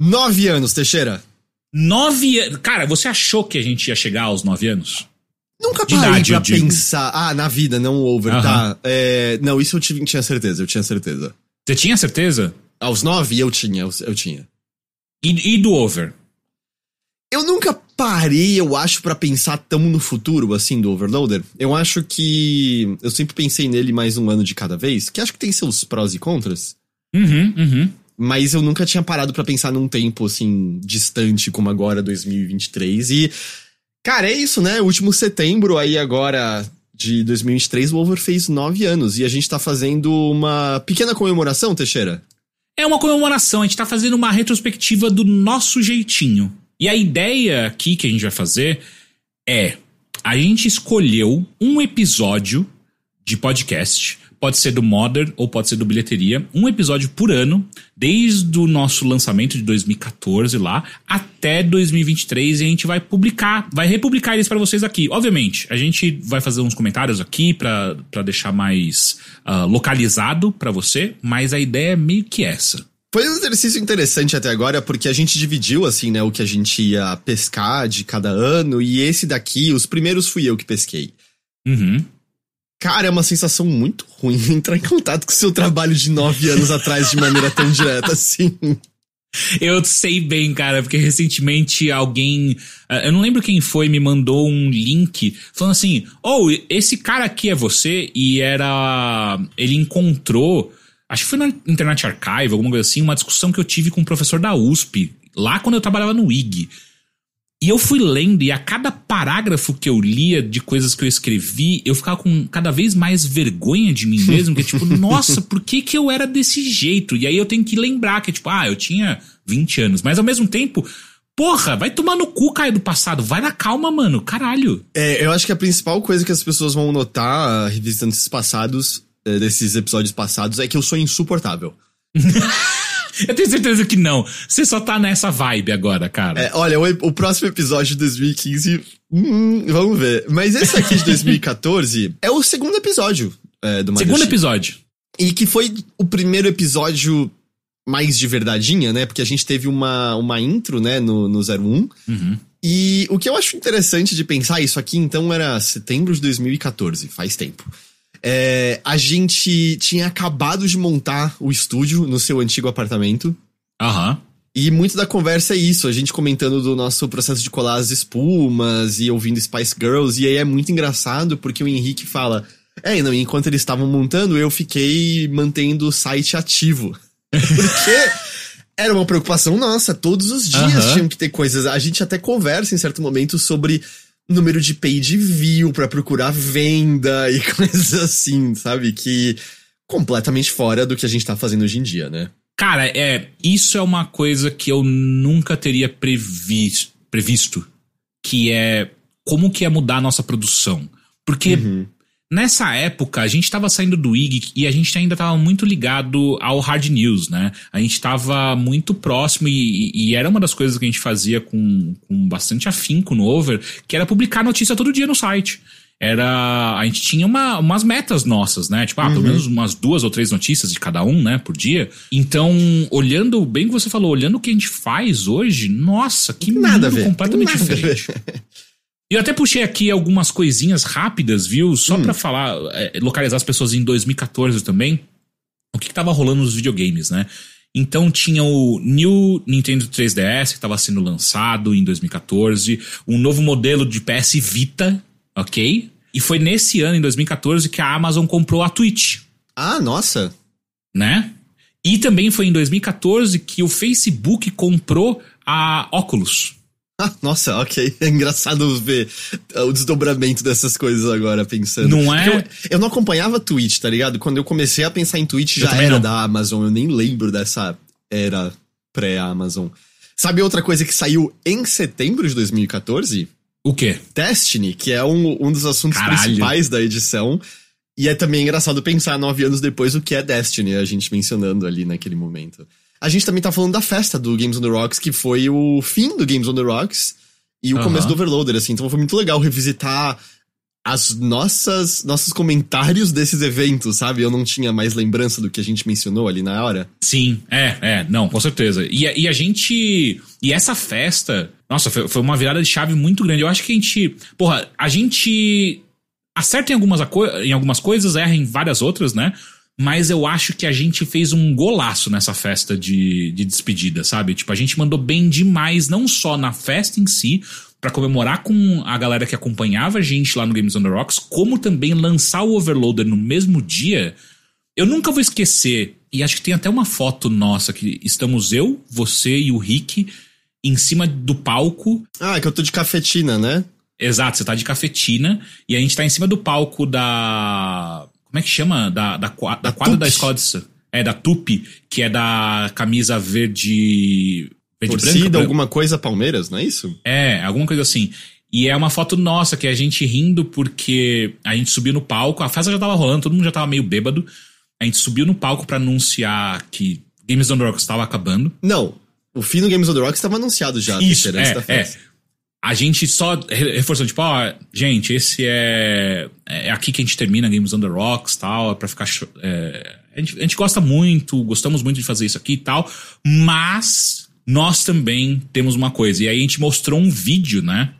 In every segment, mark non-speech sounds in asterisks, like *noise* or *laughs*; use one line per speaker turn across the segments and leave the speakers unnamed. Nove anos, Teixeira.
Nove anos. Cara, você achou que a gente ia chegar aos nove anos?
Nunca
De
parei
idade, eu
pra
digo.
pensar. Ah, na vida, não o over,
Aham.
tá? É, não, isso eu tive- tinha certeza, eu tinha certeza.
Você tinha certeza?
Aos nove, eu tinha, eu, eu tinha.
E, e do over?
Eu nunca parei, eu acho, pra pensar tão no futuro, assim, do Overloader. Eu acho que. Eu sempre pensei nele mais um ano de cada vez, que acho que tem seus prós e contras.
Uhum, uhum.
Mas eu nunca tinha parado pra pensar num tempo, assim, distante como agora, 2023. E. Cara, é isso, né? Último setembro aí agora. De 2023, o Over fez nove anos e a gente tá fazendo uma pequena comemoração, Teixeira.
É uma comemoração, a gente tá fazendo uma retrospectiva do nosso jeitinho. E a ideia aqui que a gente vai fazer é: a gente escolheu um episódio de podcast, pode ser do Modern ou pode ser do Bilheteria, um episódio por ano, desde o nosso lançamento de 2014 lá até 2023, e a gente vai publicar, vai republicar eles pra vocês aqui. Obviamente, a gente vai fazer uns comentários aqui pra pra deixar mais ah, localizado pra você, mas a ideia é meio que essa.
Foi um exercício interessante até agora, porque a gente dividiu, assim, né, o que a gente ia pescar de cada ano, e esse daqui, os primeiros fui eu que pesquei.
Uhum.
Cara, é uma sensação muito ruim *laughs* entrar em contato com o seu trabalho de nove anos atrás de maneira tão direta assim.
Eu sei bem, cara, porque recentemente alguém. ah, Eu não lembro quem foi, me mandou um link falando assim: ou esse cara aqui é você, e era. Ele encontrou. Acho que foi na Internet Archive, alguma coisa assim, uma discussão que eu tive com um professor da USP, lá quando eu trabalhava no IG. E eu fui lendo, e a cada parágrafo que eu lia de coisas que eu escrevi, eu ficava com cada vez mais vergonha de mim mesmo, que é tipo, nossa, por que que eu era desse jeito? E aí eu tenho que lembrar que, tipo, ah, eu tinha 20 anos, mas ao mesmo tempo, porra, vai tomar no cu, Caio do passado, vai na calma, mano, caralho.
É, eu acho que a principal coisa que as pessoas vão notar, ah, revisitando esses passados, eh, desses episódios passados, é que eu sou insuportável.
Eu tenho certeza que não, você só tá nessa vibe agora, cara.
É, olha, o, o próximo episódio de 2015, hum, vamos ver. Mas esse aqui de 2014 é o segundo episódio eh, do
Segundo
Madoshi.
episódio.
E que foi o primeiro episódio mais de verdadeinha, né? Porque a gente teve uma, uma intro, né, no, no 01.
Uhum.
E o que eu acho interessante de pensar, isso aqui então era setembro de 2014, faz tempo. É, a gente tinha acabado de montar o estúdio no seu antigo apartamento.
Aham.
E muito da conversa é isso, a gente comentando do nosso processo de colar as espumas e ouvindo Spice Girls, e aí é muito engraçado porque o Henrique fala: É, não, enquanto eles estavam montando, eu fiquei mantendo o site ativo. *laughs* Porque era uma preocupação nossa, todos os dias
Aham.
tinham que ter coisas. A gente até conversa em certo momento sobre número de page view pra procurar venda e *laughs* coisas assim, sabe? Que completamente fora do que a gente tá fazendo hoje em dia, né?
Cara, é, isso é uma coisa que eu nunca teria previsto, previsto que é como que ia mudar a nossa produção. Porque nessa época a gente tava saindo do IG e a gente ainda tava muito ligado ao hard news, né? A gente tava muito próximo e, e- e era uma das coisas que a gente fazia com, com bastante afinco no Over, que era publicar notícia todo dia no site. Era. A gente tinha uma, umas metas nossas, né? Tipo, ah,
Uhum.
pelo menos umas duas ou três notícias de cada um, né, por dia. Então, olhando bem o que você falou, olhando o que a gente faz hoje, nossa, que
Nada a
mundo
ver.
completamente
Nada a ver. *laughs*
diferente. E eu até puxei aqui algumas coisinhas rápidas, viu? Só pra falar, é, localizar as pessoas em 2014 também. O que, que tava rolando nos videogames, né? Então tinha o New Nintendo 3DS que estava sendo lançado em 2014, um novo modelo de PS Vita, ok? E foi nesse ano, em 2014, que a Amazon comprou a Twitch,
Ah, nossa!
né? E também foi em 2014 que o Facebook comprou a Oculus.
Ah, nossa, ok. É engraçado ver ah, o desdobramento dessas coisas agora, pensando.
Não é?
Porque Eu, eu não acompanhava Twitch, tá ligado? Quando eu comecei a pensar em Twitch,
Eu
já
também
era
não.
da Amazon. Eu nem lembro dessa era pré-Amazon. Sabe outra coisa que saiu em setembro de 2014?
O quê?
Destiny, que é um, um dos assuntos
Caralho.
principais da edição. E é também engraçado pensar nove anos depois o que é Destiny, a gente mencionando ali naquele momento. A gente também tá falando da festa do Games on the Rocks, que foi o fim do Games on the Rocks e o
Aham.
começo do Overloader, assim. Então foi muito legal revisitar
as nossas nossos comentários desses eventos, sabe? Eu não tinha mais lembrança do que a gente mencionou ali na hora.
Sim, é, é, não, com certeza. E, a- e a gente. E essa festa, nossa, foi, foi uma virada de chave muito grande. Eu acho que a gente. Porra, a gente acerta em algumas, aco- em algumas coisas, erra em várias outras, né? Mas eu acho que a gente fez um golaço nessa festa de, de despedida, sabe? Tipo, a gente mandou bem demais, não só na festa em si, pra comemorar com a galera que acompanhava a gente lá no Games on the Rocks, como também lançar o Overloader no mesmo dia. Eu nunca vou esquecer, e acho que tem até uma foto nossa que estamos eu, você e o Rick em cima do palco.
Ah, é que eu tô de cafetina, né?
Exato, você tá de cafetina e a gente tá em cima do palco da. Como é que chama? Da, da, qua- da
Da
quadra da
Tupi.
escola de samba. É, da Tupi, que é da camisa verde. Verde branca?
Torcida,
branca?
alguma coisa Palmeiras, não é isso?
É, alguma coisa assim. E é uma foto nossa, que é a gente rindo porque a gente subiu no palco, a festa já tava rolando, todo mundo já tava meio bêbado. A gente subiu no palco pra anunciar que Games on the Rocks tava acabando.
Não. O fim do Games of the Rock estava anunciado já.
Isso,
antes da
é, é.
festa.
A gente só re- reforçou, tipo, ó, gente, esse é. É aqui que a gente termina Games on the Rocks tal, é pra ficar. cho- é, a, gente, a gente gosta muito, gostamos muito de fazer isso aqui e tal, mas nós também temos uma coisa. E aí a gente mostrou um vídeo, né?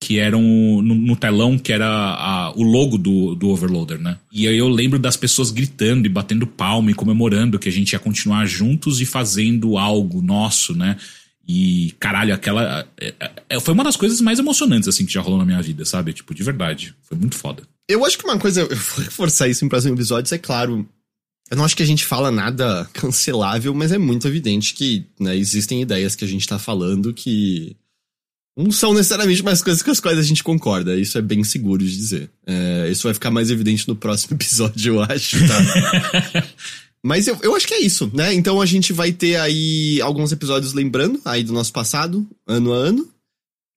que eram no, no telão que era a- o logo do, do Overloader, né? E aí eu lembro das pessoas gritando e batendo palma e comemorando que a gente ia continuar juntos e fazendo algo nosso, né? E caralho, aquela é- é- foi uma das coisas mais emocionantes assim que já rolou na minha vida, sabe? Tipo, de verdade, foi muito foda.
Eu acho que uma coisa, eu vou reforçar isso em próximos episódios, é claro. Eu não acho que a gente fala nada *laughs* cancelável, mas é muito evidente que né, existem ideias que a gente tá falando que não são necessariamente mais coisas com as quais a gente concorda. Isso é bem seguro de dizer. É, isso vai ficar mais evidente no próximo *laughs* episódio, eu acho, tá?
*laughs*
Mas eu, eu acho que é isso, né? Então a gente vai ter aí alguns episódios lembrando aí do nosso passado, ano a ano.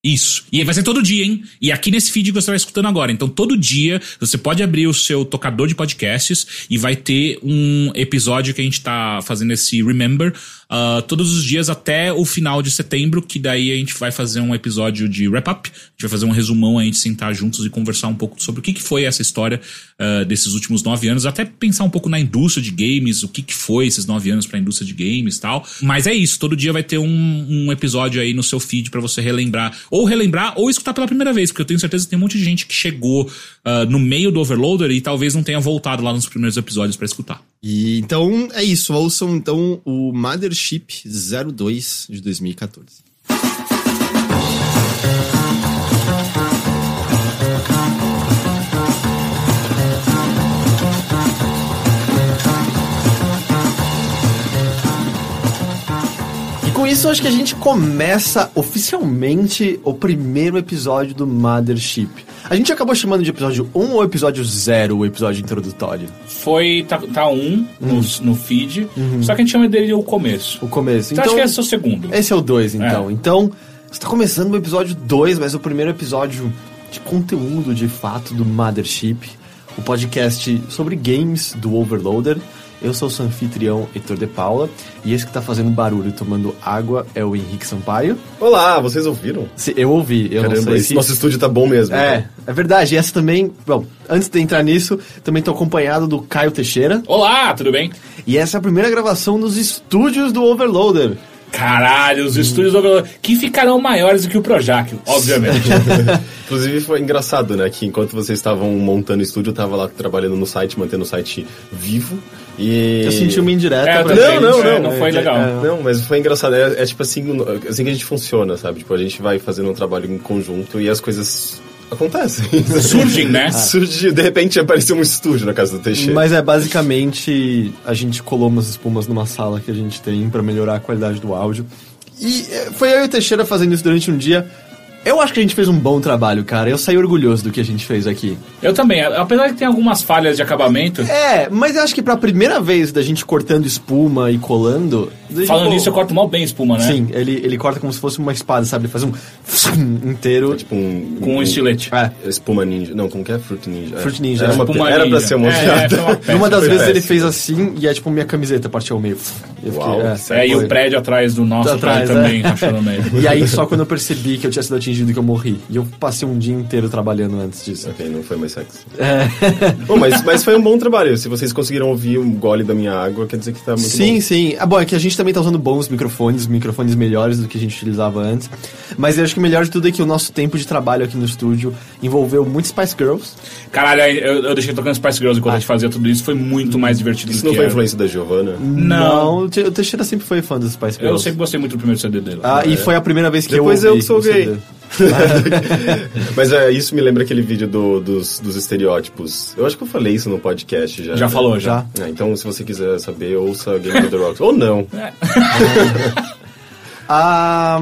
Isso. E vai ser todo dia, hein? E aqui nesse feed que você vai escutando agora. Então, todo dia, você pode abrir o seu tocador de podcasts e vai ter um episódio que a gente tá fazendo esse Remember ah, todos os dias até o final de setembro, que daí a gente vai fazer um episódio de wrap-up. A gente vai fazer um resumão, a gente sentar juntos e conversar um pouco sobre o que, que foi essa história ah, desses últimos nove anos. Até pensar um pouco na indústria de games, o que, que foi esses nove anos pra indústria de games e tal. Mas é isso, todo dia vai ter um, um episódio aí no seu feed pra você relembrar. Ou relembrar ou escutar pela primeira vez, porque eu tenho certeza que tem um monte de gente que chegou ah, no meio do Overloader e talvez não tenha voltado lá nos primeiros episódios pra escutar.
E então é isso, ouçam então o Mothership 02 de 2014.
E com isso, acho que a gente começa oficialmente o primeiro episódio do Mothership. A gente acabou chamando de episódio 1 ou episódio 0, o episódio introdutório?
Foi. Tá, um
Uhum.
no, feed, só que a gente chama dele o começo.
O começo. Uhum. Então,
o segundo.
esse é o 2, então. Então, está começando o episódio 2, mas é o primeiro episódio de conteúdo, de fato, do Mothership. O podcast sobre games do Overloader. Eu sou o seu anfitrião Heitor de Paula, e esse que tá fazendo barulho e tomando água é o Henrique Sampaio.
Olá, vocês ouviram?
Se- Eu ouvi, eu não
Caramba,
sei
esse
se...
nosso estúdio tá bom mesmo.
É,
então.
é verdade. E essa também, bom, antes de entrar nisso, também tô acompanhado do Caio Teixeira.
Olá, tudo bem?
E essa é a primeira gravação nos estúdios do Overloader.
Caralho, os estúdios Overloader, que ficarão maiores do que o Projac,
*laughs*
obviamente.
Inclusive foi engraçado, né? Que enquanto vocês estavam montando o estúdio, eu tava lá trabalhando no site, mantendo o site vivo. E.
Eu senti uma indireta.
É, eu
pra
também,
gente.
não, não, não,
não foi
É,
legal.
é.
Não, mas foi engraçado. É, é tipo assim, assim que a gente funciona, sabe? Tipo, a gente vai fazendo um trabalho em conjunto e as coisas acontecem.
*laughs*
Ah.
Surgem, né?
Surge, de repente apareceu um estúdio na casa do Teixeira.
Mas é, basicamente, a gente colou umas espumas numa sala que a gente tem pra melhorar a qualidade do áudio. E é, foi eu e o Teixeira fazendo isso durante um dia. Eu acho que a gente fez um bom trabalho, cara. Eu saí orgulhoso do que a gente fez aqui.
Eu também, apesar que tem algumas falhas de acabamento.
É, mas eu acho que pra primeira vez da gente cortando espuma e colando.
Falando
tipo,
nisso, eu corto mal bem a espuma, né?
Sim, ele, ele corta como se fosse uma espada, sabe? Ele faz um *laughs*
É
inteiro.
Tipo um.
Com um estilete.
É.
Espuma ninja. Não, como que é? Fruit ninja. é.
Fruit ninja,
Era,
é.
uma,
Espuma
pi- era pra
ninja.
ser uma
É, é,
piada.
foi uma péssima
Numa das
foi
vezes ele
péssimo.
fez assim e é tipo minha camiseta partiu ao meio. Eu fiquei,
Uau,
é.
sério?
É, e o prédio atrás do nosso
Atrás,
prédio
é. *laughs*
também, encaixou no meio.
E aí só quando eu percebi que eu tinha sido fingindo que eu morri. E eu passei um dia inteiro trabalhando antes disso.
Ok, não foi
*laughs*
mais sexo.
É.
Bom, mas, mas foi um bom trabalho. Se vocês conseguiram ouvir um gole da minha água, quer dizer que tá muito
sim,
bom.
sim. Ah, bom, é que a gente também tá usando bons microfones, microfones melhores do que a gente utilizava antes. Mas eu acho que o melhor de tudo é que o nosso tempo de trabalho aqui no estúdio envolveu muitos Spice Girls.
Caralho, aí eu, eu deixei tocando Spice Girls
Ah.
enquanto a gente fazia tudo isso. Foi muito mais divertido
Isso
do
não
que
foi
era.
influência da Giovanna?
Hum.
Não.
o Te- o Teixeira sempre foi fã dos Spice Girls.
Eu sempre gostei muito do primeiro CD dele.
Ah, e foi a primeira vez que
Depois
eu
eu
ouvi.
que sou
o CD.
gay. Mas é, isso me lembra aquele vídeo do- dos, dos estereótipos. Eu acho que eu falei isso no podcast já.
Já
né?
falou, já.
Ah, então, se você quiser saber, ouça Game of the Rocks. Ou não.
É,
Ah,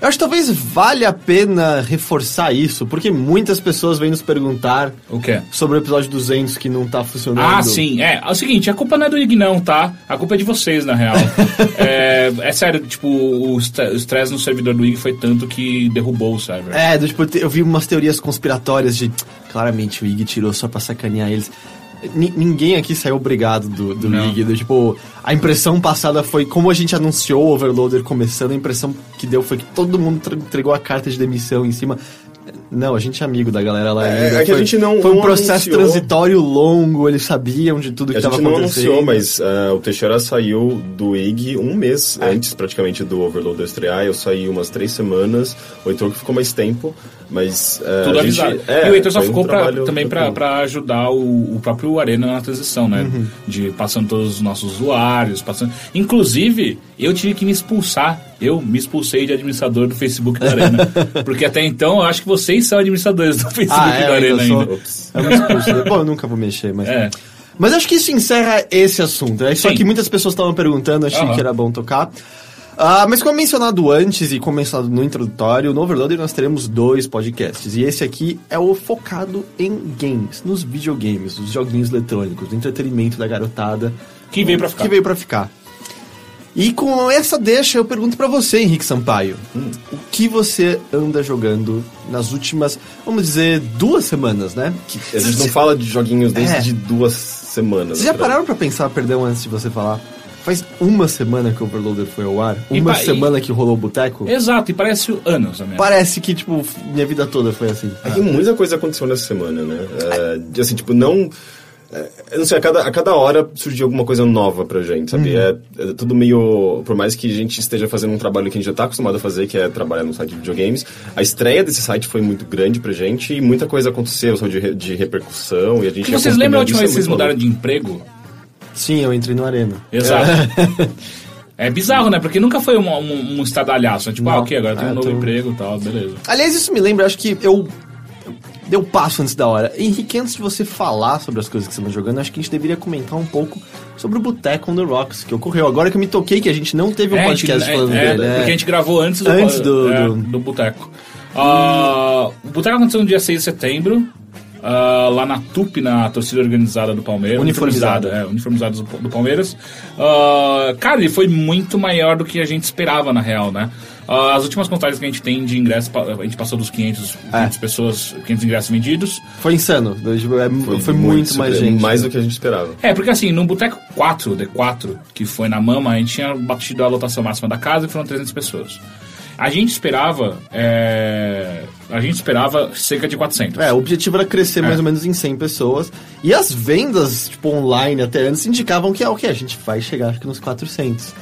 eu acho que talvez valha a pena reforçar isso, porque muitas pessoas vêm nos perguntar
O quê?
sobre o episódio 200 que não tá funcionando.
Ah, sim. É, é o seguinte, a culpa não é do Ig não, tá? A culpa é de vocês, na
*laughs*
real. é, é sério, tipo, o estre- o estresse no servidor do Ig foi tanto que derrubou o server.
É, do, tipo, te- eu vi umas teorias conspiratórias de claramente o Ig tirou só pra sacanear eles. Ni- ninguém aqui saiu obrigado do, do Ig. do tipo, a impressão passada foi como a gente anunciou o Overloader começando, a impressão que deu foi que todo mundo tra- entregou a carta de demissão em cima. Não, a gente é amigo da galera lá.
É,
ainda.
é que a
Foi-
gente não-
Foi um
não
processo
anunciou.
transitório longo, eles sabiam de tudo que
A
estava
gente não
acontecendo.
anunciou, mas ah, o Teixeira saiu do IG um mês
É.
antes, praticamente, do Overloader estrear. Eu saí umas três semanas. O Heitor que ficou mais tempo, mas... ah,
Tudo
a gente-
avisado.
é,
e o Heitor só
foi um
ficou pra-
trabalho
também pra,
tranquilo. Uhum.
pra ajudar o, o próprio Arena na transição, né? De passando todos os nossos usuários, passando. Inclusive, eu tive que me expulsar. Eu me expulsei de administrador do Facebook da
*laughs*
Arena. porque até então eu acho que vocês são administradores do Facebook
Ah, é,
da
eu
Arena
ainda sou.
ainda.
Ops.
É uma
*laughs*
expulsão. Bom, eu nunca vou mexer, mas.
É.
Mas acho que isso encerra esse assunto. É só
Sim.
que muitas pessoas estavam perguntando, achei
Aham.
que era bom tocar. Ah, mas como mencionado antes e como é mencionado no introdutório, no Overloader nós teremos dois podcasts. E esse aqui é o focado em games, nos videogames, nos joguinhos eletrônicos, no entretenimento da garotada.
Que veio pra ficar.
Que veio pra ficar. E com essa deixa eu pergunto pra você, Henrique Sampaio.
Hum.
O que você anda jogando nas últimas, vamos dizer, duas semanas, né? Que
A gente não fala de joguinhos desde
É.
duas semanas.
Vocês já
atrás.
pararam pra pensar, perdão, antes de você falar? Faz uma semana que o Overloader foi ao ar?
E
Uma
pa- e- É.
semana que rolou o boteco?
Exato, e parece o anos, amigo.
Parece que, tipo, minha vida toda foi assim.
É que muita coisa aconteceu nessa semana, né? É, de, assim, tipo, não. é, Eu não sei, a cada, a cada hora surgiu alguma coisa nova pra gente, sabe?
Uhum.
É, é tudo meio. Por mais que a gente esteja fazendo um trabalho que a gente já tá acostumado a fazer, que é trabalhar no site de videogames, a estreia desse site foi muito grande pra gente e muita coisa aconteceu, sabe, de, re- de repercussão e a gente.
Porque vocês lembram a última vez que vocês
acompanhou isso, é muito
mudaram
maluco.
de emprego?
Sim, eu entrei no Arena.
Exato. É bizarro, né? Porque nunca foi um, um, um estadalhaço. Né? Tipo, ah, ok, agora tem um
Ah,
novo
tô-
emprego e tal, beleza.
É. Aliás, isso me lembra, acho que eu. eu Dei um passo antes da hora. Henrique, antes de você falar sobre as coisas que você anda jogando, acho que a gente deveria comentar um pouco sobre o Boteco on the Rocks, que ocorreu. Agora que eu me toquei que a gente não teve um
É, a gente-
podcast
é,
falando
é,
dele, né?
Porque a gente gravou antes do,
Antes do-
é,
do-
do Boteco. Ah, o Boteco aconteceu no dia 6 de setembro, ah, lá na TUP, na torcida organizada do Palmeiras.
Uniformizada.
É, uniformizada do, do Palmeiras. Ah, cara, ele foi muito maior do que a gente esperava, na real, né? Ah, as últimas contagens que a gente tem de ingressos, pa- a gente passou dos 500,
É.
500 pessoas, 500 ingressos vendidos.
Foi insano. Foi, foi muito mais
surpre-
gente. né?
Mais do que a gente esperava.
É, porque assim, no Boteco 4, D4, que foi na Mama, a gente tinha batido a lotação máxima da casa e foram 300 pessoas. A gente esperava. é, A gente esperava cerca de 400.
É, o objetivo era crescer mais ou menos em 100 pessoas. E as vendas, tipo, online até antes, indicavam que, ah, ok, a gente vai chegar acho que nos 400.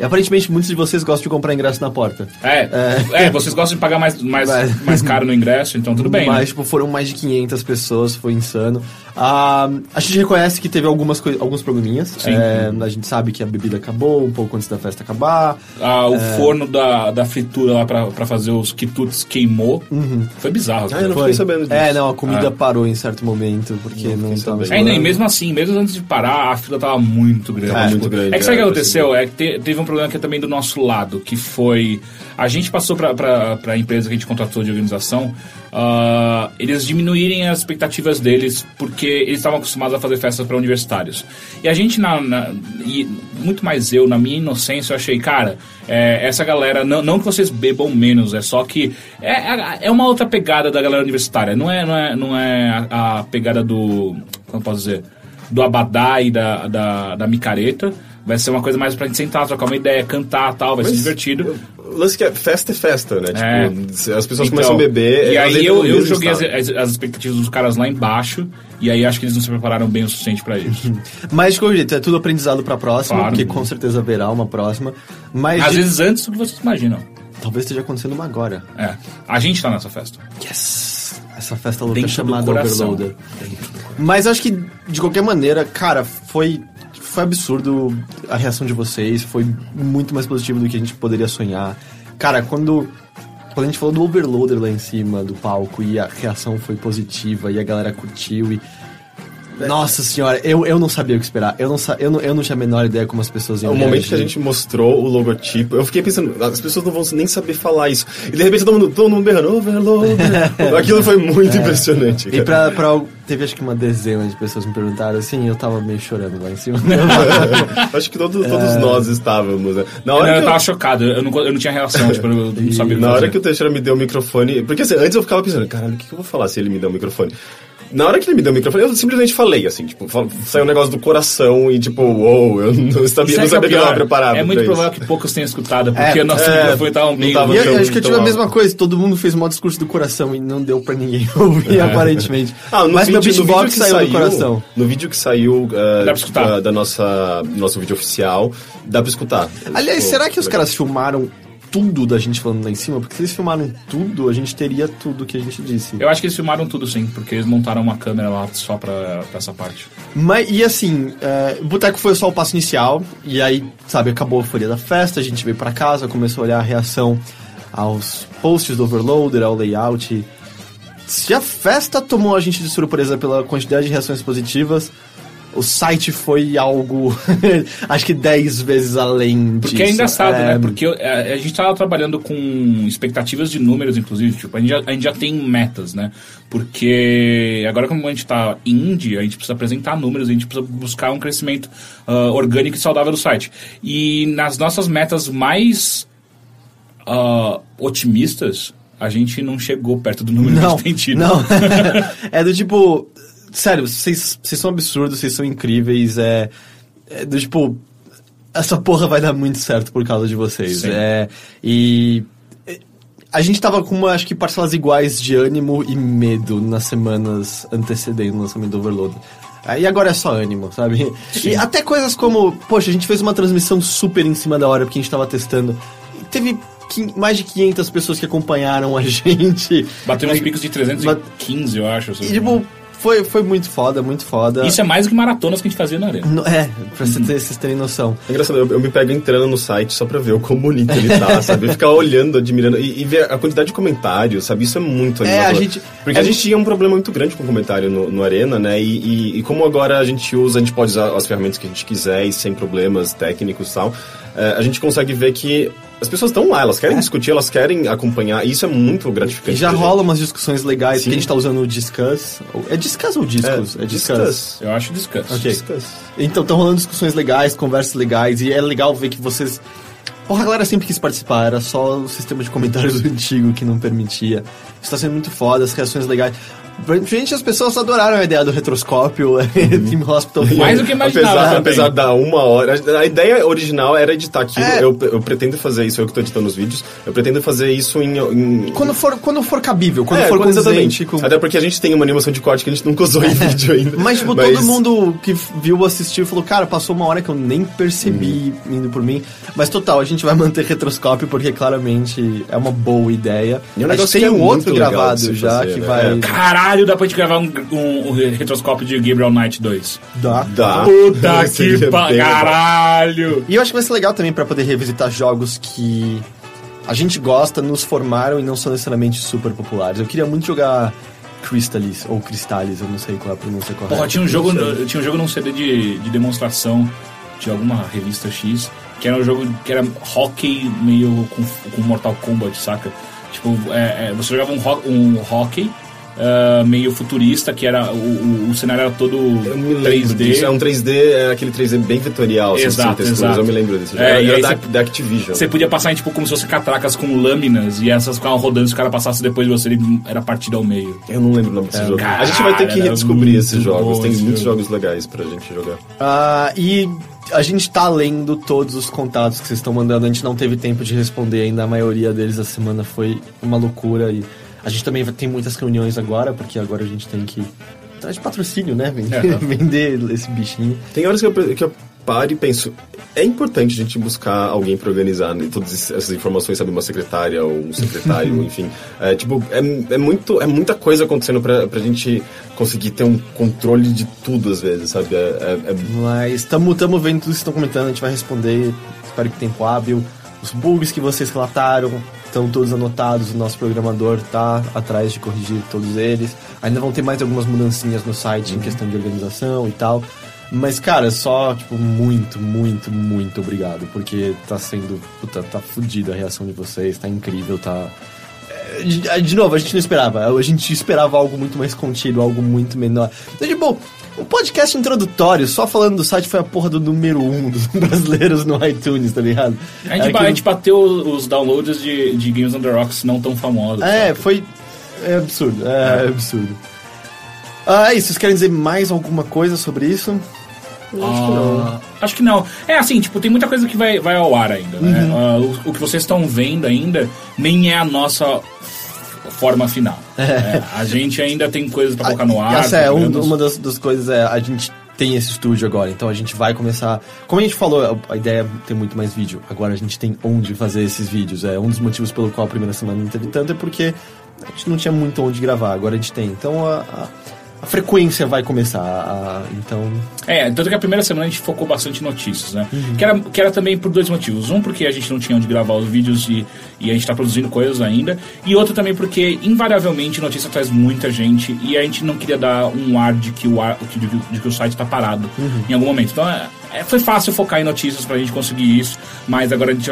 E aparentemente muitos de vocês gostam de comprar ingresso na porta.
É, é, vocês gostam de pagar mais, mais,
Mas-
mais caro no ingresso, então tudo bem.
Mas,
né?
tipo, foram mais de 500 pessoas, foi insano. Ah, a gente reconhece que teve algumas coi- alguns probleminhas.
Sim.
É, a gente sabe que a bebida acabou um pouco antes da festa acabar.
Ah, o
É.
forno da, da fritura lá pra, pra fazer os quitutes queimou.
Uhum.
Foi bizarro.
Ah, eu
cara.
não fiquei sabendo disso.
É, não, a comida parou em certo momento, porque não,
fiquei
tava...
sabendo.
Ainda e
rolando.
mesmo assim, mesmo antes de parar, a fila tava muito grande.
Tava
Tipo,
muito grande,
É que sabe o
é,
que aconteceu? É que te- teve um problema que é também do nosso lado, que foi. A gente passou pra, pra, pra empresa que a gente contratou de organização ah, eles diminuírem as expectativas deles, porque eles estavam acostumados a fazer festas para universitários. E a gente, na, na- e muito mais eu, na minha inocência, eu achei, cara, é, essa galera, não, não que vocês bebam menos, é só que é, é, é uma outra pegada da galera universitária, não é, não é, não é a, a pegada do. Como eu posso dizer? do Abadá e da, da, da Micareta. Vai ser uma coisa mais pra gente sentar, trocar uma ideia, cantar tal, vai ser divertido.
Os lance que é festa é festa, né?
É.
Tipo, as pessoas
Então,
começam a beber. é,
E
elas
aí
entram
eu,
no
eu
mesmo
joguei as, as-
estado.
as expectativas dos caras lá embaixo, e aí acho que eles não se prepararam bem o suficiente pra
*laughs*
isso.
Mas de qualquer jeito, é tudo aprendizado pra próxima,
Claro.
que com certeza haverá uma próxima. Mas
Às
de-
vezes antes do que vocês imaginam.
talvez esteja acontecendo uma agora.
É. A gente tá nessa festa.
Yes! Essa festa louca
Dentro do
chamada
coração.
Overloader. Mas acho que, de qualquer maneira, cara, foi, foi absurdo a reação de vocês. Foi muito mais positivo do que a gente poderia sonhar. Cara, quando, quando a gente falou do Overloader lá em cima do palco e a reação foi positiva e a galera curtiu e. Nossa senhora, eu, eu não sabia o que esperar. Eu não, sa- eu não, eu não tinha a menor ideia como as pessoas
É
iam
o momento que a
reagir.
gente mostrou o logotipo, eu fiquei pensando, as pessoas não vão nem saber falar isso. E de repente todo mundo, todo mundo berrando,
*laughs*
overloader. Aquilo foi muito
É.
impressionante.
E *laughs* pra,
cara.
pra. Teve acho que uma dezena de pessoas me perguntaram assim, eu tava meio chorando lá em cima. *laughs*
*laughs* Acho que todo- todos nós estávamos. né? Na
É. Não,
hora
eu
que eu-
tava chocado, eu não, eu não tinha reação, tipo, eu não sabia o que
Na
fazer.
hora que o Teixeira me deu o microfone. Porque assim, antes eu ficava pensando, caralho, o que que eu vou falar se ele me der o microfone? Na hora que ele me deu o microfone, eu simplesmente falei, assim, tipo, fal- saiu um negócio do coração e tipo, uou, eu não
E
sabia,
sabe
não
o é que
sabia que eu
pior?
tava preparado.
É muito
pra isso.
provável que poucos tenham escutado, porque
É,
o nosso
é,
microfone tá tava
não
meio...
tava-
E
Então,
eu, acho que eu tive a
então,
mesma coisa, todo mundo fez mó discurso do coração e não deu pra ninguém *laughs* ouvir, aparentemente.
Ah, no
Mas meu
vídeo,
beatbox
no vídeo que
saiu, do coração.
No vídeo que saiu ah,
pra escutar.
da, da nossa do nosso vídeo oficial, dá pra escutar.
Aliás,
Tipo,
será que os
legal.
caras filmaram tudo da gente falando lá em cima? Porque se eles filmaram tudo, a gente teria tudo que a gente disse.
Eu acho que eles filmaram tudo sim, porque eles montaram uma câmera lá só pra, pra essa parte.
Mas, e assim, é, Boteco foi só o passo inicial, e aí, sabe, acabou a euforia da festa, a gente veio pra casa, começou a olhar a reação aos posts do Overloader, ao layout. Se a festa tomou a gente de surpresa pela quantidade de reações positivas, o site foi algo, *laughs* acho que 10 vezes além disso.
Porque é engraçado,
É,
né? Porque é, a, gente tava trabalhando com expectativas de números, inclusive. Tipo, a gente, já, a gente já tem metas, né? Porque agora como a gente tá indie, a gente precisa apresentar números, a gente precisa buscar um crescimento ah, orgânico e saudável do site. E nas nossas metas mais ah, otimistas, a gente não chegou perto do número que a
Não,
gente tem tido.
não. *laughs* é do tipo... Sério, vocês vocês são absurdos, vocês são incríveis, é... É do tipo... Essa porra vai dar muito certo por causa de vocês.
Sim.
É, e... é, A gente tava com, uma, acho que, parcelas iguais de ânimo e medo nas semanas antecedendo o lançamento do Overload. Aí agora é só ânimo, sabe? E até coisas como, poxa, a gente fez uma transmissão super em cima da hora porque a gente tava testando. E teve quin- mais de 500 pessoas que acompanharam a *laughs* gente.
Bateu uns
Aí-
picos de 315, eu acho. se
e,
eu não me
tipo, foi, foi muito foda, muito foda.
engano. Isso é mais do que maratonas que a gente fazia na arena.
No- é, pra cê ter- vocês terem noção.
É engraçado, eu, eu me pego entrando no site só pra ver o quão bonito ele
*laughs*
tá, sabe? Ficar olhando, admirando e, e ver a quantidade de comentários, sabe? Isso é muito
É,
animador.
a gente-
Porque
a
a gente tinha um problema muito grande com comentário no, no Arena, né? E, e- e como agora a gente usa, a gente pode usar as ferramentas que a gente quiser e sem problemas técnicos e tal, é, a gente consegue ver que as pessoas estão lá, elas querem discutir, elas querem acompanhar, e isso é muito
É. E
gratificante.
já
pra gente.
rola umas discussões legais,
Sim.
porque a gente tá usando o Discuss. ou- É Discuss ou Discus? É, Discuss.
Discuss.
Eu acho descanso.
Ok.
Discuss.
Então, estão rolando discussões legais, conversas legais, e é legal ver que vocês... Porra, a galera sempre quis participar, era só o sistema de comentários *laughs* antigo que não permitia. Isso tá sendo muito foda, as reações legais. Pra Gente, as pessoas adoraram a ideia do retroscópio, *laughs* Team Hospital.
Mais do que imaginava
Apesar,
também.
apesar da uma hora. A ideia original era editar aquilo.
É.
Eu, eu pretendo fazer isso, eu que tô editando os vídeos. Eu pretendo fazer isso em. em-
Quando for, quando for cabível, quando
É,
for
quando-
condizente com... É.
Até porque a gente tem uma animação de corte que a gente nunca usou em vídeo ainda.
Mas, tipo, todo mundo que viu, assistiu, falou, cara, passou uma hora que eu nem percebi
Uhum.
indo por mim. Mas, total, a gente vai manter retroscópio, porque claramente é uma boa ideia.
E é um
a gente
negócio
tem
que é
um
muito
outro
legal
gravado
de se
já,
fazer,
que
né?
vai...
É.
Caralho, dá pra gente gravar um, um, um retroscópio de Gabriel Knight 2.
Dá.
Dá. *laughs*
Puta
Seria
que pa...
Ah, é bem legal.
Caralho!
E eu acho que vai ser legal também pra poder revisitar jogos que a gente gosta, nos formaram e não são necessariamente super populares. Eu queria muito jogar Crystalis, ou Cristalis, eu não sei qual é a pronúncia correta.
Porra, tinha um
é
jogo, tinha um jogo num CD de, de demonstração de alguma revista X, que era um jogo que era hockey meio com, com Mortal Kombat, saca? Tipo, é, é, você jogava um, ho- um hockey ah, meio futurista, que era o, o, o cenário era todo
Eu me lembro
3D.
disso. É um 3D, é aquele 3D bem vetorial, assim,
Exato,
sem texturas.
exato.
Eu me lembro disso.
É,
era
e
era
aí
da,
você-
da Activision.
Você podia passar em, tipo, como se fosse catracas com lâminas e essas ficavam rodando, se o cara passasse depois de você, ele era partido ao meio.
Eu não lembro o nome desse jogo. a gente vai ter
É, cara,
que
era
redescobrir esses
muito
jogos.
bom
Tem
esse
muitos
jogo.
jogos legais pra gente jogar.
Ah, e a gente tá lendo todos os contatos que vocês estão mandando, a gente não teve tempo de responder ainda, a maioria deles a semana foi uma loucura e a gente também vai- tem muitas reuniões agora, porque agora a gente tem que atrás de patrocínio, né? Vender, *laughs*
É.
vender esse bichinho.
Tem horas que eu, que eu paro e penso, é importante a gente buscar alguém pra organizar né, todas es- essas informações, sabe? Uma secretária ou
*laughs*
um secretário, enfim. É, tipo, é, é, muito, é muita coisa acontecendo pra, pra gente conseguir ter um controle de tudo, às vezes, sabe? É, é- é-
Mas estamos tamo vendo tudo que vocês estão comentando, a gente vai responder, espero que tempo hábil. Os bugs que vocês relataram estão todos anotados, o nosso programador tá atrás de corrigir todos eles. Ainda vão ter mais algumas mudancinhas no site em questão de organização e tal. Mas, cara, só, tipo, muito, muito, muito obrigado, porque tá sendo, puta, tá fodida a reação de vocês, tá incrível, tá... De- De novo, a gente não esperava. A gente esperava algo muito mais contido, algo muito menor. Então, tipo, o podcast introdutório, só falando do site, foi a porra do número um dos *laughs* brasileiros no iTunes, tá ligado?
A gente,
Era
ba-
aquilo-
a gente bateu os downloads de, de Games on the Rocks não tão famosos.
É, foi. É absurdo, é, absurdo. Ah, é isso. Vocês querem dizer mais alguma coisa sobre isso?
Acho que não. Acho que não. É assim, tipo, tem muita coisa que vai, vai ao ar ainda, né? Ah, o, o que vocês estão vendo ainda nem é a nossa f- forma final. É, a gente ainda tem coisas pra colocar no
Ah,
ar. tá
Essa é um-
programas.
uma das, das coisas é a gente tem esse estúdio agora, então a gente vai começar. Como a gente falou, a a ideia é ter muito mais vídeo. Agora a gente tem onde fazer esses vídeos. É um dos motivos pelo qual a primeira semana não teve tanto é porque a gente não tinha muito onde gravar. Agora a gente tem. Então a, a- a frequência vai começar. a- a- então
É, tanto que a primeira semana a gente focou bastante em notícias, né? Que, era, que era também por dois motivos. Um, porque a gente não tinha onde gravar os vídeos e, e a gente tá produzindo coisas ainda. E outro também porque, invariavelmente, notícia traz muita gente e a gente não queria dar um ar de que o, ar, de, que- de que o site tá parado em algum momento. Então, é, é, foi fácil focar em notícias pra gente conseguir isso, mas agora a gente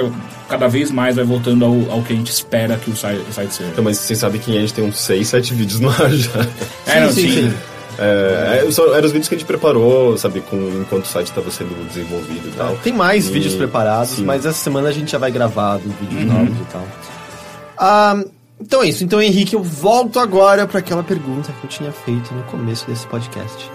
cada vez mais vai voltando ao, ao que a gente espera que o site, o site seja.
então, mas vocês sabem quem é, a gente tem uns 6, 7 *laughs* vídeos no ar já.
É, não, sim.
É, é, só- eram os vídeos que a gente preparou, sabe? Com, enquanto o site estava sendo desenvolvido e tal.
Tem mais
E-
vídeos preparados,
sim. Uhum.
mas essa semana a gente já vai gravar do vídeos novos e tal. Ah, então é isso. Então, Henrique, eu volto agora para aquela pergunta que eu tinha feito no começo desse podcast.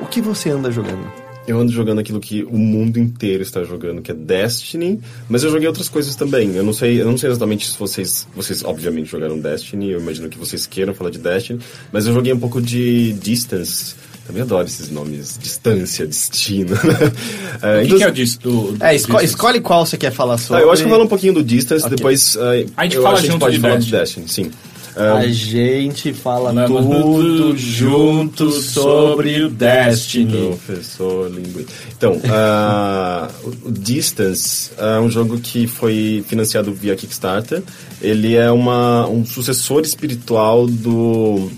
O que você anda jogando?
Eu ando jogando aquilo que o mundo inteiro está jogando, que é Destiny, mas eu joguei outras coisas também. Eu não sei, eu não sei exatamente se vocês, vocês obviamente jogaram Destiny, eu imagino que vocês queiram falar de Destiny, mas eu joguei um pouco de Distance. Também adoro esses nomes, distância, destino. *laughs* É,
O que,
então-
que é o disso? do- do-
É, esco-
disso?
escolhe qual você quer falar
Ah,
sobre.
eu acho que eu falo um pouquinho do Distance,
Ok.
depois ah,
A gente
eu
fala
acho que
junto
a gente pode
de
falar
Destiny.
de Destiny, sim. Ah, um-
A gente fala
Lá, mas-
tudo junto sobre o Destiny.
Professor Linguiça. Então, *laughs* ah, o o Distance é um jogo que foi financiado via Kickstarter. Ele é uma, um sucessor espiritual do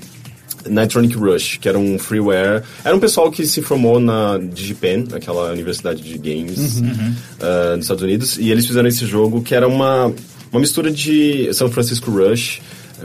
Nitronic Rush, que era um freeware. Era um pessoal que se formou na DigiPen, aquela universidade de games ah, nos Estados Unidos, e eles fizeram esse jogo que era uma, uma mistura de São Francisco Rush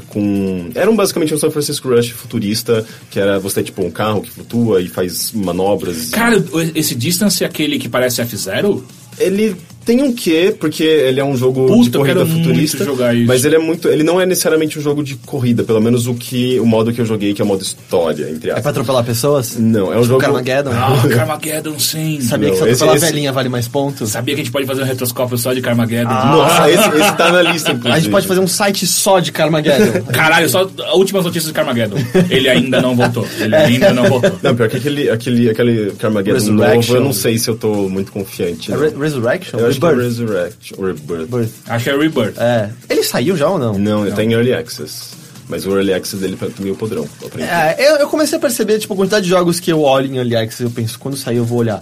com era um, basicamente um San Francisco Rush futurista que era você ter, tipo um carro que flutua e faz manobras
Cara, esse Distance é aquele que parece F0?
ele tem um quê porque ele é um jogo
Puta,
de
eu
corrida
quero muito
futurista
jogar isso.
mas ele é muito ele não é necessariamente um jogo de corrida pelo menos o que o modo que eu joguei que é o modo história entre
É pra
aspas
atropelar pessoas?
não é um jogo
Carmageddon?
Ah, Carmageddon, sim.
Sabia que se
Não, esse-
atropelar a
esse-
velhinha vale mais pontos?
Sabia que a gente pode fazer um retroscópio só de Carmageddon?
nossa
*laughs*
esse, esse tá na lista inclusive.
A gente pode fazer um site só de
*laughs*
Carmageddon.
Caralho, só últimas notícias de Carmageddon. Ele ainda não voltou. Ele
É.
ainda não voltou.
não, pior que aquele, aquele, aquele Carmageddon novo,
um Resurrection.
eu não sei se eu tô muito confiante.
É
não.
Re- Resurrection?
eu acho que é
Rebirth?
Resurrection. Rebirth.
Birth.
Acho que é Rebirth.
É. Ele saiu já ou não?
Não, ele tá em Early Access. Mas o Early Access dele tá meio podrão. por enquanto.
É, eu, eu comecei a perceber, tipo, a quantidade de jogos que eu olho em Early Access, eu penso, quando sair eu vou olhar.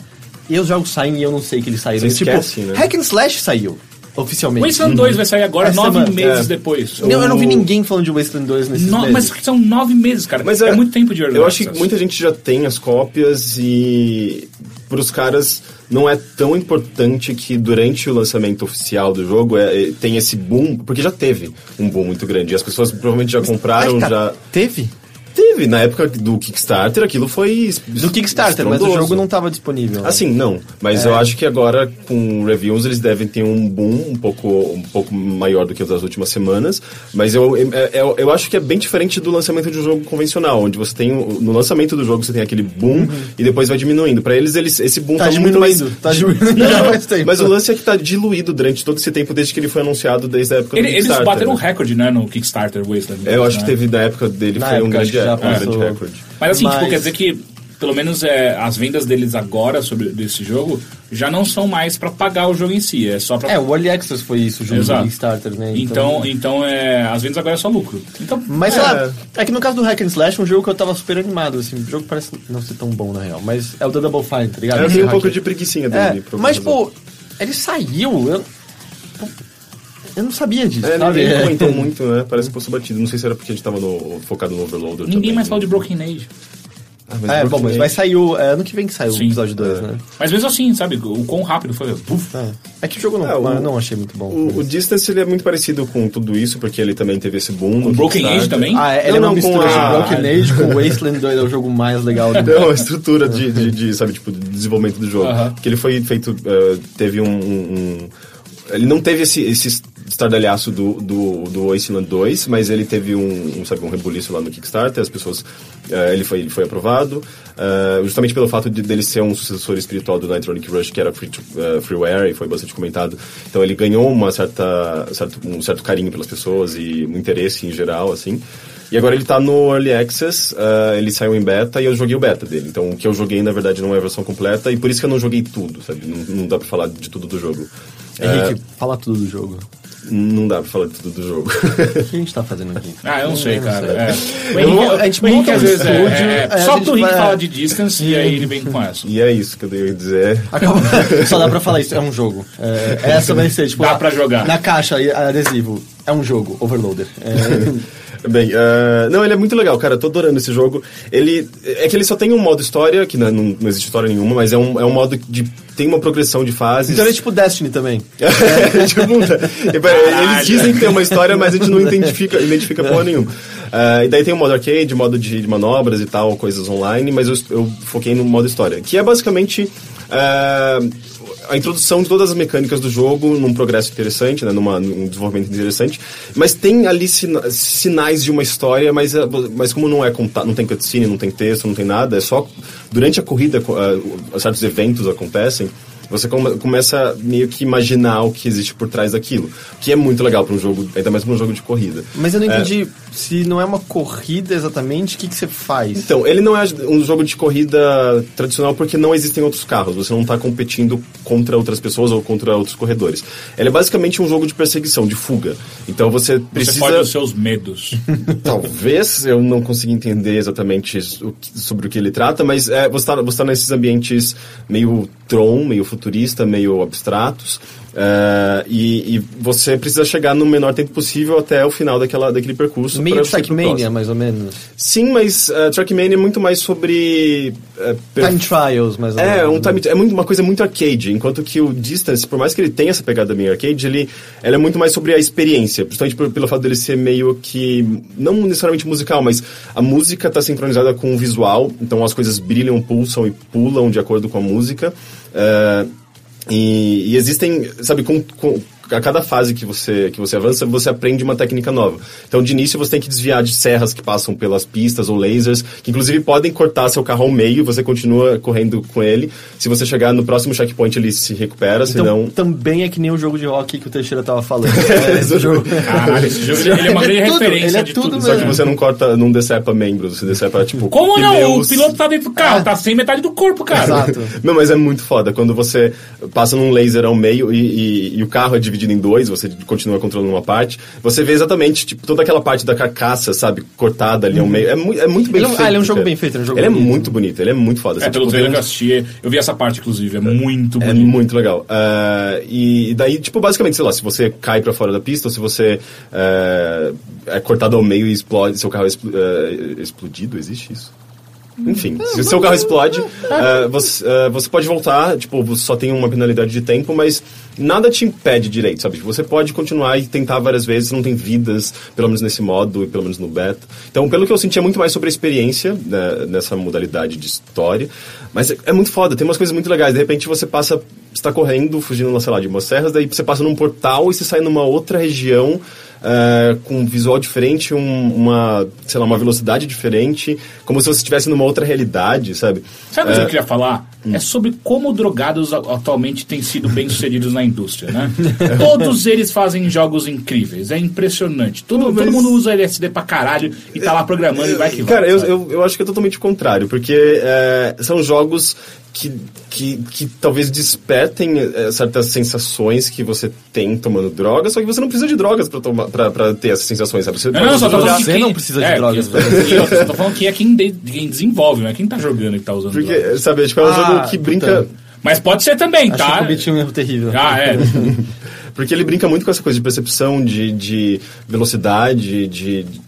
E os jogos saem e eu não sei que eles saíram.
Você
tipo,
esquece, né?
Hack and Slash saiu, oficialmente.
Wasteland 2 vai sair agora,
Essa
nove
semana,
meses
é.
depois.
Não, eu não vi ninguém falando de Wasteland 2 nesses
No-
meses.
mas são nove meses, cara.
Mas
é, muito tempo de early
Eu acho que
access.
muita gente já tem as cópias e pros caras não é tão importante que durante o lançamento oficial do jogo é, é, tem esse boom, porque já teve um boom muito grande. E as pessoas provavelmente já
Ai,
compraram,
tá,
já.
Teve?
Teve, na época do Kickstarter, aquilo foi. es-
Do Kickstarter, mas o
estrondoso.
jogo não tava disponível. né?
Assim, não. Mas
É.
eu acho que agora, com reviews, eles devem ter um boom um pouco, um pouco maior do que os das últimas semanas. Mas eu, é- é- eu, acho que é bem diferente do lançamento de um jogo convencional, onde você tem. o- No lançamento do jogo, você tem aquele boom e depois vai diminuindo. Pra eles, eles esse boom
Uhum. tá
tá, muito
diminuindo,
mais.
tá diminuindo *laughs*
*laughs*
já faz tempo.
Mas o lance é que tá diluído durante todo esse tempo, desde que ele foi anunciado, desde a época
Ele-
do
eles
Kickstarter.
bateram um
né?
recorde, né, no Kickstarter Wasteland.
É, Eu acho
né?
que teve na época dele,
Na
foi um
época, acho
grande,
que já
um grande
passou.
recorde.
Mas assim,
Mas-
tipo, quer dizer que pelo menos é, as vendas deles agora sobre desse jogo já não são mais pra pagar o jogo em si, é só pra
É, o Early Access foi isso junto
Exato.
do Kickstarter, né?
Então, então é, às vendas agora é só lucro. Então,
Mas
é,
sei lá, é que no caso do Hack and Slash é um jogo que eu tava super animado, assim, o jogo parece não ser tão bom na real, mas é o The Double Fine, tá ligado?
Eu
Esse
tenho um
hack-
pouco de preguiçinha
É,
dele. por
mas
alguma razão.
pô, ele saiu, eu, eu não sabia disso,
É,
sabe?
ninguém comentou muito, né? Parece que passou batido. Não sei se era porque a gente tava no- focado no Overloader
ninguém
também,
mais
né?
fala de Broken Age.
Ah, mas
É,
Broken
bom, mas
Age-
vai sair o. É, ano que vem que saiu
Sim.
o episódio 2,
é.
né?
Mas mesmo assim, sabe, o quão rápido foi. Puf.
É. É que o jogo não,
É, o-
mas eu não achei muito bom.
O, o Distance, ele é muito parecido com tudo isso, porque ele também teve esse boom no
Broken Age
Kickstarter.
também?
Ah, é, ele
Não,
é uma
não, com
mistura
a-
de Broken Age com Wasteland 2, é o jogo mais legal
*laughs*
do
Não, a Então, é estrutura de, de, de, sabe, tipo, de desenvolvimento do jogo.
Aham.
Porque ele foi feito, eh, teve um, um- um- Ele não teve esse, esse estardalhaço do, do, do Wasteland 2, mas ele teve um, um, sabe, um rebuliço lá no Kickstarter, as pessoas... eh, ele, foi, ele foi aprovado, eh, justamente pelo fato de, dele ser um sucessor espiritual do Nitronic Rush, que era free to- eh, freeware e foi bastante comentado. Então ele ganhou uma certa, certo, um certo carinho pelas pessoas e um interesse em geral, assim. E agora ele tá no Early Access, ah, ele saiu em beta e eu joguei o beta dele. Então o que eu joguei, na verdade, não é a versão completa e por isso que eu não joguei tudo, sabe? Não, não dá pra falar de tudo do jogo. É.
Henrique, fala tudo do jogo.
Não dá pra falar de tudo do jogo.
O
*laughs*
que a gente tá fazendo aqui?
Ah, eu não sei, cara.
*laughs*
É.
Eu
O Henrique-
vou- a gente
o Henrique
monta um
às vezes é-
estúdio, aí
é-
a
Só
gente
que o Henrique
vai-
fala de distance e aí ele vem com essa.
e é isso que eu tenho que dizer. *laughs*
Acaba... Só dá pra falar isso, é um jogo. É, essa vai ser, tipo.
Dá
a-
pra jogar.
Na caixa, aí, adesivo. É um jogo, overloader. É,
Bem, ah, não, ele é muito legal, cara. Eu tô adorando esse jogo. Ele. É que ele só tem um modo história, que não, não- não existe história nenhuma, mas é um, é um modo de. Tem uma progressão de fases.
então ele é tipo Destiny também.
É, *laughs* tipo, e, pera, eles dizem que tem uma história, mas a gente não identifica, identifica porra nenhuma. Ah, e daí tem o modo arcade, modo de, de manobras e tal, coisas online, mas eu, eu foquei no modo história, que é basicamente ah, a introdução de todas as mecânicas do jogo num progresso interessante, né, numa, num desenvolvimento interessante, mas tem ali sina- sinais de uma história, mas, ah, mas como não é conta, não tem cutscene, não tem texto, não tem nada, é só durante a corrida ah, certos eventos acontecem. Você come- começa meio que imaginar o que existe por trás daquilo. Que é muito legal pra um jogo, ainda mais pra um jogo de corrida.
Mas eu não
É.
entendi se não é uma corrida exatamente, o que, que você faz?
Então, ele não é um jogo de corrida tradicional porque não existem outros carros. Você não tá competindo contra outras pessoas ou contra outros corredores. Ele é basicamente um jogo de perseguição, de fuga. Então você
Você
precisa.
pode os
*laughs*
seus medos.
Talvez eu não consiga entender exatamente o que- sobre o que ele trata, mas é, você está você tá nesses ambientes meio Tron, meio futurista, meio abstratos, é, e, e você precisa chegar no menor tempo possível até o final daquela, daquele percurso.
Meio
pra você ir pro
Trackmania,
próximo.
mais ou menos.
Sim, mas é, Trackmania é muito mais sobre... é, per-
Time Trials, mais ou menos.
é, um
né?
time, é muito, uma coisa muito arcade, enquanto que o Distance, por mais que ele tenha essa pegada meio arcade, ele, ela é muito mais sobre a experiência, justamente pelo, pelo fato dele ser meio que, não necessariamente musical, mas a música está sincronizada com o visual, então as coisas brilham, pulsam e pulam de acordo com a música. eh, e, e existem, sabe, com, com- a cada fase que você, que você avança, você aprende uma técnica nova. Então, de início, você tem que desviar de serras que passam pelas pistas ou lasers, que inclusive podem cortar seu carro ao meio, você continua correndo com ele. Se você chegar no próximo checkpoint, ele se recupera,
Então,
senão...
também é que nem o jogo de rock que o Teixeira tava falando. É, esse jogo.
Caralho, esse jogo ele, ele é uma grande
Ele é tudo,
referência
ele é
de
tudo
tudo.
mesmo.
Só que você não corta, não decepa membros, você decepa, tipo,
Como não? O
pneus.
piloto tá dentro do carro,
É.
tá sem metade do corpo, cara.
*laughs* Exato.
Não, mas é muito foda. Quando você passa num laser ao meio e, e- e o carro é dividido em dois, você continua controlando uma parte, você vê exatamente tipo, toda aquela parte da carcaça, sabe, cortada ali ao meio. É, mu é muito bem
Uhum. Ele é um-
feito.
ah, ele é um jogo
cara.
bem feito, é um jogo
Ele
bonito.
é muito bonito, ele é muito foda.
É,
Você,
pelo
tipo,
trailer
vê
que eu
uns-
assisti, eu vi essa parte, inclusive, é muito
é
bonito.
muito legal. Ah, e, e daí, tipo, basicamente, sei lá, se você cai pra fora da pista ou se você eh, é, cortado ao meio e explode, seu carro é expl- eh, explodido, existe isso? Enfim, se o seu carro explode, eh, você, eh, você pode voltar, tipo, você só tem uma penalidade de tempo, mas nada te impede direito, sabe? Tipo, Você pode continuar e tentar várias vezes, não tem vidas, pelo menos nesse modo e pelo menos no beta. Então, pelo que eu senti, é muito mais sobre a experiência né, nessa modalidade de história, mas é, é muito foda, tem umas coisas muito legais. De repente você passa, está correndo, fugindo, sei lá, de umas serras, daí você passa num portal e você sai numa outra região é, com um visual diferente, um- uma, sei lá, uma velocidade diferente, como se você estivesse numa outra realidade, sabe?
Sabe o que eu queria falar? É sobre como drogados a- atualmente têm sido bem-sucedidos na indústria, né? *laughs* Todos eles fazem jogos incríveis, é impressionante. Todo, todo mundo usa LSD pra caralho e tá lá programando e vai que vai.
Cara, eu,
sabe?
eu, eu acho que é totalmente o contrário, porque é, são jogos que, que, que talvez despertem é, certas sensações que você tem tomando drogas, só que você não precisa de drogas pra, tomar, pra, pra ter essas sensações, sabe? Você
Não,
pode
não, só tô
jogar-
falando de
Você
quem...
não precisa de
é,
drogas,
que- e *laughs* eu só tô falando que é quem, de- quem desenvolve, não é quem tá jogando e tá usando drogas.
Porque, sabe, tipo, é um
Ah,
jogo que brinca...
puta.
Mas pode ser também,
Acho que eu
tá?
cometi um erro terrível.
Ah, é.
Porque ele brinca muito com essa coisa de percepção, de, de velocidade, de. de-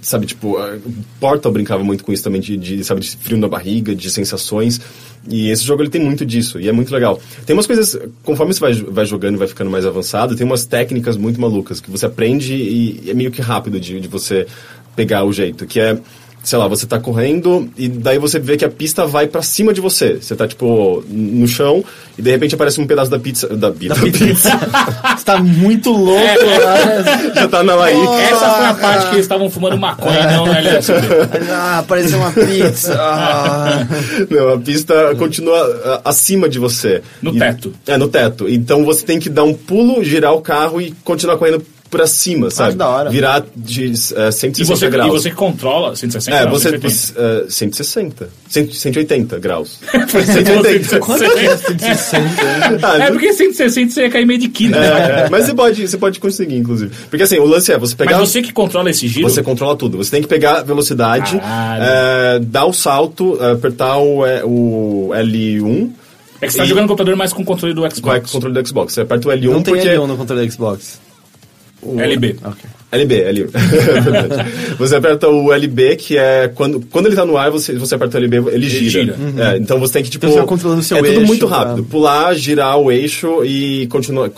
Sabe, tipo, a- o Portal brincava muito com isso também, de, de, sabe, de frio na barriga, de sensações. E esse jogo ele tem muito disso, e é muito legal. Tem umas coisas, conforme você vai, vai jogando e vai ficando mais avançado, tem umas técnicas muito malucas que você aprende e é meio que rápido de, de você pegar o jeito. Que é, sei lá, você tá correndo e daí você vê que a pista vai pra cima de você. Você tá, tipo, no chão e de repente aparece um pedaço da pizza. Da, pizza.
*laughs* Você tá muito louco, né?
Já tá na Laíca.
Essa foi a parte que eles estavam fumando maconha, não, né, LSD?
Ah, apareceu uma pizza. Ah.
Não, a pista continua ah, acima de você.
No
E-
teto.
É, no teto. Então você tem que dar um pulo, girar o carro e continuar correndo pra cima, sabe?
Ah, que da hora.
Virar de eh, 160
E você, e
graus.
você controla 160
É,
graus,
você.
180.
eh, 160. Cento- 180 graus.
*laughs* Você-
180.
*laughs*
né?
Ah,
É porque 160 você ia cair meio de quina, né?
é, mas você pode, você pode conseguir, inclusive. Porque assim, o lance é você pegar.
Mas você que controla esse giro, é
Você controla tudo. Você tem que pegar a velocidade,
Caralho.
eh, dar o salto, eh, apertar o, eh, o L1
é que você tá
e-
jogando no computador mais com o controle do Xbox.
com o controle do Xbox. Você aperta o L1
Não tem
porque...
L1 no controle da Xbox.
LB.
então LB, L1. É *laughs* verdade. você aperta o LB, que é quando, quando ele tá no ar, você, você aperta o LB, ele gira.
gira.
É, então você tem que, tipo.
Então você vai controlando o seu
é
eixo,
tudo muito rápido.
tá?
Pular, girar o eixo e continuar.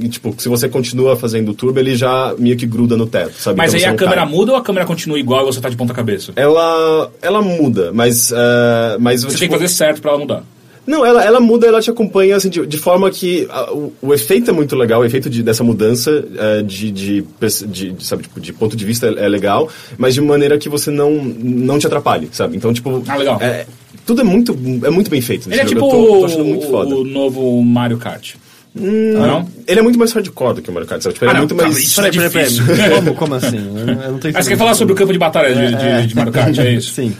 e, tipo, se você continua fazendo o turbo, ele já meio que gruda no teto, sabe?
Mas
Então
aí
você
a
não
câmera
cai. É,
muda ou a câmera continua igual e você tá de ponta cabeça?
Ela, ela muda, mas. eh, mas
Você tem que fazer certo pra ela mudar.
Não, ela, ela muda, ela te acompanha assim, de, de forma que ah, o, o efeito é muito legal, o efeito de- dessa mudança eh, de, de, pers- de- de, sabe, tipo, de ponto de vista é, é legal, mas de maneira que você não, não te atrapalhe, sabe? Então, tipo.
Ah, legal.
é- tudo é muito, é muito bem feito.
Ele
nesse
é tipo
jogo, eu tô, eu tô achando muito foda.
o, o novo Mario Kart. não?
Ele é muito mais hardcore do que o Mario Kart, sabe? Tipo, ele
Ah,
é
não,
muito
calma,
mais.
isso é difícil.
Como, como assim? Eu não- eu não tô
Ah, você quer
entendendo.
falar sobre o campo de batalha de, de- de Mario Kart, é isso?
Sim.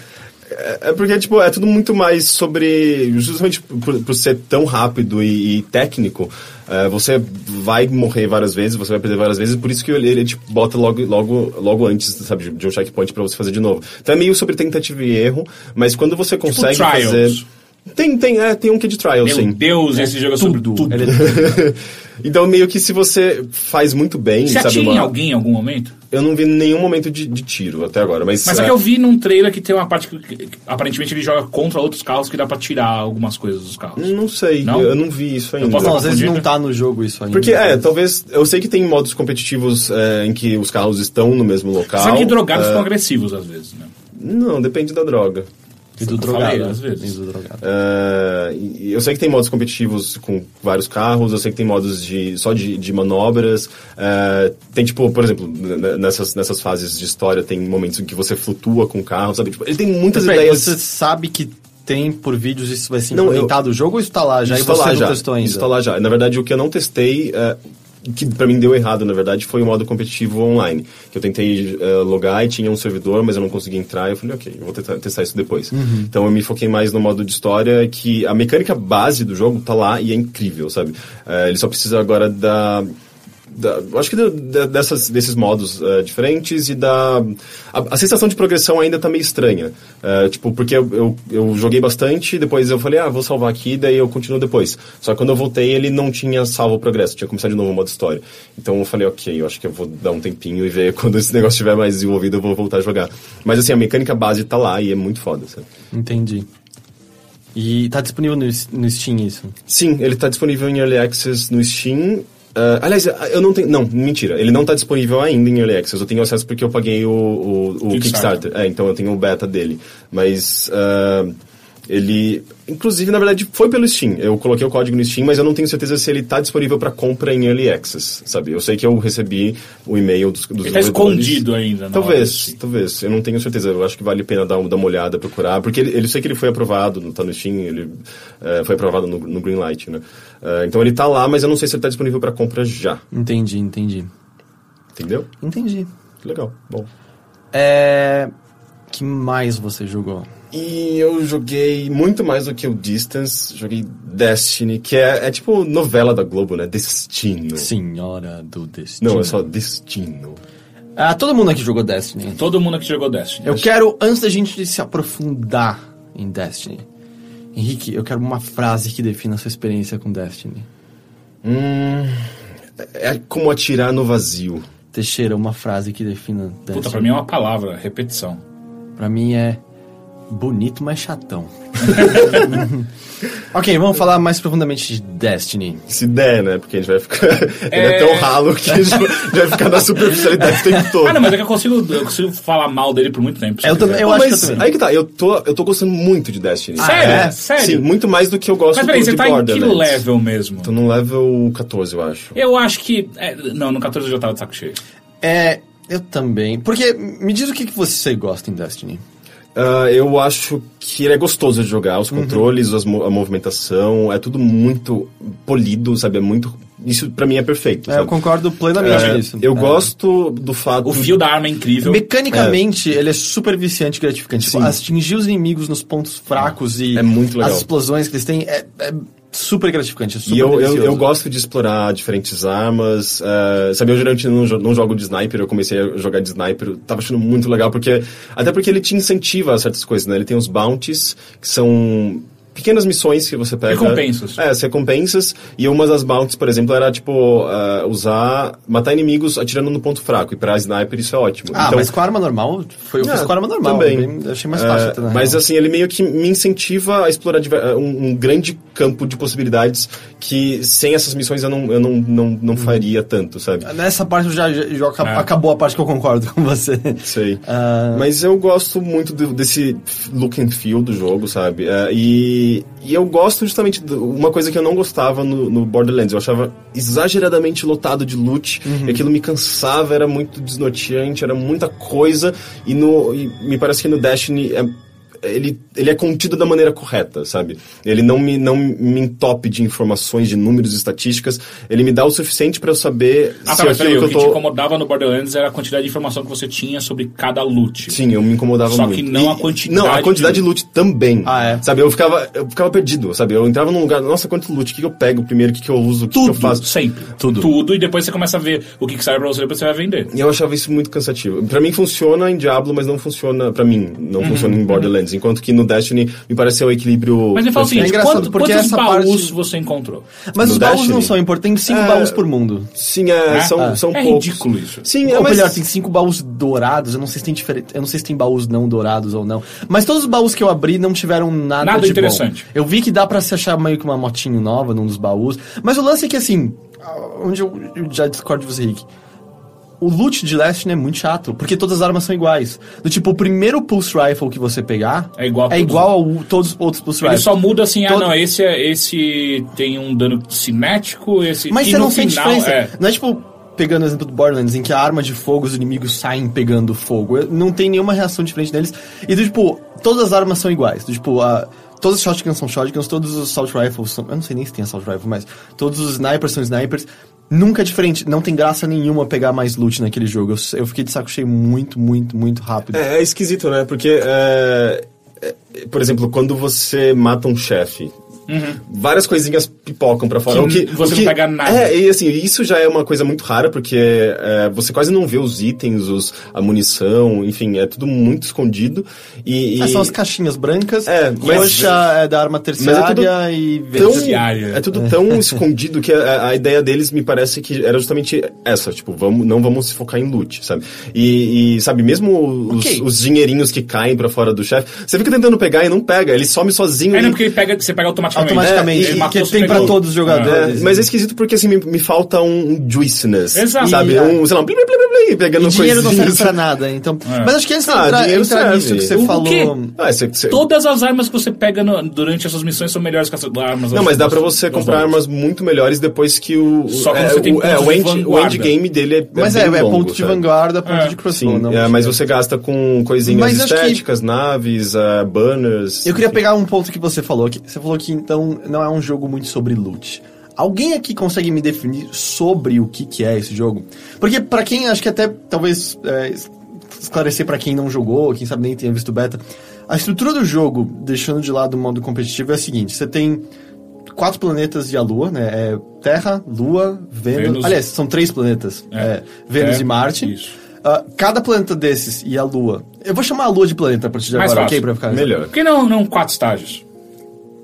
É porque, tipo, é tudo muito mais sobre. Justamente por, por ser tão rápido e, e técnico, é, você vai morrer várias vezes, você vai perder várias vezes, por isso que ele, ele te bota logo, logo, logo antes, sabe, de- de um checkpoint pra você fazer de novo. Então é meio sobre tentativa e erro, mas quando você consegue
Tipo trials.
fazer. Tem, tem, é, tem um que é de trial,
Meu
sim.
Deus, esse jogo é sobre tudo.
então, meio que se você faz muito bem,
Você
sabe,
atira em
uma-
alguém em algum momento?
Eu não vi nenhum momento de, de tiro até agora, mas.
Mas só
é,
que eu vi num trailer que tem uma parte que, que aparentemente ele joga contra outros carros que dá pra tirar algumas coisas dos carros.
Não sei,
Não?
eu não vi isso ainda.
posso
Não, às vezes
Confundido.
não tá no jogo isso ainda.
Porque, é, talvez. Eu sei que tem modos competitivos é, em que os carros estão no mesmo local.
Só que drogados
é,
são agressivos às vezes, né?
Não, depende da droga.
E do
Eu falei,
drogado.
às vezes.
E do drogado.
É, e- e eu sei que tem modos competitivos com vários carros, eu sei que tem modos de, só de, de manobras. é, tem, tipo, por exemplo, n- n- nessas, nessas fases de história, tem momentos em que você flutua com o carro, sabe? Tipo, ele tem muitas
Peraí,
ideias.
Você sabe que tem por vídeos isso vai ser
Não, eu-
implementado o jogo ou isso tá lá já?
Isso
e
tá
você
lá
não
já.
testou ainda?
Isso tá lá já. Na verdade, o que eu não testei, é, que pra mim deu errado, na verdade, foi o modo competitivo online. Que eu tentei é, logar e tinha um servidor, mas eu não consegui entrar. Eu falei, ok, eu vou tentar, testar isso depois. Então eu me foquei mais no modo de história, que a mecânica base do jogo tá lá e é incrível, sabe? É, ele só precisa agora da da- eu acho que da- da- dessas, desses modos eh, diferentes e da. A, a sensação de progressão ainda tá meio estranha. Eh, tipo, porque eu, eu, eu joguei bastante, depois eu falei, ah, vou salvar aqui, daí eu continuo depois. Só que quando eu voltei, ele não tinha salvo o progresso, tinha começado de novo o modo história. Então eu falei, ok, eu acho que eu vou dar um tempinho e ver *laughs* quando esse negócio estiver mais desenvolvido, eu vou voltar a jogar. Mas assim, a mecânica base tá lá e é muito foda, sabe?
Entendi. E tá disponível no, no Steam isso?
Sim, ele tá disponível em Early Access no Steam. Ah, aliás, eu não tenho. Não, mentira. Ele não tá disponível ainda em Early Access. Eu tenho acesso porque eu paguei o, o, o
Kickstarter.
Kickstarter. É, então eu tenho o beta dele. Mas. ah, ele. Inclusive, na verdade, foi pelo Steam. Eu coloquei o código no Steam, mas eu não tenho certeza se ele tá disponível para compra em Early Access, sabe? Eu sei que eu recebi o e-mail dos, dos
Ele tá
desenvolvedores.
escondido ainda, na hora,
Talvez,
assim.
talvez. Eu não tenho certeza. Eu acho que vale a pena dar, um- dar uma olhada, procurar. Porque ele, ele- eu sei que ele foi aprovado, não tá no Steam, ele eh, foi aprovado no, no Greenlight, né? Eh, então ele tá lá, mas eu não sei se ele tá disponível para compra já.
Entendi, entendi.
Entendeu?
Entendi.
Legal, bom.
É. que mais você jogou?
E eu joguei muito mais do que o Distance, joguei Destiny, que é, é tipo novela da Globo, né? Destino.
Senhora do Destino.
Não, é só Destino.
Ah, todo mundo aqui jogou Destiny.
Todo mundo que jogou Destiny.
Eu quero, antes da gente se aprofundar em Destiny, Henrique, eu quero uma frase que defina a sua experiência com Destiny.
É como atirar no vazio.
Teixeira, uma frase que defina Destiny.
Puta, pra mim é uma palavra, repetição.
Pra mim é bonito, mas chatão. *laughs* ok, vamos falar mais profundamente de Destiny.
Se der, né? Porque a gente vai ficar. *laughs* Ele é tão ralo que a gente vai ficar na superficialidade o *laughs* tempo todo.
Ah, não, mas é que eu consigo, eu consigo falar mal dele por muito tempo. se
Eu
quiser.
também, eu
Pô,
acho que eu
mas
também.
aí que tá, eu tô, eu tô gostando muito de Destiny.
Sério?
Ah, é?
Sério?
Sim, muito mais do que eu gosto
Mas peraí,
do,
você
de
tá em que
Borderlands.
level mesmo?
Tô no level 14, eu acho.
Eu acho que. é, não, no 14 eu já tava de saco cheio.
É, eu também. Porque, me diz o que, que você gosta em Destiny.
Ah, eu acho que ele é gostoso de jogar.
Uhum.
Os controles, as mo- a movimentação, é tudo muito polido, sabe? É muito... Isso pra mim é perfeito,
É, eu
sabe?
concordo plenamente
É,
nisso.
eu
É.
gosto do fato...
O fio da arma é
Então,
incrível.
Mecanicamente, ele é super viciante e gratificante. Tipo, atingir os inimigos nos pontos fracos e
É muito legal.
as explosões que eles têm é, é super gratificante. É super
E eu, eu,
delicioso.
eu gosto de explorar diferentes armas. eh, sabe, eu geralmente não, jo- não jogo de sniper, eu comecei a jogar de sniper, eu tava achando muito legal, porque. Até porque ele te incentiva a certas coisas, né? Ele tem os bounties, que são. Pequenas missões que você pega.
Recompensas.
É, as recompensas. E uma das bounties, por exemplo, era, tipo, eh, usar. matar inimigos atirando no ponto fraco. E pra sniper isso é ótimo.
Ah,
então,
mas com a arma normal, foi, eu fiz
é,
com a arma normal.
Também.
bem- achei mais fácil.
É,
até, na
mas
real.
assim, ele meio que me incentiva a explorar diver- um, um grande campo de possibilidades que sem essas missões eu não, eu não, não,
Uhum.
não faria tanto, sabe?
Nessa parte eu já, já- já aca-
É.
acabou a parte que eu concordo com você.
Sei.
Ah,
Mas eu gosto muito do- desse look and feel do jogo, sabe? É, e, e eu gosto justamente de uma coisa que eu não gostava no, no Borderlands. Eu achava exageradamente lotado de loot, e aquilo me cansava, era muito desnorteante, era muita coisa. E, no, e me parece que no Destiny é- ele, ele é contido da maneira correta, sabe? Ele não me, não me entope de informações, de números, estatísticas. Ele me dá o suficiente pra eu saber
Ah, tá,
se
mas peraí,
aquilo
o
que
que
eu
te
tô...
incomodava no Borderlands era a quantidade de informação que você tinha sobre cada loot.
Sim, eu me incomodava
Só
muito.
que não a quantidade
Não, a quantidade de loot também.
Ah, é.
Sabe, eu ficava, eu ficava perdido, sabe? Eu entrava num lugar, nossa, quanto loot, o que, que eu pego primeiro, o que, que eu uso, o que, que eu
Tudo,
faço.
sempre.
Tudo.
Tudo, e depois você começa a ver o que, que sai pra você, depois você vai vender.
E eu achava isso muito cansativo. Pra mim funciona em Diablo, mas não funciona pra mim. Não
Uhum.
funciona em Borderlands. Enquanto que no Destiny me pareceu o equilíbrio...
Mas me fala o
perfeito.
seguinte,
É engraçado,
quanto,
porque
quantos
essa
baús
parte-
você encontrou?
mas
no
os baús
Destiny?
não são importantes, tem cinco
É.
baús por mundo.
Sim, é,
É?
são,
Ah.
são
É
poucos.
ridículo isso.
Sim, é,
Ou
mas...
melhor, tem cinco baús dourados, eu não sei se tem diferente, eu não sei se tem baús não dourados ou não. Mas todos os baús que eu abri não tiveram nada,
Nada
de
interessante.
Bom. Eu vi que dá pra se achar meio que uma motinho nova num dos baús, mas o lance é que assim, onde eu, eu já discordo de você, Rick. O loot de Destiny é muito chato, porque todas as armas são iguais. Do tipo, o primeiro pulse rifle que você pegar
É igual a
é
todos
igual ao todos os outros pulse
Ele
rifles.
só muda assim, ah
Todo-
não, esse, é- esse tem um dano cinético, esse...
Mas
e
você
no
não sente
final,
diferença.
é.
Não é tipo, pegando o exemplo do Borderlands, em que a arma de fogo, os inimigos saem pegando fogo. Eu- Não tem nenhuma reação diferente neles. E do tipo, todas as armas são iguais. Do tipo, a. Todos os shotguns são shotguns, todos os assault rifles são. Eu não sei nem se tem assault rifle, mas. Todos os snipers são snipers. Nunca é diferente. Não tem graça nenhuma pegar mais loot naquele jogo. Eu, eu fiquei de saco cheio muito, muito, muito rápido.
É, é esquisito, né? Porque, é, é, por exemplo, quando você mata um chefe, várias coisinhas pipocam pra fora.
Que
o que,
você
o
não
que-
pega nada.
É, e assim, isso já é uma coisa muito rara, porque é, você quase não vê os itens, os, a munição, enfim, é tudo muito escondido. E, e-
Ah, são as caixinhas brancas,
É, mas-
roxa é da arma terciária e
tão,
verde.
Diária.
é tudo
*laughs*
tão escondido que a, a ideia deles me parece que era justamente essa, tipo, vamos, não vamos se focar em loot, sabe? E, e, sabe, mesmo os,
Ok.
os dinheirinhos que caem pra fora do chefe, você fica tentando pegar e não pega, ele some sozinho.
É, não,
e-
porque ele pega, você pega automaticamente.
Automaticamente,
É,
e-
ele
e
matou,
que
você
tem pra
pegou.
todos os
É,
Ah,
jogadores.
mas é esquisito porque assim, me, me falta um um juiciness.
Exato.
Sabe?
E-
um, sei lá, um blim, blim, blim, blim, blim, pegando
E dinheiro não serve
coisinhas.
pra nada, então... Mas acho que antes de
Ah,
entrar,
dinheiro
entrar
serve.
nisso que você
O- o
falou...
Ah, você- você-
Todas as armas que você pega no- durante essas missões são melhores que as armas.
Não,
dos-
mas dá pra
dos-
você
dos
comprar
outros.
armas muito melhores depois que o. o-
Só quando
é,
você tem
o, é,
pontos
o,
de
end, o
vanguarda.
endgame dele é.
Mas é,
bem
é
longo,
ponto de
sabe?
vanguarda, ponto
É.
de
Sim,
crossbow. não,
é,
mas-
mas você gasta com coisinhas
Mas acho que-
estéticas, naves, ah, banners.
Eu queria
enfim.
pegar um ponto que você falou. Que você falou que então não é um jogo muito sobre loot. Alguém aqui consegue me definir sobre o que, que é esse jogo? Porque pra quem, acho que até talvez é, es- esclarecer pra quem não jogou, quem sabe nem tenha visto beta, a estrutura do jogo, deixando de lado o modo competitivo, é a seguinte: você tem quatro planetas e a Lua, né? É Terra, Lua, Vênus.
Vênus.
Aliás, são três planetas.
É.
É, Vênus
É,
e Marte.
isso.
Ah, cada planeta desses e a Lua. Eu vou chamar a Lua de planeta a partir de
Mais
agora,
fácil.
ok? Pra ficar
Melhor.
Por que não, não quatro estágios?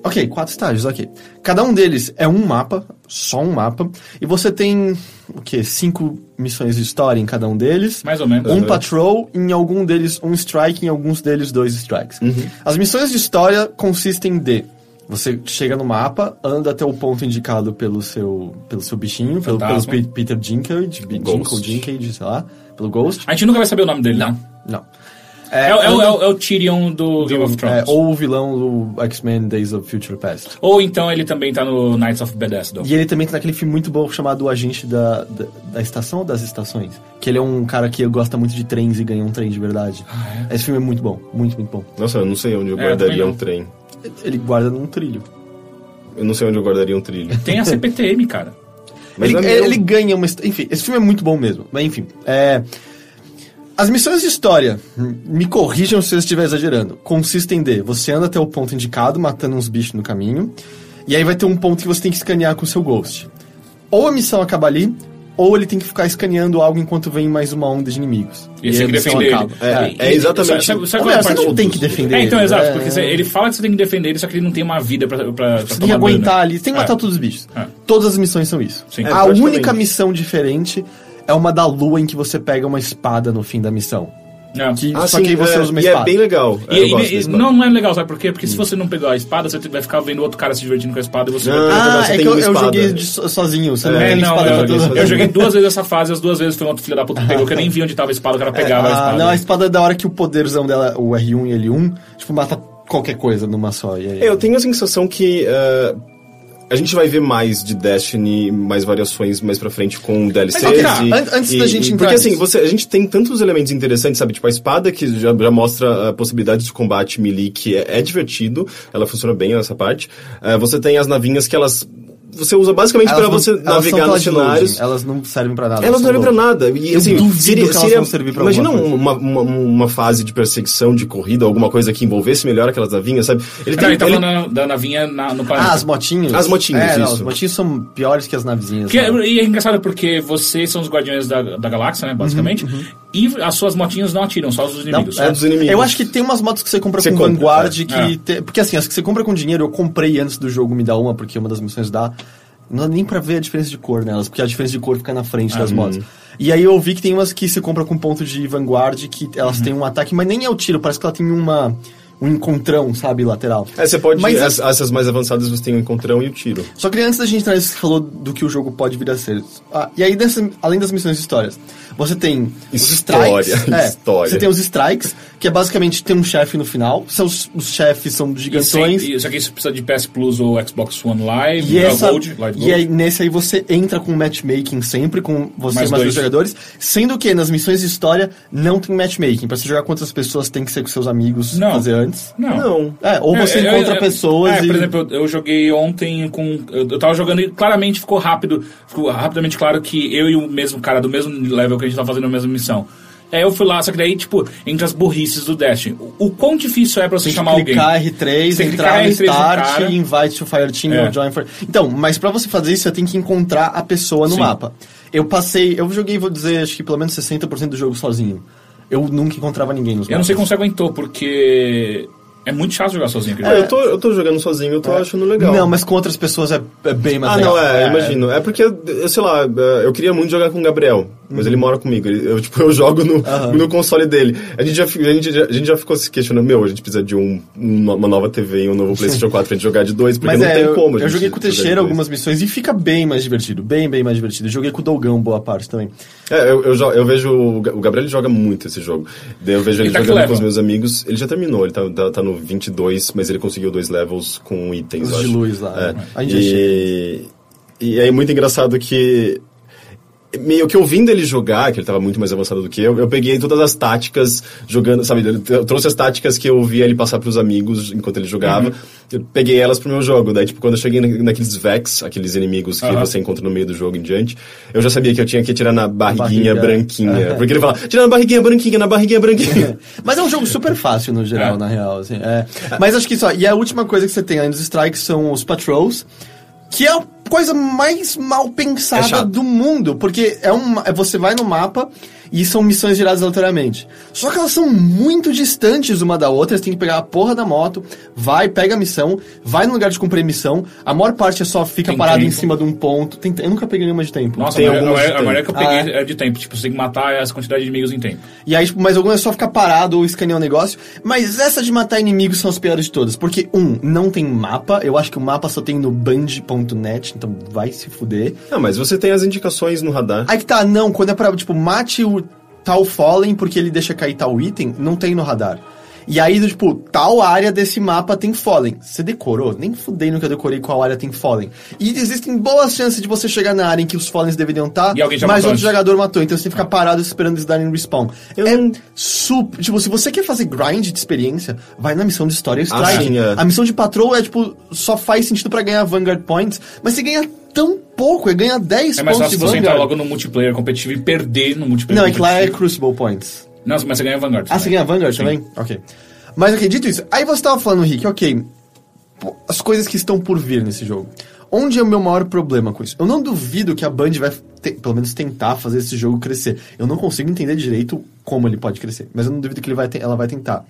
Ok, quatro estágios, ok. Cada um deles é um mapa, só um mapa, e você tem o quê? Cinco missões de história em cada um deles.
Mais ou menos.
Um
Uhum.
patrol, em algum deles um strike, em alguns deles dois strikes.
Uhum.
As missões de história consistem de você chega no mapa, anda até o ponto indicado pelo seu pelo seu bichinho, pelo,
Fantasma.
pelos Pe- Peter Dinklage, Bi- Jinkle,
Ghost.
Dinklage, sei lá, pelo Ghost.
A gente nunca vai saber o nome dele, né? não.
Não.
É, é, o-
anda-
é o- é o Tyrion do Game of
é,
Thrones. ou...
ou o vilão do X-Men Days of Future Past.
então ele também tá no Knights of Bethesda.
*laughs* E ele também tá naquele filme muito bom chamado O Agente da, da, da Estação ou das Estações? Que ele é um cara que gosta muito de trens e ganha um trem de verdade. Esse filme é muito bom, muito, muito bom.
Nossa, eu não sei onde eu
É,
guardaria
também não.
um trem.
Ele guarda num trilho.
Eu não sei onde eu guardaria um trilho.
Tem a CPTM, cara.
Mas
ele,
é meu.
ele ganha uma. hist- Enfim, esse filme é muito bom mesmo. Mas enfim. é, As missões de história, m- me corrijam se eu estiver exagerando, consistem de você anda até o ponto indicado, matando uns bichos no caminho, e aí vai ter um ponto que você tem que escanear com o seu Ghost. Ou a missão acaba ali, ou ele tem que ficar escaneando algo enquanto vem mais uma onda de inimigos.
E você
a
tem que
missão
defender
acaba.
ele.
É.
É,
Sabe,
exatamente.
sabe
Ou
qual é a
melhor, você
parte
não
do-
tem que defender
É, então,
ele,
exato,
é,
porque você- ele fala que você tem que defender ele, só que ele não tem uma vida pra, pra, pra
Você tem que
tomar dano.
aguentar ali, você tem que matar
É.
todos os bichos.
É.
Todas as missões são isso.
Sim. É,
a
praticamente.
única missão diferente é uma da lua em que você pega uma espada no fim da missão.
É.
Que,
Ah,
só
sim,
que aí você
é,
usa uma
e
espada.
é bem legal. É,
E-
eu
e-
gosto
e-
da espada.
não, não é legal, sabe por quê? Porque
Hum.
se você não pegar a espada, você vai ficar vendo outro cara se divertindo com a espada e você vai
Ah,
Ah,
você
é
tem
que eu,
uma
eu
espada.
joguei de so- sozinho, você não
É,
tem
não,
espada pra
eu,
todo
eu,
mundo.
joguei duas vezes essa fase, as duas vezes foi um outro filho da puta que pegou, que eu nem vi onde tava a
*laughs*
espada, o cara pegava a
Ah,
espada.
não, a espada é da hora que o poderzão dela, o R1 e L1, tipo, mata qualquer coisa numa só. E aí,
É, Eu tenho a sensação que eh, a gente vai ver mais de Destiny, mais variações mais pra frente com DLCs.
Mas, cara,
e-
an- antes
e-
da gente
e-
entrar
Porque assim,
nisso.
você, a gente tem tantos elementos interessantes, sabe? Tipo a espada, que já, já mostra a possibilidade de combate melee, que é, é divertido, ela funciona bem nessa parte. Eh, você tem as navinhas que elas. Você usa basicamente
Elas
pra
não-
você
elas
navegar
são
nos
cloud-loading,
cenários.
Elas não servem pra nada.
Elas não servem pra
são
nada. E,
Eu
assim,
duvido que elas vão servir pra
Imagina
alguma coisa.
uma, uma, uma fase de perseguição, de corrida, alguma coisa que envolvesse melhor aquelas navinhas, sabe? Ele
Não, ele tá
ele-
falando da navinha na- no planeta.
Ah, as motinhas?
As motinhas,
é, Não,
isso.
as motinhas são piores que as navezinhas.
Que é-
né?
e é engraçado porque vocês são os guardiões da, da galáxia,
Uhum,
né? Basicamente. E as suas motinhas não atiram, só os dos inimigos.
é dos inimigos.
Eu acho que tem umas motos que você compra
Você
com
compra,
Vanguard
é.
que.
É.
te- porque assim, as que você compra com dinheiro, eu comprei antes do jogo me dar uma, porque é uma das missões dá. Não dá nem pra ver a diferença de cor nelas, porque a diferença de cor fica na frente
Uhum.
das motos. E aí eu vi que tem umas que você compra com ponto de Vanguard que
Uhum.
elas têm um ataque, mas nem é o tiro, parece que ela tem uma. Um encontrão, sabe, lateral.
É, você pode.
Mas
as- essas mais avançadas você tem o encontrão e o tiro.
Só que antes da gente entrar nisso, você falou do que o jogo pode vir a ser. Ah, e aí, dessa- além das missões de histórias, você tem os
História,
strikes. é,
*laughs* história.
Você tem os strikes, que é basicamente tem um chefe no final. Seus, os chefes são
E sem-
gigantões. E,
e- Só que isso precisa de PS Plus ou Xbox One Live, ou
essa,
Gold, Live
e
Gold.
aí, nesse aí você entra com matchmaking sempre, com você
Mais
e mais
dois.
dois jogadores. Sendo que nas missões de história não tem matchmaking. Pra você jogar com outras pessoas, tem que ser com seus amigos
Não.
fazer antes.
Não.
É, ou você
É, eu-
encontra
eu-
pessoas
É,
e.
por exemplo, eu, eu joguei ontem com. Eu, eu tava jogando e claramente ficou rápido. Ficou rapidamente claro que eu e o mesmo cara do mesmo level que tá a gente tava fazendo a mesma missão. Aí eu fui lá, só que daí, tipo, entre as burrices do Destiny, o, o quão difícil é pra você
Tem que
chamar alguém?
clicar R3,
Você
entrar no
clicar R3 no
Start,
cara.
invite to Fire Team
É.
ou join for... Então, mas pra você fazer isso, você tem que encontrar a pessoa no
Sim.
mapa. Eu passei, eu joguei, vou dizer, acho que pelo menos 60% do jogo sozinho. Eu nunca encontrava ninguém nos
Eu não
mapas.
sei como você aguentou, porque é muito chato jogar sozinho. aquele
É,
jogo.
eu tô, eu tô jogando sozinho, eu tô achando legal.
É. Não, mas com outras pessoas é, é bem mais
Ah,
legal.
não, é, imagino. É porque, eu sei lá, eh, eu queria muito jogar com o Gabriel, mas
Uhum.
ele mora comigo. ele- Eu, *laughs* tipo, eu jogo no, no console dele. A gente, já, fi- a, gente, já- a gente já ficou se questionando, meu, a gente precisa de um, um- uma nova TV e
*laughs*
um novo PlayStation 4 pra gente jogar de dois, porque
Mas
não
é,
tem
eu,
como.
eu
a gente
joguei com o
jogar de
Teixeira
dois.
algumas missões e fica bem mais divertido, bem, bem mais divertido. Eu joguei com o Dolgão boa parte também.
É, eu, eu, jo- eu vejo. O Ga- o Gabriel ele joga muito esse jogo. Daí eu vejo ele,
Ele tá que
jogando
level?
com os meus amigos. Ele já terminou, ele tá, tá, tá no 22, mas ele conseguiu dois levels com itens.
Os
eu
de
acho.
luz lá,
É.
né? A gente já
E, e é muito engraçado que. Meio que ouvindo ele jogar, que ele tava muito mais avançado do que eu, eu peguei todas as táticas jogando, sabe? Ele tr- trouxe as táticas que eu via ele passar pros amigos enquanto ele jogava, eu peguei elas pro meu jogo. Daí, tipo, quando eu cheguei na- naqueles Vex, aqueles inimigos que
Aham.
você encontra no meio do jogo em diante, eu já sabia que eu tinha que tirar na barriguinha
Barriga. É.
branquinha.
Aham.
Porque ele fala, tira na barriguinha branquinha, na barriguinha branquinha. *laughs*
*laughs* Mas é um jogo super fácil no geral,
É.
na real. assim, é. Mas acho que só. E a última coisa que você tem além dos strikes são os patrols, que é a coisa mais mal
É
pensada
chato.
do mundo, porque é um, é- você vai no mapa e são missões geradas aleatoriamente. Só que elas são muito distantes uma da outra, você tem que pegar a porra da moto, vai, pega a missão, vai no lugar de cumprir a missão, a maior parte é só fica
Tem
parado em
tempo.
cima de um ponto. Tem- eu nunca peguei nenhuma de tempo.
Nossa, é
Tem
a maioria- a
algumas
maioria, a
de
maioria que eu
tempo.
peguei
Ah,
é de tempo. Tipo, você tem que matar essa quantidade de inimigos em tempo.
E aí, tipo, mas algumas é só ficar parado ou escanear o negócio. Mas essa de matar inimigos são as piores de todas. Porque, um, não tem mapa. Eu acho que o mapa só tem no band.net, então vai se fuder.
Não, mas você tem as indicações no radar.
Aí que tá, não, quando é pra, tipo, mate o tal Fallen porque ele deixa cair tal item, não tem no radar. E aí, do tipo, tal área desse mapa tem Fallen. Você decorou? Nem fudei no que eu decorei qual área tem Fallen. E existem boas chances de você chegar na área em que os Fallens deveriam estar,
E alguém já
mas outro
matou antes. Ah.
jogador matou. Então você tem que ficar parado esperando eles darem respawn.
Eu
é
não-
super... Tipo, se você quer fazer grind de experiência, vai na missão de história e
Ah,
strike.
sim, é.
A missão de patrol é, tipo, só faz sentido pra ganhar Vanguard Points, mas você ganha tão pouco, é ganhar 10
É mais
pontos
fácil
de
você entrar
Vanguard.
logo no multiplayer competitivo e perder no multiplayer
Não, é que lá é
competitivo.
Crucible Points.
Não, mas você ganha Vanguard.
Ah, você
também.
ganha Vanguard
Sim.
também? Ok. Mas ok, dito isso, aí você tava falando, Rick, ok, pô, as coisas que estão por vir nesse jogo. Onde é o meu maior problema com isso? Eu não duvido que a Band vai, te- pelo menos, tentar fazer esse jogo crescer. Eu não consigo entender direito como ele pode crescer, mas eu não duvido que ele vai te- ela vai tentar.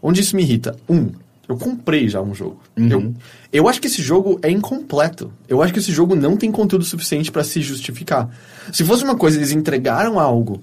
Onde isso me irrita? Um, eu comprei já um jogo. Eu, eu acho que esse jogo é incompleto. Eu acho que esse jogo não tem conteúdo suficiente pra se justificar. Se fosse uma coisa, eles entregaram algo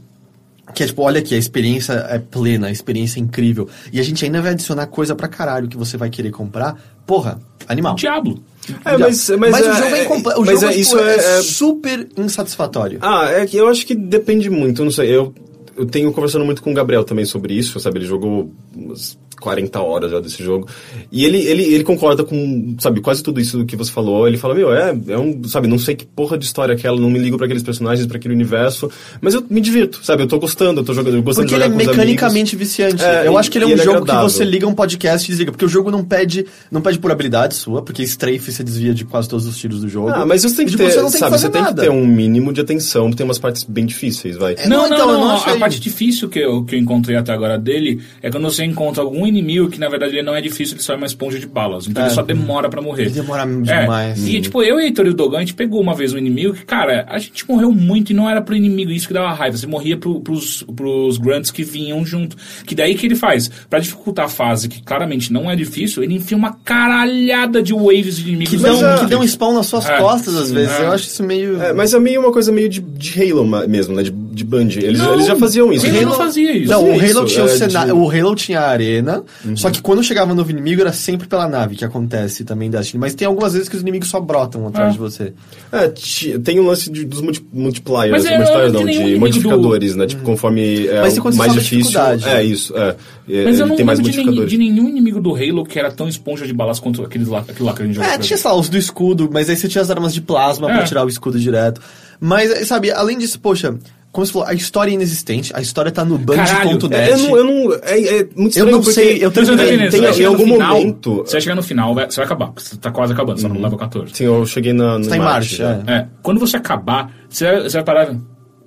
que é tipo, olha aqui, a experiência é plena, a experiência é incrível. E a gente ainda vai adicionar coisa pra caralho que você vai querer comprar. Porra, animal.
Diablo.
É, mas, mas,
o
é-
jogo é incompleto. O
mas
jogo
é,
tipo,
isso é- é-
super insatisfatório.
Ah, é que eu acho que depende muito, eu não sei. Eu, eu tenho conversando muito com o Gabriel também sobre isso, sabe? Ele jogou umas 40 horas já desse jogo. E ele, ele, ele concorda com, sabe, quase tudo isso que você falou. Ele fala, meu, é, é um, sabe, não sei que porra de história é aquela, não me ligo pra aqueles personagens, pra aquele universo, mas eu me divirto, sabe? Eu tô gostando, eu tô jogando, eu gostando
Porque
de
ele
jogar
é
com os amigos.
mecanicamente viciante.
É,
eu
e-
acho que ele é um
e ele é
jogo que
agradável.
você liga um podcast e desliga. Porque o jogo não pede, não pede por habilidade sua, porque strafe você desvia de quase todos os tiros do jogo.
Ah, mas você tem
E,
que
tipo,
ter,
você não tem que
sabe,
fazer
você tem que
nada.
ter um mínimo de atenção, tem umas partes bem difíceis, vai.
É, não,
não,
então, eu
não,
não
não.
acho
a
ele-
parte difícil que eu, que eu encontrei até agora dele é quando você encontra algum inimigo que na verdade ele não é difícil, ele só é uma esponja de balas. Então
É.
ele só demora pra morrer.
Ele demora
É,
demais.
E tipo, eu e o Heitor e o Dogan, a gente pegou uma vez um inimigo que, cara, a gente morreu muito e não era pro inimigo, isso que dava raiva. Você morria pro, pros, pros grunts que vinham junto. Que daí que ele faz? Pra dificultar a fase, que claramente não é difícil, ele enfia uma caralhada de waves de inimigos
que
junto.
dão, é um que dão spawn nas suas
É.
costas às vezes.
É.
Eu acho isso meio.
É, mas é meio uma coisa meio de, de Halo ma- mesmo, né? De, de Bungie. Eles,
Não,
eles já faziam isso.
Halo- não fazia isso.
Não, o
Fazia
Halo
isso,
tinha o
é,
cenário.
de- Uhum.
O Halo tinha a arena, só que quando chegava novo inimigo era sempre pela nave que acontece também da China. Mas tem algumas vezes que os inimigos só brotam atrás
É.
de você.
É, ti- tem um lance de- dos multi- multipliers,
Mas é,
multipliers
não tem
não,
nenhum
de
inimigo
modificadores, né? Tipo, conforme é
Mas você
o
quando você
mais
sobe a
difícil.
dificuldade.
É isso, é. é
Mas eu não
tem mais
lembro de, nem-
modificadores.
de nenhum inimigo do Halo que era tão esponja de balas quanto aqueles lá, aquilo lá que a gente jogou.
É,
por
tinha,
exemplo.
sei lá, os do escudo, mas aí você tinha as armas de plasma pra
É.
tirar o escudo direto. Mas, é, sabe, além disso, poxa, como você falou, a história é inexistente, a história tá no
Caralho,
band.net.
É, eu não, eu não, é, é muito
Eu
estranho
não
porque
sei, eu tenho
Mas eu tô
tem,
entendendo, né? você
tem,
vai
em
chegar no
algum
final,
momento...
Você vai chegar no final, vai- você vai acabar, porque você tá quase acabando, só no
Uhum.
level 14.
Sim, eu cheguei na, no né?
Tá em marcha,
já.
é.
É, quando você acabar, você vai, você vai parar.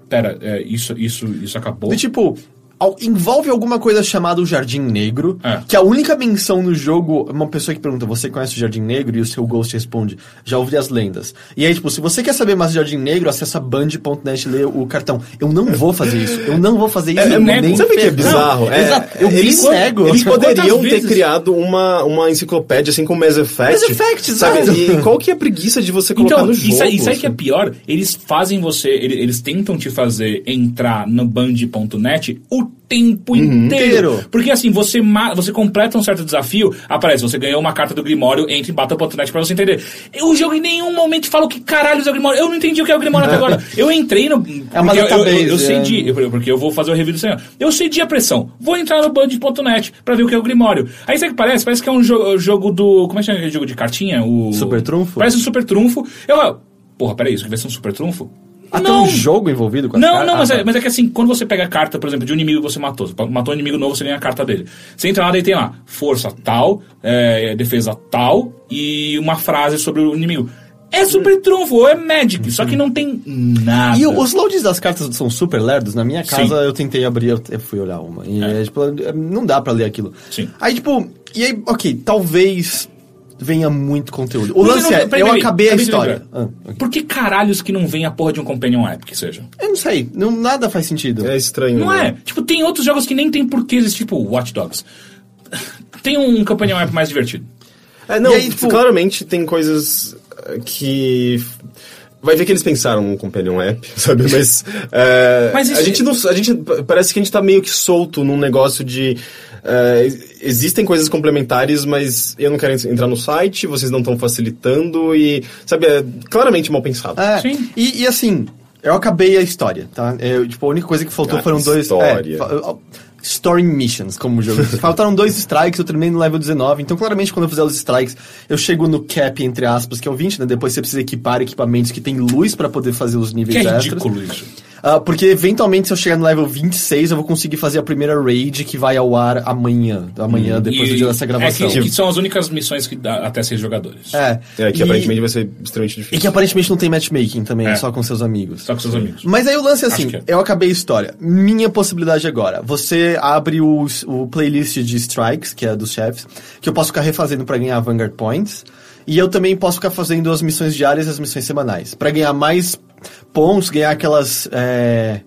Pera, é, isso, isso, isso acabou.
Do tipo, al- envolve alguma coisa chamada o Jardim Negro,
É.
que a única menção no jogo, uma pessoa que pergunta, você conhece o Jardim Negro? E o seu Ghost responde, já ouvi as lendas. E aí, tipo, se você quer saber mais do Jardim Negro, acessa band.net e lê o cartão. Eu não vou fazer isso, eu não vou fazer isso.
é
nem
muito-
Sabe o que é
ferrando.
bizarro? É,
Exato, eu
eles,
me Tipo, nego.
*laughs*
eles poderiam ter
vezes?
criado uma, uma enciclopédia assim com Mass Effect.
Mass Effect,
sabe?
exato.
E qual que é a preguiça de você colocar
Então,
no
isso
jogo? assim?
aí, isso aí que é pior, eles fazem você, ele- eles, tentam te fazer entrar no band.net o tempo
Uhum.
inteiro.
Inteiro.
Porque assim, você, ma- você completa um certo desafio, aparece, você ganhou uma carta do Grimório, entre em battle.net pra você entender. O jogo em nenhum momento fala o que caralho é o Grimório, eu não entendi o que é o Grimório até agora. Eu entrei no...
*laughs* É uma
porque eu, eu, eu,
database,
eu cedi,
é.
eu- eu- porque eu vou fazer o review do senhor. Eu cedi a pressão. Vou entrar no band.net pra ver o que é o Grimório. Aí sabe o que parece? Parece que é um jo- jogo do. Como é que chama aquele jogo de cartinha? O...
Super Trunfo?
Parece um super trunfo. Eu. ah, Porra, peraí, isso aqui vai ser um super trunfo?
Ah, tem
não!
um jogo envolvido com as
Não,
caras?
não, mas
Ah,
é,
tá.
mas é que assim, quando você pega a carta, por exemplo, de um inimigo que você matou, você matou um inimigo novo, você ganha a carta dele. Você entra lá, daí tem lá, força tal, é, defesa tal, e uma frase sobre o inimigo. É super trunfo, ou é magic, só que não tem nada.
E o- os loads das cartas são super lerdos. Na minha casa
Sim.
eu tentei abrir, eu, eu fui olhar uma. E é, tipo, não dá pra ler aquilo.
Sim.
Aí, tipo, e aí, ok, talvez venha muito conteúdo. O
Mas
lance
não-
é,
peraí,
eu
peraí,
acabei a
acabei de
história.
lembrar.
Ah, ok.
Por que caralhos que não vem a porra de um Companion App, que seja?
Eu não sei, não, nada faz sentido.
É estranho.
Uhum.
Não
né?
é? Tipo, tem outros jogos que nem tem porquê existir, tipo Watch Dogs. Tem um Companion App mais divertido.
É, não,
E aí, tipo-
claramente tem coisas eh, que. Vai ver que eles pensaram no Companion App, *laughs* sabe? Mas. eh,
Mas isso-
a
é
gente não. A gente, parece que a gente tá meio que solto num negócio de. eh, ex- existem coisas complementares, mas eu não quero en- entrar no site, vocês não estão facilitando e. Sabe? É claramente mal pensado.
É,
Sim.
E, e assim, eu acabei a história, tá? Eu, tipo, a única coisa que faltou
Ah,
foram dois.
história.
É, fa- Story Missions, como o jogo.
*laughs*
Faltaram dois strikes, eu terminei no level 19. Então, claramente, quando eu fizer os strikes, eu chego no cap, entre aspas, que é o 20, né? Depois você precisa equipar equipamentos que tem luz pra poder fazer os níveis
Que é
extras.
ridículo isso.
Ah, porque eventualmente, se eu chegar no level 26, eu vou conseguir fazer a primeira raid que vai ao ar amanhã. Amanhã, depois do dia dessa gravação.
Hum, É que, que são as únicas missões que dá até seis jogadores.
É,
É, que
e-
aparentemente vai ser extremamente difícil.
E que é aparentemente não tem matchmaking também,
É.
só com seus amigos.
Só com seus amigos.
Mas aí o lance é assim,
Acho que é.
eu acabei a história. Minha possibilidade agora, você abre o, o playlist de strikes, que é dos chefes, que eu posso ficar refazendo pra ganhar Vanguard Points, e eu também posso ficar fazendo as missões diárias e as missões semanais, Pra ganhar mais pontos, ganhar aquelas... é,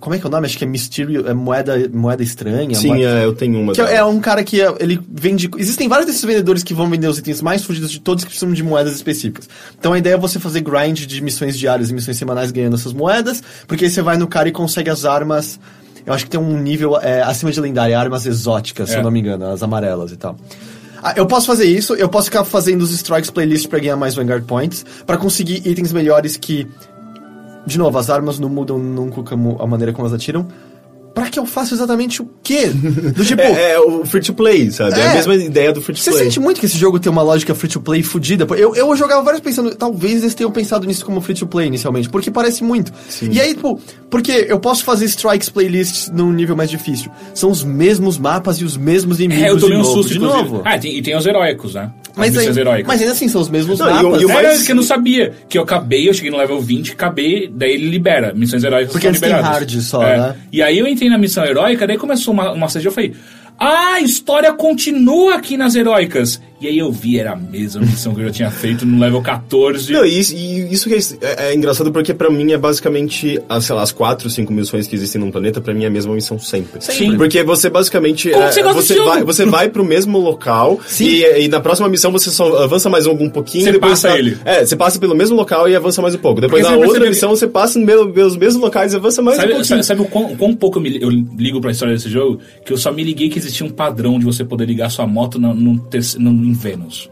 Como é que é o nome? Acho que é Mysterio, é moeda, moeda estranha.
Sim,
moeda...
é, eu tenho uma.
Que
delas.
é um cara que é- ele vende. Existem vários desses vendedores que vão vender os itens mais fugidos de todos que precisam de moedas específicas. Então a ideia é você fazer grind de missões diárias e missões semanais ganhando essas moedas, porque aí você vai no cara e consegue as armas. Eu acho que tem um nível é, acima de lendária, armas exóticas, se
É.
eu não me engano, as amarelas e tal. Ah, Eu posso fazer isso, eu posso ficar fazendo os strikes playlist pra ganhar mais Vanguard Points, pra conseguir itens melhores que de novo, as armas não mudam nunca como- a maneira como elas atiram. Pra que eu faça exatamente o quê?
*laughs*
Do tipo,
É, é o free to play, sabe? É, a
É.
mesma ideia do free to
você
play.
sente muito que esse jogo tem uma lógica free to play fodida? Pô, Eu, eu jogava vários pensando, talvez eles tenham pensado nisso como free to play inicialmente, porque parece muito. E aí, tipo, porque eu posso fazer strikes playlists num nível mais difícil. São os mesmos mapas e os mesmos inimigos.
É, eu tomei
de
um
novo,
susto,
de
inclusive.
novo.
Ah, e tem, e tem os heróicos, né? As
mas,
missões
aí,
heróicas.
mas ainda assim, são os mesmos
Não, e o-
mapas.
e o
É,
mais-
era que eu não sabia. Que eu acabei, eu cheguei no level 20, acabei, daí ele libera. Missões heróicas
Porque
são
eles têm
liberadas.
hard só,
É.
né?
E aí eu entrei na missão heróica, daí começou uma, uma sessão, eu falei... Ah, a história continua aqui nas heróicas. E aí eu vi, era a mesma missão que eu já tinha feito no level 14.
Não, e isso, e isso que é, é- é engraçado porque pra mim é basicamente, ah, sei lá, as quatro, cinco missões que existem num planeta, pra mim é a mesma missão sempre.
Sempre.
Porque você basicamente.
Como
é,
você gosta desse
vai,
jogo?
você vai pro
*laughs*
mesmo local e, e na próxima missão você só avança mais algum pouquinho.
Você
depois
passa
tá-
ele.
É, você passa pelo mesmo local e avança mais um pouco. Depois
Porque você
na outra
percebeu
missão você passa no mesmo- pelos mesmos locais e avança mais um
Sabe,
pouquinho.
sabe, sabe o quão, o quão pouco eu, me, eu ligo pra história desse jogo? Que eu só me liguei que existia um padrão de você poder ligar sua moto no, no terce- no- em Vênus.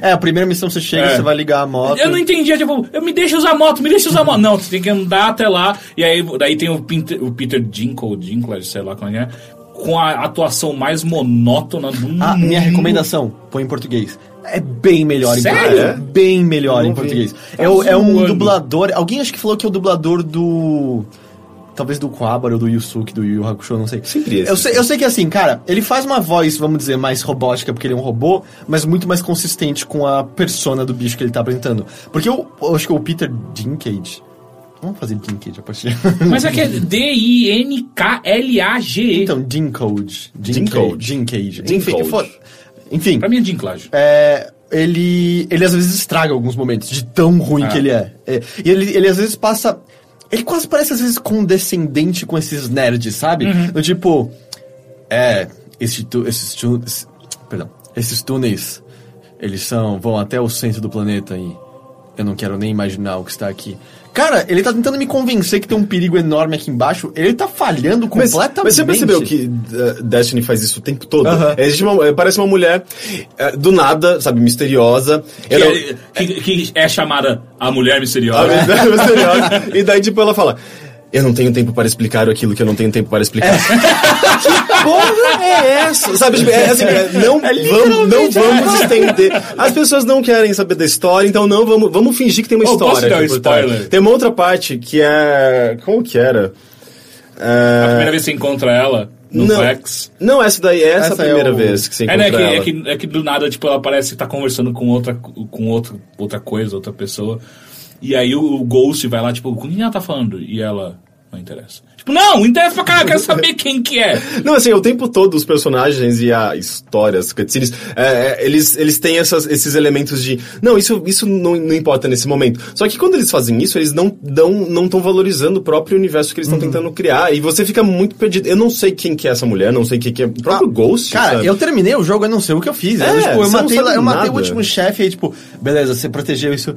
É, a primeira missão você chega,
É.
você vai ligar a moto.
Eu não entendia, tipo, eu me deixa usar moto, me deixa usar moto. Não, você tem que andar até lá. E aí daí tem o Peter, o Peter Dinkle, Dinklage, sei lá como é, que é, com a atuação mais monótona do mundo.
Ah, minha recomendação, põe em português. É bem melhor em
Sério?
português. Bem melhor
Não
em
vi.
português.
Tá
é, o- é um
zoando.
dublador. Alguém acho que falou que é o dublador do. Talvez do Quabara ou do Yusuke, do Yu Yu Hakusho, eu não sei.
Sempre esse.
Eu sei, eu sei que assim, cara, ele faz uma voz, vamos dizer, mais robótica, porque ele é um robô, mas muito mais consistente com a persona do bicho que ele tá apresentando. Porque eu, eu acho que o Peter Dinklage. Vamos fazer Dinkage a partir.
*laughs* Mas aqui é D-I-N-K-L-A-G-E.
então, Dinkage.
Dincode.
Dinkage.
Dincode.
Enfim, foda- Enfim.
Pra mim é Dinklage.
é, ele, ele às vezes estraga alguns momentos, de tão ruim
Ah.
que ele é. É, e ele, ele às vezes passa. Ele quase parece às vezes condescendente com esses nerds, sabe?
Uhum.
Do tipo. É, esse tu- esses, tu- esse- perdão, esses túneis, eles são, vão até o centro do planeta e eu não quero nem imaginar o que está aqui. Cara, ele tá tentando me convencer que tem um perigo enorme aqui embaixo. Ele tá falhando
Mas,
completamente.
mas você percebeu que uh, Destiny faz isso o tempo todo?
Aham.
É, existe uma- é, parece uma mulher uh, do nada, sabe, misteriosa.
Que,
Ela-
é, que- que é chamada A Mulher Misteriosa.
Sabe? é
*laughs*
Misteriosa. E daí, tipo, ela fala. Eu não tenho tempo para explicar aquilo que eu não tenho tempo para
É.
explicar. *laughs* que porra é essa? Sabe, tipo, é assim, é,
*laughs*
não, vamos, não vamos estender. As pessoas não querem saber da história, então não vamos, vamos fingir que tem uma
Oh,
história.
posso dar um
aqui por trás.
spoiler?
Tem uma outra parte que é. Como que era? É,
A primeira vez que você encontra ela no
não,
Vex.
não, essa daí é essa,
Essa
a primeira
é o-
vez que você
É,
encontra
né, que,
ela.
é, que, é que do nada, tipo, ela parece que tá conversando com outra, com outro, outra coisa, outra pessoa. E aí o, o Ghost vai lá, tipo, com quem ela tá falando? E ela, não interessa. Tipo, não, interessa pra caralho, eu quero saber quem que é.
Não, assim, o tempo todo os personagens e a história, as cutscenes, é, é, eles, eles têm essas- esses elementos de. Não, isso, isso não, não importa nesse momento. Só que quando eles fazem isso, eles não estão não tão valorizando o próprio universo que eles
Uhum.
estão tentando criar. E você fica muito perdido. Eu não sei quem que é essa mulher, não sei quem que é. O próprio
Ah,
Ghost.
Cara,
sabe?
eu terminei o jogo, eu não sei o que eu fiz. eu,
É,
tipo, eu
você não
matei,
sabe
eu matei o
nada.
último chefe aí, tipo, beleza, você protegeu isso.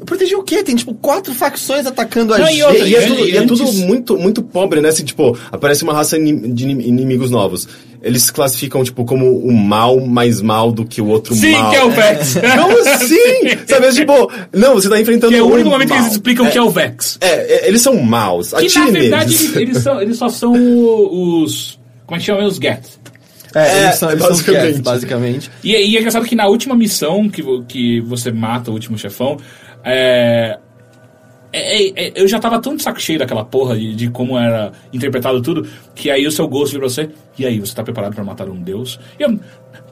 Eu protegi o quê? Tem, tipo, quatro facções atacando a
Não, e
gente.
outra,
E é,
E
tudo, e é
antes-
tudo muito, muito pobre, né? Assim, tipo, aparece uma raça inim- de inim- inimigos novos. Eles se classificam, tipo, como o mal mais mal do que o outro
Sim,
mal.
que é o Vex. *laughs*
Como assim? Sabe, tipo, não, você tá enfrentando
Que é o
um
único momento que
mal.
eles explicam que é o Vex.
É, é, eles são maus.
Que
Atire
na verdade
neles.
eles, eles são, eles só são o- os. Como é que chama? Os Geth.
É,
É,
eles são, eles basicamente.
basicamente.
São cats, basicamente.
E, e é engraçado que na última missão que, vo- que você mata o último chefão, é, é- é- é- eu já tava tão de saco cheio daquela porra de, de como era interpretado tudo, que aí o seu Ghost vira pra você, e aí, você tá preparado pra matar um deus? E eu,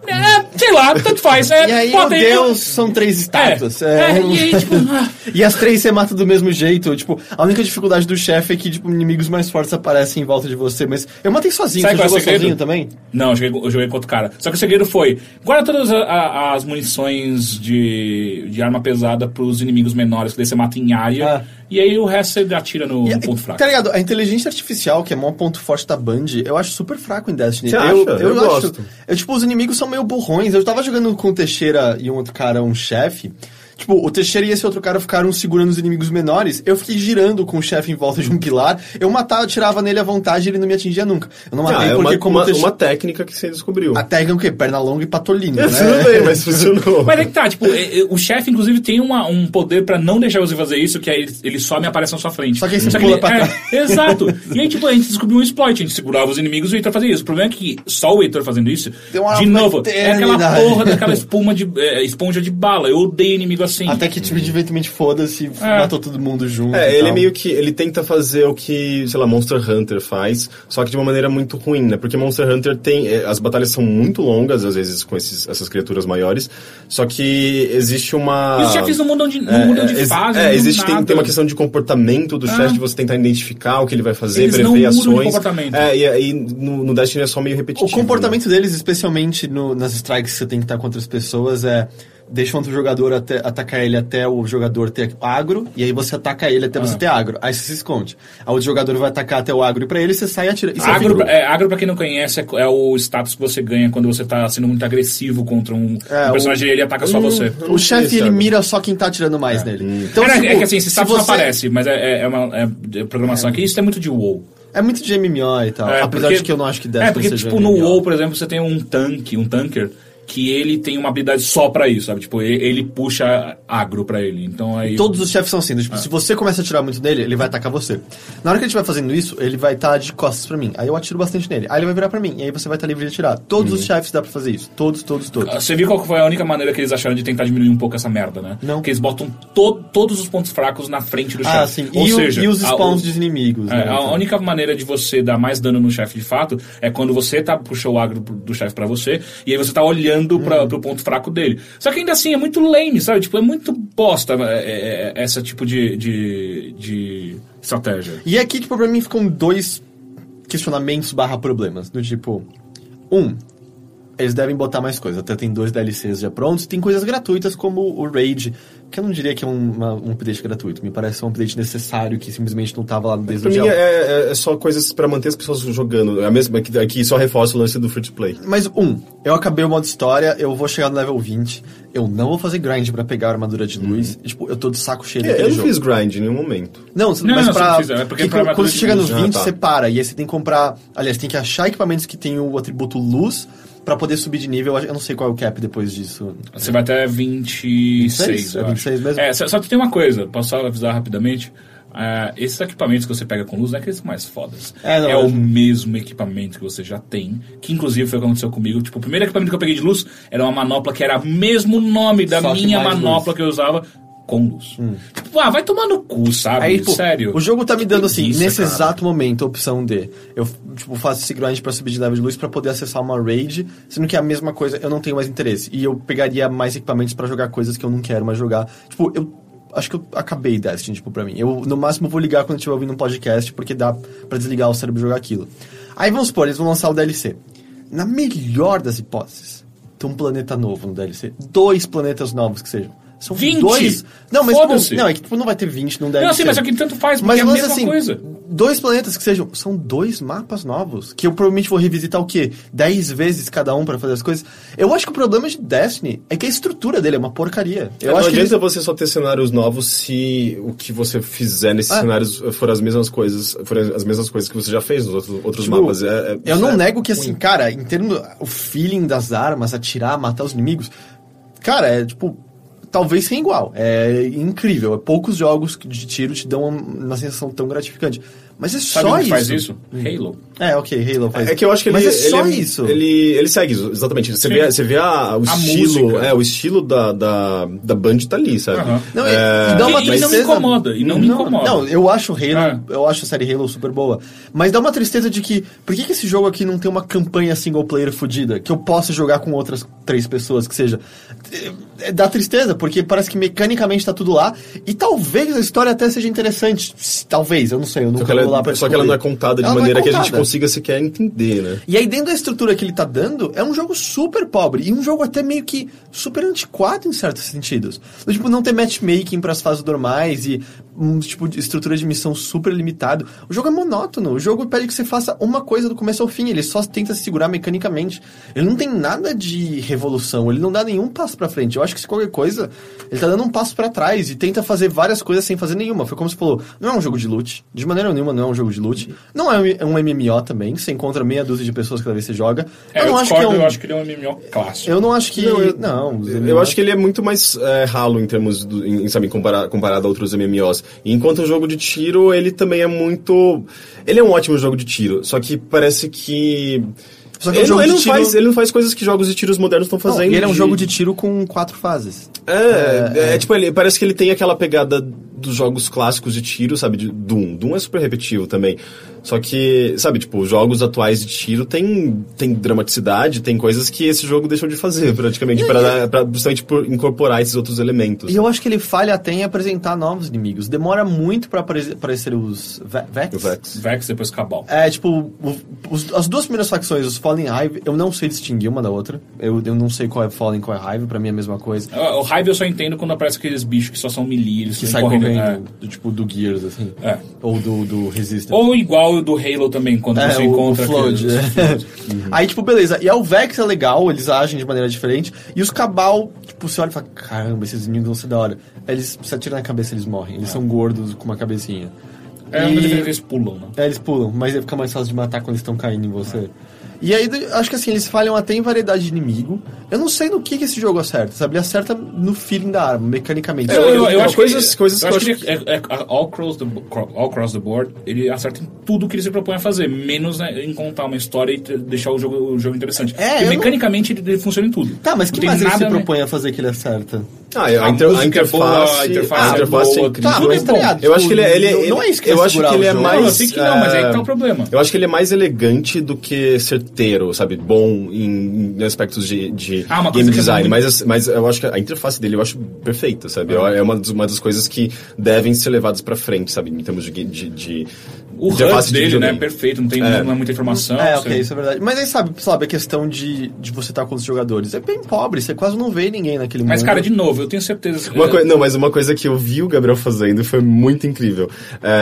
é, sei lá, tanto faz.
*laughs*
É,
E aí, meu
pode-
Deus, são três
É,
estátuas.
é,
É.
e
*laughs*
aí, tipo, ah,
E as três você mata do mesmo jeito. Tipo, a única dificuldade do chefe é que, tipo, inimigos mais fortes aparecem em volta de você. Mas eu matei sozinho.
Sabe
você
qual é o
jogou
segredo?
sozinho também?
Não, eu joguei, eu joguei com outro cara. Só que o segredo foi: guarda todas a- a- as munições de, de arma pesada pros inimigos menores, que daí você mata em área.
Ah.
E aí o resto você atira no,
Um
E-
no ponto fraco.
Tá ligado? A inteligência artificial, que é o maior ponto forte da Band, eu acho super fraco em Destiny.
Você
eu,
acha?
Eu,
Eu
acho.
gosto.
Eu, tipo, os inimigos são meio burrões. Eu tava jogando com o Teixeira e um outro cara, um chefe. Tipo, o Teixeira e esse outro cara ficaram segurando os inimigos menores. Eu fiquei girando com o chefe em volta de um pilar. Eu matava, tirava nele à vontade e ele não me atingia nunca. Eu não
Ah,
matei
é
porque
uma,
como
uma,
o Teixeira...
uma técnica que você descobriu. *laughs* É,
A técnica é o quê? Perna longa e patolina,
Tudo
né?
bem, mas funcionou.
Mas é que tá, tipo, é- é- o chefe, inclusive, tem uma- um poder pra não deixar você fazer isso, que aí ele, ele some e aparece na sua frente.
Só que aí você pula pra trás.
é, *laughs* Exato. E aí, tipo, a gente descobriu um exploit, a gente segurava os inimigos e o Heitor fazia isso. O problema é que só o Heitor fazendo isso,
Deu uma
de novo, é aquela
eternidade.
porra daquela espuma de, é, esponja de bala. Eu odeio inimigo assim.
Até que, tipo, de eventualmente foda-se, matou todo mundo junto
É,
e
ele
tal.
meio que. Ele tenta fazer o que, sei lá, Monster Hunter faz, só que de uma maneira muito ruim, né? Porque Monster Hunter tem. eh, As batalhas são muito longas, às vezes, com esses, essas criaturas maiores. Só que existe uma.
E os chefes não mudam de, não
É,
mudam de
ex-
fase, não
É,
mudam
existe, tem,
nada. É.
tem uma questão de comportamento do chefe, de você tentar identificar o que ele vai fazer,
Eles não
prever
mudam de
ações.
comportamento.
É, e aí no, no Destiny é só meio repetitivo. né,
O
Tipo,
comportamento deles, especialmente no- nas strikes que você tem que estar contra as pessoas, é deixa outro jogador até- atacar ele até o jogador ter agro, e aí você ataca ele até
Ah.
você ter agro. Aí você se esconde. Aí o jogador vai atacar até o agro e pra ele você sai e atira. Isso é
Agro,
figura.
é, agro, pra quem não conhece, é, é o status que você ganha quando você tá sendo muito agressivo contra um,
É,
um
o-
personagem e ele ataca só você.
não
O chefe,
sei,
ele
sabe?
mira só quem tá atirando mais nele. Então,
é. Cara,
tipo,
é que assim, esse
se
status não
você-
aparece, mas é, é- é uma é- é programação aqui. Isso é muito de WoW.
É muito de MMO e tal.
É,
apesar
porque-
de que eu não acho que deve
É, porque
seja
tipo,
um
no
MMO.
WoW, por exemplo, você tem um tanque, um tanker, que ele tem uma habilidade só pra isso, sabe? Tipo, ele, ele puxa agro pra ele. Então aí...
Todos os chefes são assim,
Ah.
do tipo, se você começa a atirar muito nele, ele vai atacar você. Na hora que ele estiver fazendo isso, ele vai estar de costas pra mim. Aí eu atiro bastante nele. Aí ele vai virar pra mim, e aí você vai estar livre de atirar. Todos
Uhum.
os chefes dá pra fazer isso. Todos, todos, todos.
Você viu qual que foi a única maneira que eles acharam de tentar diminuir um pouco essa merda, né?
Não.
Que eles botam to- todos os pontos fracos na frente do chefe.
Ah, sim.
Ou
E, o-
seja,
e os
a-
spawns
o-
dos inimigos.
É,
né?
a única maneira de você dar mais dano no chefe de fato é quando você tá, puxou o agro pro- do chefe pra você e aí você tá olhando pra, pro ponto fraco dele. Só que ainda assim é muito lame, sabe? Tipo, é muito bosta é, é, é, essa tipo de, de, de Estratégia.
E aqui, tipo, pra mim ficam dois questionamentos barra problemas. Do tipo, um, eles devem botar mais coisa. Até tem dois DLCs já prontos. Tem coisas gratuitas como o Raid, que eu não diria que é um, uma- um update gratuito. Me parece um update necessário que simplesmente não tava lá desde
Pra
o
mim
dia. um.
é, é- é só coisas pra manter as pessoas jogando. É A mesma, aqui, aqui só reforça o lance do free to play.
Mas um, eu acabei o modo história, eu vou chegar no level 20, eu não vou fazer grind pra pegar a armadura de luz. E, tipo, eu tô de saco cheio
Uhum. É,
daquele
eu não
jogo.
fiz grind em nenhum momento.
Não,
Não,
mas
não, você
pra.
não precisa, é porque
que
pra
quando
armadura
você
de
chega nos
luz, ah,
20,
tá.
você para. E aí você tem que comprar. Aliás, tem que achar equipamentos que tem o atributo luz pra poder subir de nível. Eu não sei qual é o cap depois disso.
Você vai até 26.
26,
eu
é 26
acho.
mesmo?
É, só, só que tem uma coisa, posso só avisar rapidamente. Ah, esses equipamentos que você pega com luz não é aqueles mais fodas.
É, não,
o
eu-
mesmo equipamento que você já tem. Que inclusive foi o que aconteceu comigo. Tipo, o primeiro equipamento que eu peguei de luz era uma manopla que era o mesmo nome da
Só que
minha
mais Hum.
manopla que eu usava com luz. Tipo, ah, vai tomar no cu, sabe?
Aí, pô,
Sério.
o jogo tá me
Que
dando assim,
preguiça,
nesse
cara.
exato momento, a opção D. Eu, tipo, faço esse grind pra subir de level de luz pra poder acessar uma raid, sendo que é a mesma coisa, eu não tenho mais interesse. E eu pegaria mais equipamentos pra jogar coisas que eu não quero mais jogar. Tipo, eu acho que eu acabei Destiny, tipo, pra mim. Eu, no máximo, vou ligar quando eu estiver ouvindo um podcast, porque dá pra desligar o cérebro e jogar aquilo. Aí, vamos supor, eles vão lançar o DLC. Na melhor das hipóteses, tem um planeta novo no DLC. Dois planetas novos que sejam. São
20?
dois. Não, mas
Foda-se.
tipo, não, é que tipo, não vai ter 20 num DLC.
Não, sim, mas é que tanto faz, porque
Mas
é a
o lance
mesma
assim,
coisa.
Dois planetas que sejam. São dois mapas novos. Que eu provavelmente vou revisitar o quê? Dez vezes cada um pra fazer as coisas. Eu acho que o problema de Destiny é que a estrutura dele é uma porcaria. Eu
não
acho que.
adianta
eles-
você só ter cenários novos se o que você fizer nesses
Ah.
cenários for as mesmas coisas, for as mesmas coisas que você já fez nos outros, outros
Tipo,
mapas. É- é-
Eu
é
não nego que, assim,
ruim.
cara, em termos. O feeling das armas, atirar, matar os inimigos. Cara, é tipo. Talvez sem igual. É incrível. É poucos jogos de tiro te dão uma, uma sensação tão gratificante. Mas é
Sabe
só
o que
isso.
faz isso? Halo.
É, ok, Halo faz
É que eu acho que ele,
Mas é só
ele,
isso.
Ele, ele segue isso, exatamente. Você
Sim.
vê, você vê a, o
A
estilo,
música.
é, o estilo da, da, da Band tá ali, sabe?
Aham.
Não,
é,
e, e dá uma
E- e não me
tristeza.
incomoda, e não me incomoda.
Não, eu acho Halo,
É.
Ah.
eu acho a série Halo super boa. Mas dá uma tristeza de que. Por que, que esse jogo aqui não tem uma campanha single player fodida? Que eu possa jogar com outras três pessoas, que seja. É- é- Dá tristeza, porque parece que mecanicamente tá tudo lá. E talvez a história até seja interessante. S- Talvez, eu não sei, eu
só
nunca
que
vou lá
ela,
pra
só que ela não é contada de maneira que a gente
consiga.
consiga sequer entender, né?
E aí, dentro da estrutura que ele tá dando, é um jogo super pobre. E um jogo até meio que super antiquado em certos sentidos. Do Tipo, não ter matchmaking pras fases normais e um tipo de estrutura de missão super limitado. O jogo é monótono. O jogo pede que você faça uma coisa do começo ao fim. Ele só tenta se segurar mecanicamente. Ele não tem nada de revolução. Ele não dá nenhum passo pra frente. Eu acho que se qualquer coisa, ele tá dando um passo pra trás e tenta fazer várias coisas sem fazer nenhuma. Foi como você falou, não é um jogo de loot. De maneira nenhuma não é um jogo de loot. Não é um- é um MMO também. Você encontra meia dúzia de pessoas cada vez que você joga.
É,
eu,
eu,
não acho que
discordo,
é um,
eu acho que ele é um MMO clássico.
eu não acho que...
Não,
Não,
eu-
não,
Eu acho que ele é muito mais é, ralo em termos do, em, em, sabe, comparar- comparado a outros MMOs. Enquanto o jogo de tiro, ele também é muito. Ele é um ótimo jogo de tiro, só que parece que.
Só que é um
ele, não-
jogo
ele
de
não
tiro-
faz, ele não faz coisas que jogos de tiros modernos estão
Não,
tá fazendo.
e ele é um
de-
jogo de tiro com quatro fases.
É, é, tipo, ele, parece que ele tem aquela pegada dos jogos clássicos de tiro, sabe? De Doom. Doom é super repetitivo também. Só que, sabe, tipo, os jogos atuais de tiro tem, tem dramaticidade, tem coisas que esse jogo deixou de fazer, praticamente, pra, dar- pra justamente por incorporar esses outros elementos.
E eu acho que ele falha até em apresentar novos inimigos. Demora muito pra apare- aparecer os Ve- Vex.
O Vex.
Vex depois Cabal.
É, tipo, o- os- as duas primeiras facções, os Fallen e Hive, eu não sei distinguir uma da outra. Eu, eu não sei qual é Fallen e qual é Hive, pra mim é a mesma coisa.
Ah, O Hive eu só entendo quando aparece aqueles bichos que só são melee, eles
Que
saem
sai
correndo.
correndo,
é.
do, tipo, do Gears, assim.
É.
Ou do, do Resistance.
Ou igual o do Halo também, quando
É,
você
o-
encontra
o Flood.
aqueles-
é.
Uhum.
Aí, tipo, beleza. E a Vex é legal, eles agem de maneira diferente. E os Cabal, tipo, você olha e fala, caramba, esses inimigos vão ser da hora. Aí Eles se atiram na cabeça, eles morrem. Eles são gordos com uma cabecinha.
É,
E-
mas eles pulam, né?
É, eles pulam, mas aí fica mais fácil de matar quando eles estão caindo em você. E aí, do- acho que assim, eles falham até em variedade de inimigo. Eu não sei no que, que esse jogo acerta, sabe? Ele acerta no feeling da arma, mecanicamente.
Eu, eu- eu
é,
acho
coisas-
que,
coisas
eu
que
acho
eu
que ele- é- é- all, cross the, bo- cro- all cross the board, ele acerta em tudo que ele se propõe a fazer, menos né, em contar uma história e te- deixar o jogo, o jogo interessante.
É,
Porque
eu não-
mecanicamente ele, ele funciona em tudo.
Tá, mas o que
Não tem
mais ele se
nada, né?
propõe a fazer que ele acerta?
Ah, a,
A
inter-
música
a
é
interface,
boa, a interface
a
é
interface
boa,
é
tudo
incrível.
Tá, mas tá
bom.
Eu
ligado,
acho que ele é, ele é-
não, não é isso que
eu
vai
acho
segurar
que ele
o
é
jogo.
mais.
Não, eu sei que não, mas aí que tá o
eh,
problema.
Eu acho que ele é mais elegante do que certeiro, sabe? Bom em, em aspectos de, de
Ah, uma coisa
game
que é
design.
muito-
mas, as- mas eu acho que a interface dele eu acho perfeita,
Ah.
sabe? Eu- É uma, das- uma das coisas que devem ser levadas pra frente, sabe? Em termos de. ga- de, de
O HUD
interface é de
dele, né?
videogame.
Perfeito, não tem não é muita informação.
É,
você-
ok, isso é verdade. Mas aí sabe, sabe, a questão de, de você estar com os jogadores. É bem pobre, você quase não vê ninguém naquele
Mas,
mundo. É
cara, de novo, eu tenho certeza.
Uma coi- não, mas uma coisa que eu vi o Gabriel fazendo foi muito incrível.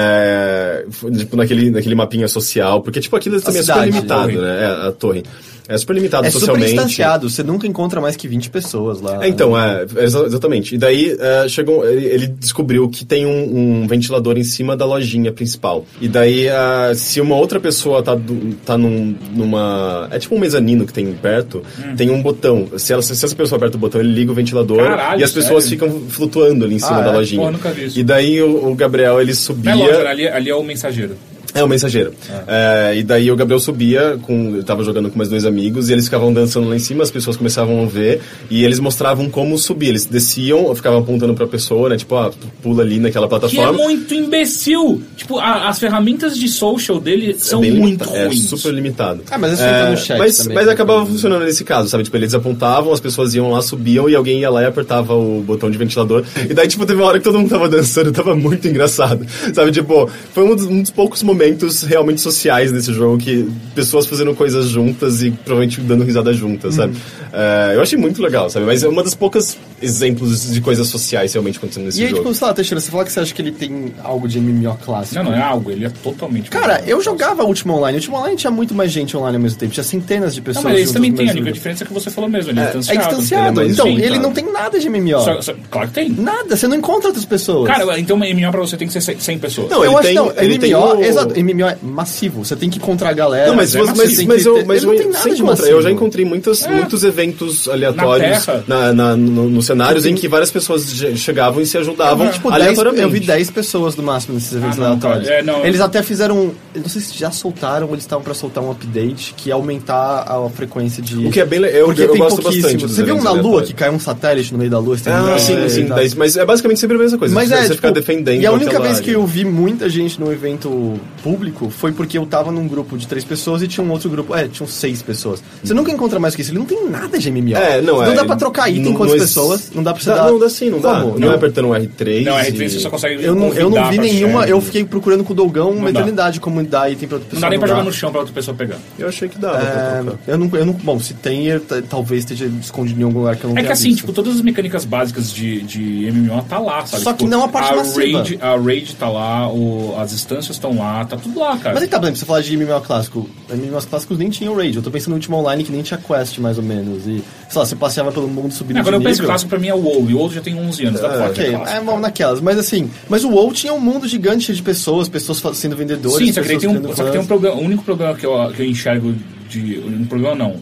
É, foi, tipo, naquele, naquele mapinha social, porque, tipo, aquilo também é
cidade.
super limitado,
A torre.
né? É, a torre. É super limitado
é super
socialmente.
distanciado, você nunca encontra mais que 20 pessoas lá.
É, então, é, exa- exatamente. E daí é, chegou, ele, ele descobriu que tem um, um ventilador em cima da lojinha principal. E daí, é, se uma outra pessoa tá, do- tá num, numa. É tipo um mezanino que tem perto,
Hum.
tem um botão. Se, ela, se essa pessoa aperta o botão, ele liga o ventilador
Caralho,
e as pessoas
sério?
ficam flutuando ali em cima
Ah,
da
é?
lojinha.
Porra, nunca vi isso.
E daí o, o Gabriel ele
Não
subia.
é loja, ali, ali é o mensageiro.
É, o mensageiro. É, e daí o Gabriel subia, com, eu tava jogando com mais dois amigos, e eles ficavam dançando lá em cima, as pessoas começavam a ver, e eles mostravam como subir. Eles desciam, ficavam apontando pra pessoa, né? Tipo, ah, pula ali naquela
Que é
plataforma.
muito imbecil. Tipo, a- as ferramentas de social dele são
bem
muito
limita- é
ruins.
super limitado. É,
Ah, mas isso entra no chat
mas,
também,
mas
né?
acabava funcionando nesse caso, sabe? Tipo, eles apontavam, as pessoas iam lá, subiam e alguém ia lá e apertava o botão de ventilador. E daí, tipo, teve uma hora que todo mundo tava dançando, *laughs* tava muito engraçado. Sabe, tipo, foi um dos, um dos poucos momentos realmente sociais nesse jogo que pessoas fazendo coisas juntas e provavelmente dando risada juntas, sabe?
Uhum.
É, eu achei muito legal, sabe? Mas é uma das poucas exemplos de coisas sociais realmente acontecendo nesse
E aí,
jogo.
tipo, sei lá, Teixeira, você fala que você acha que ele tem algo de MMO clássico.
Não, não é algo, ele é totalmente.
Cara, eu jogava Ultima Online. Ultima Online tinha muito mais gente online ao mesmo tempo. Tinha centenas de
Não,
pessoas.
mas eles
juntas
também
no
tem, a
mesmo
única
grupo.
diferença é que você falou mesmo, ele é,
É
distanciado.
distanciado.
ele é mais
então,
Sim,
ele
tá.
não tem nada de MMO.
Só- só- claro que tem.
Nada, você não encontra outras pessoas.
Cara, então uma MMO pra você tem que ser 100 pessoas.
Não,
eu
ele
acho
tem-
que não.
ele
MMO,
tem o-
exato, MMO é massivo. Você tem que encontrar a galera.
Não, mas,
é
mas,
massivo,
mas,
tem
mas
que
eu,
ter-
mas
ele não
eu-
tem nada
você
de
encontra.
massivo. É.
Eu já encontrei muitas, muitos eventos aleatórios
terra.
na na- no- nos cenários em que várias pessoas che- chegavam e se ajudavam
Tipo, dez-
aleatoriamente.
eu vi 10 pessoas no máximo nesses eventos
não,
aleatórios.
cara, é, não, eu-
eles até fizeram. um- Eu não sei se já soltaram ou eles estavam pra soltar um update que é aumentar a frequência de.
O que é bem le- eu-
Porque
eu
tem
gosto
pouquíssimo.
bastante dos
Você viu um
eventos
na Lua
aleatórios.
que caiu um satélite no meio da Lua? você tem que
Ah,
ver,
sim,
e
sim.
tal.
dez- mas é basicamente sempre a mesma coisa.
tá. Mas
você
é,
você
tipo,
ficar defendendo.
E a única
aquela
vez
área.
que eu vi muita gente num evento público foi porque eu tava num grupo de três pessoas e tinha um outro grupo. É, tinham seis pessoas. Você nunca encontra mais que isso. Ele não tem nada de MMO.
É, não, é.
Não dá pra trocar item
não-
com as
não é-
pessoas. Não dá pra você
Dá-
dar.
Não dá sim, não dá.
Como?
Não
Não.
é apertando um R3.
Não, é
e-
R3 você só consegue.
Eu não, eu não
convidar
vi
pra
nenhuma.
chat.
Eu fiquei procurando com o Dogão uma
Não dá.
eternidade como dar item pra outra
Não
pessoa.
dá nem pra
não
jogar
dá.
no chão pra outra pessoa pegar.
Eu achei que dava pra
É,
trocar.
eu não, eu não, bom, se tem, eu t- talvez esteja escondido em algum lugar que eu não
É que
tenha
assim,
visto.
tipo, todas as mecânicas básicas de, de MMO tá lá, sabe?
Só que
Tipo,
não a parte
a
massiva.
Raid, a raid tá lá, o- as instâncias estão lá, tá tudo lá, cara.
Mas aí tá, por exemplo, você falar de MMO clássico. MMOs clássicos nem tinham raid. Eu tô pensando no último online que nem tinha quest, mais ou menos. E, sei lá, você passeava pelo mundo subindo
Não,
de
Quando eu
nível.
penso clássico, pra mim é o WoW, e o WoW já tem 11 anos, dá pra falar que é
Ok,
clássico.
é, vamos naquelas. Mas assim, mas o WoW tinha um mundo gigante de pessoas, pessoas fa- sendo vendedores,
Sim, só
pessoas
que, daí tem um,
criando
só que tem
clãs.
um problema. O único problema que eu, que eu enxergo de. Um problema não.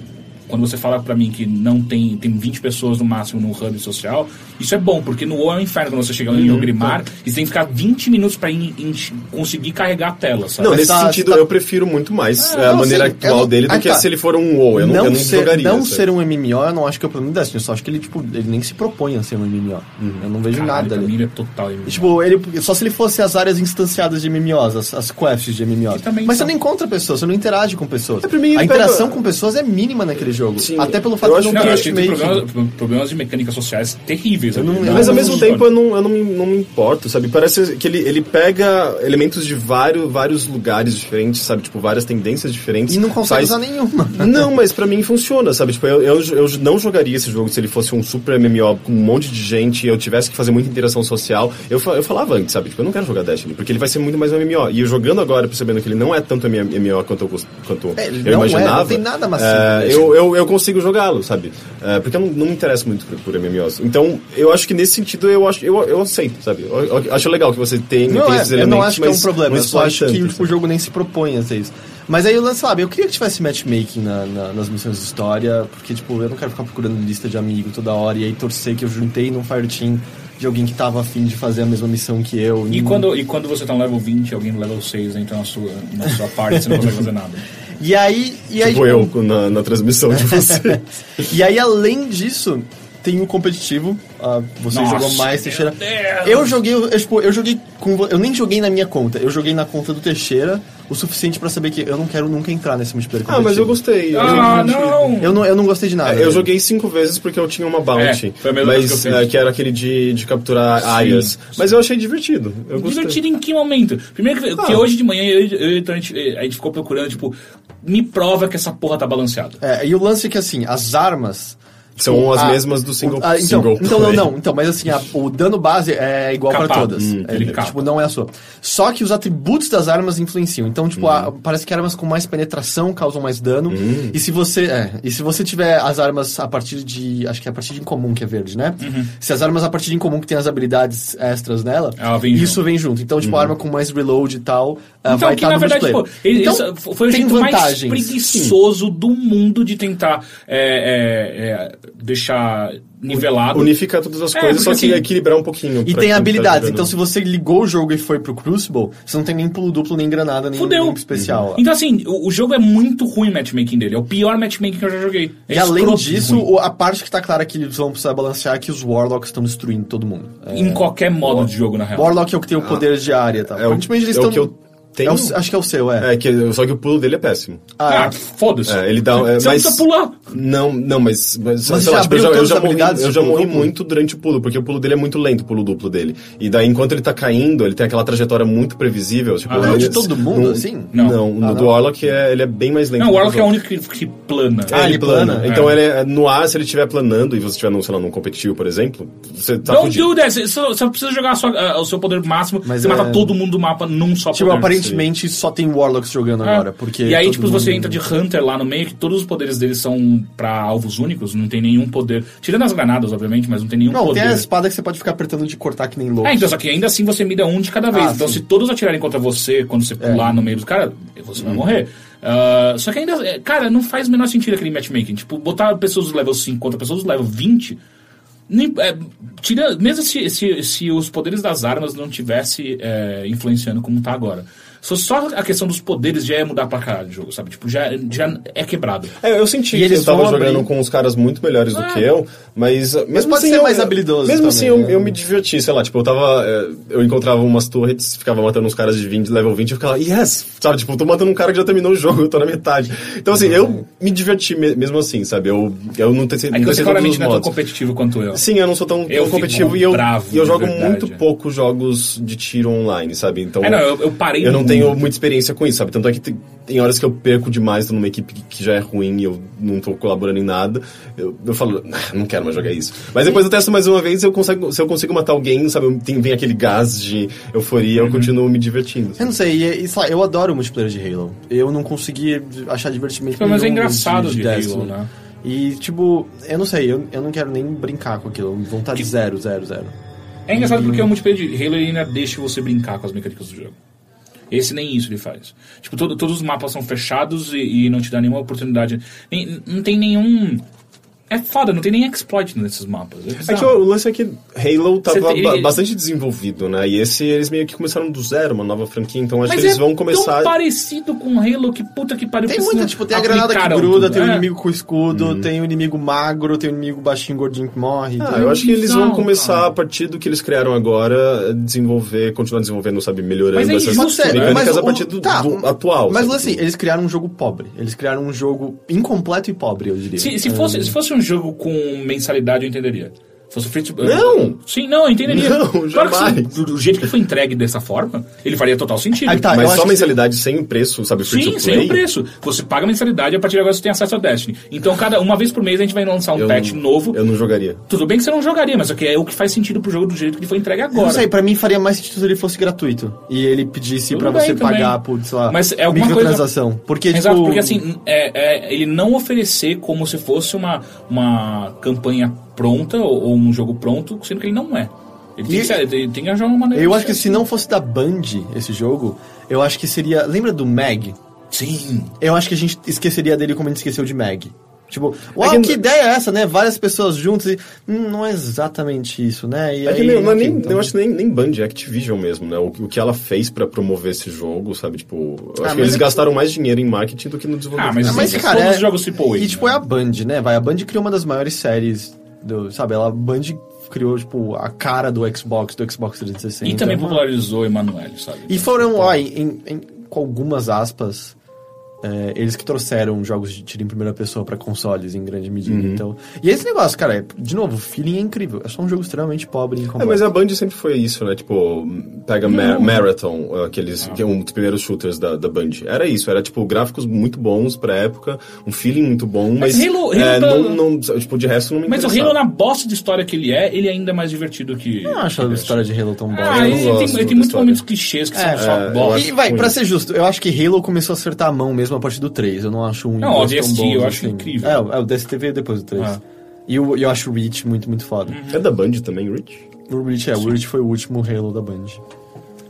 Quando você fala pra mim que não tem, tem 20 pessoas no máximo no hub social, isso é bom, porque no WoW é um inferno quando você chega no Grimar e você tem que ficar 20 minutos pra en- enche- conseguir carregar a tela, sabe?
Não,
Mas
nesse
tá-
sentido,
tá- Ah,
eu prefiro muito mais é, a
não,
maneira
sim, eu
atual
não-
dele do
Ah,
que
tá.
se ele for um WoW. Eu não, eu não
ser,
jogaria.
não
sabe?
ser um MMO, eu não acho que é o problema do Destiny. Eu só acho que ele, tipo, ele nem se propõe a ser um MMO.
Uhum.
Eu não vejo
Caralho,
nada né?
pra
ali.
mim ele é total. MMO.
E, Tipo, ele, só se ele fosse as áreas instanciadas de MMOs, as, as quests de MMOs.
Que também
Mas
são.
você não encontra pessoas, você não interage com pessoas.
É, pra mim,
a
ele
interação
pega-
com pessoas é mínima naquele jogo.
Sim.
Até pelo
Eu
fato de
acho
não
Não,
ter
eu acho que tem
matchmaking.
problemas, problemas de mecânicas sociais terríveis.
é um Eu
ali,
não-
né?
Mas ao
Não,
mesmo
não
tempo eu não, eu não, me, não me importo, sabe? Parece que ele, ele pega elementos de vários, vários lugares diferentes, sabe? Tipo, várias tendências diferentes.
E não consegue
faz-
usar nenhuma.
Não, mas pra mim funciona, sabe? Tipo, eu, eu, eu não jogaria esse jogo se ele fosse um super MMO com um monte de gente e eu tivesse que fazer muita interação social. Eu, fa- eu falava antes, sabe? Tipo, eu não quero jogar Destiny, porque ele vai ser muito mais um MMO. E eu jogando agora, percebendo que ele não é tanto MMO quanto eu, gost- quanto
É, ele
eu
não é, não
imaginava.
tem nada massivo.
é, eu, eu, eu consigo jogá-lo, sabe? É, porque eu não, não me interesso muito por, por MMOs. Então, eu acho que nesse sentido eu, acho, eu, eu aceito, sabe? Eu, eu acho legal que você tem,
Não,
tem
é,
esses
eu
elementos.
não acho que é um
mas
problema,
não
eu só
explode
acho que
tanto,
tipo, o jogo nem se propõe a ser isso. Mas aí, eu sabe, eu queria que tivesse matchmaking na- na- nas missões de história, porque, tipo, eu não quero ficar procurando lista de amigo toda hora e aí torcer que eu juntei num Fire Team de alguém que tava afim de fazer a mesma missão que eu.
E
Hum.
quando, e quando você tá no level 20 alguém no level 6 entra na sua, na sua parte, você não consegue fazer nada.
E aí, e aí *laughs*
Tipo eu na, na transmissão de você.
E aí, além disso, tem o competitivo. ah, você
Nossa,
jogou mais,
meu
Teixeira.
Deus.
Eu joguei, eu, tipo, eu joguei com. vo- Eu nem joguei na minha conta, eu joguei na conta do Teixeira o suficiente pra saber que eu não quero nunca entrar nesse multiplayer
Ah, mas
competitivo.
eu gostei. eu
Ah,
joguei- Ah,
não!
Eu não, eu não gostei de nada.
É, Eu joguei cinco vezes porque eu tinha uma bounty.
É, foi a mesma
mas,
coisa que eu fiz.
eh, era aquele de, de capturar aias. Mas eu achei divertido. Eu gostei.
Divertido em que momento? Primeiro que,
Ah.
que hoje de manhã eu, eu, então, a, gente, a gente ficou procurando, tipo, me prova que essa porra tá balanceada.
É, e o lance é que, assim, as armas...
São
tipo,
as mesmas do single-
ah, então,
single
então, não,
player.
não. Então, mas assim, a- o dano base é igual pra
Capado.
todas.
Hum,
É,
ele capa.
tipo, não é a sua. Só que os atributos das armas influenciam. Então, tipo, a-
Hum.
parece que armas com mais penetração causam mais dano. E se você... é, e se você tiver as armas a partir de... Acho que é a partir de incomum que é verde, né?
Uhum.
Se as armas a partir de incomum que tem as habilidades extras nela,
Ela Ah, vem Uhum.
isso vem junto. Então, tipo, a arma com mais reload e tal ah,
Então,
vai
que
estar
na
no
verdade,
multiplayer.
tipo, ele-
então,
isso foi o
tem
jeito
vantagens.
mais
Sim.
preguiçoso do mundo de tentar é, é, é, deixar nivelado.
Unificar todas as
É,
coisas, só
porque
que
assim-
equilibrar um pouquinho.
E tem
pra quem tá
habilidades,
jogando.
então se você ligou o jogo e foi pro Crucible, você não tem nem pulo duplo, nem granada, nem,
Fudeu.
nem especial.
Uhum.
Então, assim, o, o jogo é muito ruim o matchmaking dele. É o pior matchmaking que eu já joguei. É
E além
escroto de
disso,
ruim.
o- a parte que tá clara que eles vão precisar balancear é que os Warlocks estão destruindo todo mundo. É.
em qualquer modo de jogo, na real.
Warlock é o que tem o poder de área e tal.
É o,
Aparentemente eles
é
estão.
o que eu tenho.
é o- acho que é o seu, é.
É, que, só que o pulo dele é péssimo.
Ah,
Ah,
foda-se.
É, ele dá- é,
Você não
mas-
precisa pular.
Não, não, mas. Mas,
Mas
sei
já
lá, tipo,
abriu
eu já, eu
todas
já
as
morri,
habilidades
eu
do
já
pulo
morri
duplo?
muito durante o pulo, porque o pulo dele é muito lento, o pulo duplo dele. E daí, enquanto ele tá caindo, ele tem aquela trajetória muito previsível. Tipo,
Ah,
não é de
ele-
todo mundo,
não-
assim?
Não.
Não, no do Warlock é, ele é bem mais lento.
Não, o
que
Warlock é
os
o
outros.
único que, que plana.
É, ele
ele
plana.
plana,
Então ele é- no ar, se ele estiver planando e você estiver num, sei lá, num competitivo, por exemplo, você tá
Don't
fudido.
do that. Você só você precisa jogar a sua- a- o seu poder máximo.
Mas
você
é-
mata todo mundo do mapa num só
tipo,
poder.
aparentemente só tem Warlocks jogando
É.
agora. Porque
e aí,
todo
tipo, você
mundo-
entra de Hunter lá no meio, que todos os poderes deles são pra alvos únicos, não tem nenhum poder. Tirando as granadas, obviamente, mas não tem nenhum
Não,
poder.
tem a espada que você pode ficar apertando de cortar que nem louco.
É, então, só que ainda assim você mira um de cada vez.
Ah,
então,
sim.
se todos atirarem contra você quando
É.
você pular no meio dos caras, você
Uhum.
vai morrer. Ah, só que ainda, é, cara, não faz o menor sentido aquele matchmaking. Tipo, botar pessoas do level 5 contra pessoas do level 20. nem- é, tira, mesmo se, se, se os poderes das armas não tivesse é, influenciando como tá agora. Só, só a questão dos poderes já ia mudar pra caralho o jogo, sabe? Tipo, já, já é quebrado.
É, eu senti
E
que
eles
eu tava
vão abrir.
jogando com uns caras muito melhores
Ah.
do que eu, mas uh, mesmo
pode
assim
ser
eu-
mais habilidoso
Mesmo
também,
assim eu,
né?
eu me diverti, sei lá, tipo, eu tava eh, eu encontrava umas turrets, ficava matando uns caras de 20, level 20 e eu ficava, yes, sabe, tipo, eu tô matando um cara que já terminou o jogo, *laughs* eu tô na metade. Então assim, eu me diverti me- mesmo assim, sabe? Eu eu não tentei,
É
não
que você
tentei todos os
claramente não é tão
modos.
competitivo quanto eu.
Sim, eu não sou tão, tão
Eu fico
competitivo e eu,
bravo,
e eu
de
jogo
verdade.
muito pouco jogos de tiro online, sabe? Então
É, não, eu- eu parei
Eu não
muito.
tenho muita experiência com isso, sabe? Tanto é que te- tem horas que eu perco demais tô numa equipe que- que já é ruim e eu não tô colaborando em nada. Eu, eu falo, "Ah, não quero mais jogar isso. Mas depois eu testo mais uma vez e eu consigo, se eu consigo matar alguém, sabe? Eu- tem- vem aquele gás de euforia, eu continuo me divertindo.
Eu não sei, e- e, sei lá, eu adoro o multiplayer de Halo. Eu não consegui achar divertimento
Pelo menos é
nenhum
engraçado de
Destiny.
Halo, né?
E, tipo, eu não sei, eu, eu não quero nem brincar com aquilo. Vontade zero, zero, zero.
É engraçado
Uhum.
porque o multiplayer de Halo ele ainda deixa você brincar com as mecânicas do jogo. Esse nem isso ele faz. Tipo, todo- todos os mapas são fechados e, e não te dá nenhuma oportunidade. Nem- não tem nenhum. É foda, não tem nem exploit nesses mapas. É
É que
bizarro.
o lance é que Halo tava
Você tem-
ba-
ele-
bastante desenvolvido, né? E esse eles meio que começaram do zero, uma nova franquia, então acho
Mas
que eles
é
vão começar.
tão parecido com Halo que puta que pariu.
Tem
que
muita,
eles
tipo, tem a granada que
aplicaram
gruda,
tudo.
tem o
É.
inimigo com escudo, tem o inimigo magro, tem o inimigo baixinho, gordinho que morre.
Uhum. Ah,
tem-
eu acho que eles vão
Bizarro,
começar,
cara.
a partir do que eles criaram agora, a desenvolver, continuar desenvolvendo, sabe, melhorando
Mas é
essas
injusto, né?
mecânicas
mas
a
o-
partir do,
tá,
do atual.
Mas
sabe?
assim, eles criaram um jogo pobre. Eles criaram um jogo incompleto e pobre, eu diria.
Se, se fosse, se fosse um jogo com mensalidade, eu entenderia. Se fosse free to...
Não!
Sim, não, eu entenderia.
Não,
claro que sim,
jamais.
do, do jeito que foi entregue dessa forma, ele faria total sentido.
Aí tá, eu
mas
acho
só
que-
mensalidade sem o preço, sabe, free
Sim,
to
sem
play.
o preço. Você paga a mensalidade e a partir de agora você tem acesso ao Destiny. Então, cada uma vez por mês a gente vai lançar um
Eu
patch
não-
novo.
Eu não jogaria.
Tudo bem que você não jogaria, mas ok, é o que faz sentido pro jogo do jeito que ele foi entregue
Eu
agora.
não sei, pra mim faria mais sentido se ele fosse gratuito. E ele pedisse
Tudo
pra
bem
você
também.
pagar por, sei lá,
Mas é alguma
microtransação. Porque,
Exato,
tipo,
porque assim, é, é, ele não oferecer como se fosse uma, uma campanha pronta ou, ou um jogo pronto, sendo que ele não é. Ele tem,
E-
que, ser- ele tem que arranjar uma maneira.
Eu
de
acho que
ser
se não fosse da Band esse jogo, eu acho que seria. Lembra do Mag?
assim. Sim.
Eu acho que a gente esqueceria dele como a gente esqueceu de Mag. Tipo, uau,
que-
que ideia é essa, né? Várias pessoas juntas e. hum, não é exatamente isso, né? E
É que
aí,
nem, não é
enfim,
nem-
então-
Eu acho que nem, nem Band, é Activision mesmo, né? O, o que ela fez pra promover esse jogo, sabe? Tipo, eu
Ah,
acho que
mas
eles
é que-
gastaram mais dinheiro em marketing do que no desenvolvimento.
Ah, mas
Ah, *laughs* mas,
Sim,
cara.
todos
é-
os jogos AAA,
E, tipo,
né?
é a Band, né? Vai, a Band criou uma das maiores séries do- sabe, ela, a Band criou, tipo, a cara do Xbox, do Xbox 360.
E também
É uma-
popularizou Emanuele, sabe?
E foram, ó, em, em- em- com algumas aspas, é, eles que trouxeram jogos de tiro em primeira pessoa pra consoles em grande medida. Então, e esse negócio, cara, é- de novo, o feeling é incrível. É só um jogo extremamente pobre e
É,
complexo.
mas a Band sempre foi isso, né? Tipo, pega Ma- Marathon,
Ah.
aqueles, que é um dos primeiros shooters da, da Band. Era isso, era tipo gráficos muito bons pra época, um feeling muito bom, mas.
Mas Halo- Halo
é,
tá-
não, não- tipo, de resto não me
Mas o
interessava.
Halo, na bosta de história que ele é, ele ainda é mais divertido que.
Eu não acho a história de Halo tão boa.
Ah,
Eu
ele,
não
tem,
gosto
ele
da
tem muitos
história. É,
momentos clichês que
É.
são só
eu
bosta.
acho
E vai,
ruim.
pra ser justo, eu acho que Halo começou a acertar a mão mesmo a partir do 3. Eu não acho um. e
Não,
dois
o
tão
DST,
bons
eu acho incrível.
É, é, o DST veio depois do 3.
Ah.
E o- eu acho o Reach muito, muito
Uhum.
foda.
É da Band também, Rich?
O Reach, é, o Reach foi o último Halo da Band.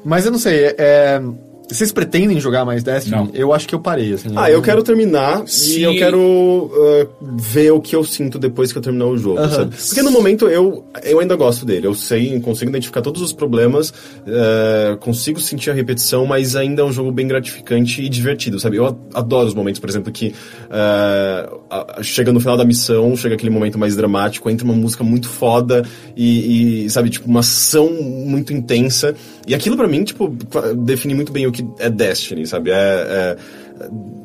Mas eu não sei, é- é, Vocês pretendem jogar mais Destiny?
Não.
Eu acho que eu parei, assim.
Ah, eu
*laughs*
quero terminar
Se-
e eu quero uh, ver o que eu sinto depois que eu terminar o jogo,
Aham.
sabe? Porque no momento eu, eu ainda gosto dele, eu sei, consigo identificar todos os problemas, uh, consigo sentir a repetição, mas ainda é um jogo bem gratificante e divertido, sabe? Eu a- adoro os momentos, por exemplo, que uh, a- a- chega no final da missão, chega aquele momento mais dramático, entra uma música muito foda e, e, sabe, tipo, uma ação muito intensa. E aquilo pra mim, tipo, cla- define muito bem o que é Destiny, sabe? É- é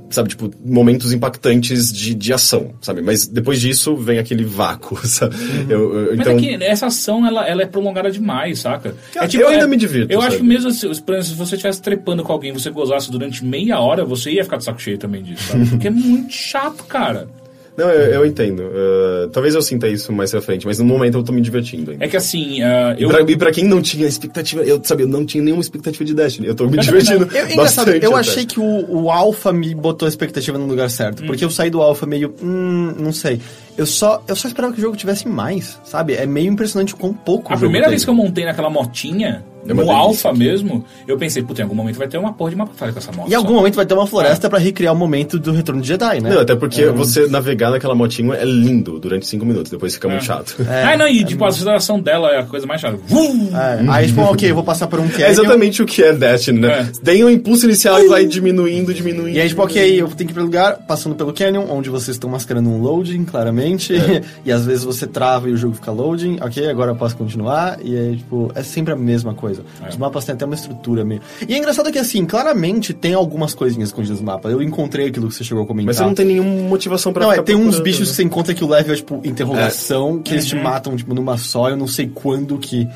sabe, tipo, momentos impactantes de, de ação, sabe? Mas depois disso vem aquele vácuo, *laughs* sabe?
Uhum.
Eu, eu-
Mas
então,
é que essa ação, ela, ela é prolongada demais, saca?
Cara,
É
eu ainda me divirto,
Eu
sabe?
acho que mesmo se, por exemplo, se você estivesse trepando com alguém e você gozasse durante meia hora, você ia ficar de saco cheio também disso, sabe?
*laughs*
Porque é muito chato, cara.
não, eu, eu entendo. Uh, talvez eu sinta isso mais pra frente, mas no momento eu tô me divertindo ainda.
É que assim, ah,
E
eu...
pra, e pra quem não tinha expectativa, eu, sabe, eu não tinha nenhuma expectativa de Destiny. Eu tô me
Eu
divertindo
Eu, engraçado,
bastante.
eu
até.
achei que o, o Alpha me botou a expectativa no lugar
Hum.
certo. Porque eu saí do Alpha meio. Hum, não sei. Eu só, eu só esperava que o jogo tivesse mais, sabe? É meio impressionante o quão pouco.
A
o jogo
primeira
tem.
vez que eu montei naquela motinha,
É uma
no
delícia
Alpha
aqui.
mesmo, eu pensei, puta, em algum momento vai ter uma porra de mapa falha com essa moto.
E em algum momento vai ter uma
É.
floresta pra recriar o momento do retorno de Jedi, né?
Não, até porque você navegar naquela motinha é lindo durante cinco minutos, depois fica
É.
muito chato.
ah, não, e tipo, a aceleração dela é a coisa mais chata. Vum!
É, aí, *laughs* tipo, ok, eu vou passar por um que
*laughs* É exatamente o que é Destiny, né?
É.
Tem um impulso inicial e vai diminuindo, diminuindo.
E aí, tipo, ok, eu tenho que ir pra lugar, passando pelo Canyon, onde vocês estão mascarando um loading, claramente.
É.
*laughs* e às vezes você trava e o jogo fica loading, ok, agora eu posso continuar. E aí, tipo, é sempre a mesma coisa.
É.
Os mapas têm até uma estrutura meio. E é engraçado que, assim, claramente tem algumas coisinhas escondidas no mapa. Eu encontrei aquilo que você chegou a comentar.
Mas você não tem nenhuma motivação pra
Tá. Não, é,
ficar
tem uns
procurando,
bichos
né?
que você encontra que o level é, tipo, interrogação, que eles te matam, tipo, numa só, eu não sei quando que.
Uhum.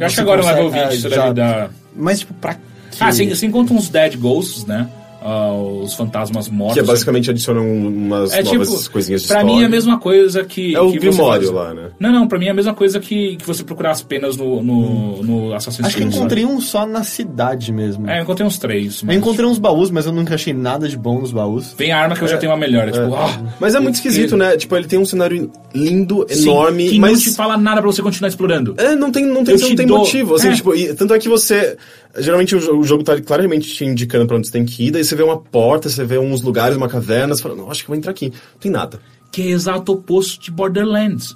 Eu
você
acho que agora o level
consegue-
20
é,
isso
já-
deve dar...
Mas, tipo, pra quê?
Ah, sim, você encontra uns dead ghosts, né? Ah, os fantasmas mortos.
Que é basicamente adicionam umas
É
novas
tipo,
coisinhas de
pra
história.
mim é a mesma coisa que.
É o
que você
Grimório
faz.
lá, né?
Não, não, pra mim é a mesma coisa que, que você procurar as penas no,
Hum.
no, no Assassin's
Acho que eu
Creed. né?
encontrei um só na cidade mesmo.
É, eu encontrei uns três.
Eu
Mas...
encontrei uns baús, mas eu nunca achei nada de bom nos baús.
Vem a arma que eu já tenho uma melhor. É tipo, ah,
Mas é muito esquisito, né? Tipo, ele tem um cenário lindo,
sim,
enorme,
que
mas.
não te fala nada pra você continuar explorando.
É, não tem, não tem,
Eu
você não
te
tem
dou-
motivo. Assim,
É.
tipo, e- tanto é que você. Geralmente o, jo- o jogo tá claramente te indicando pra onde você tem que ir, daí você vê uma porta, você vê uns lugares, uma caverna, você fala, não, acho que eu vou entrar aqui. Não tem nada.
Que é exato oposto de Borderlands.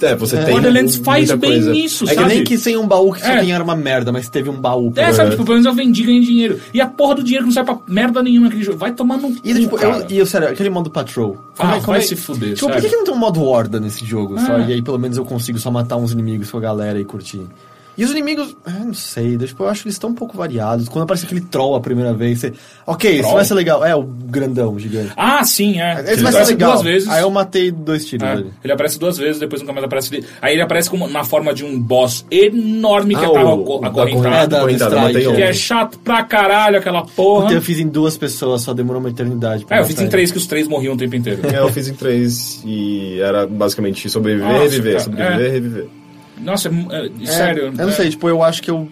É, você tem.
Borderlands faz
muita
bem
coisa.
isso,
É que
sabe?
nem que sem um baú que só
É.
tem era uma merda, mas teve um baú.
É,
pelo
sabe?
menos.
Tipo, pelo menos eu vendi e ganhei dinheiro. E a porra do dinheiro que não sai pra merda nenhuma naquele jogo. Vai tomar no.
E,
cu,
tipo,
cara.
eu, e eu, sério, aquele modo patrol.
Ah, vai se fuder,
Tipo, por
sério.
que, que não tem um modo horda nesse jogo? Só,
Ah.
e aí pelo menos eu consigo só matar uns inimigos com a galera e curtir. E os inimigos, ah, não sei, tipo, eu acho que eles estão um pouco variados. Quando aparece aquele troll a primeira vez, você. Ok, isso
Troll?
vai ser legal. É, o grandão, gigante.
Ah, sim, é.
Esse vai ser
aparece
legal.
duas vezes.
Aí eu matei dois tiros
É,
dele.
ele aparece duas vezes, depois nunca mais aparece. ele- Aí ele aparece como na forma de um boss enorme que
Ah,
é tava
o-
aco-
da
É,
acorrentado.
da-
Coitado,
do
matei
strike,
Que
ontem.
é *laughs* chato pra caralho aquela porra.
Puta, Então, eu fiz em duas pessoas, só demorou uma eternidade. pra
Ah. É, eu fiz
matar
em
ele.
três que os três morriam o tempo inteiro.
É, eu fiz em três e era basicamente sobreviver,
Nossa,
reviver,
cara,
sobreviver,
é.
reviver.
Nossa, é mu- é,
É,
sério.
Eu não
é.
sei, tipo, eu acho que eu.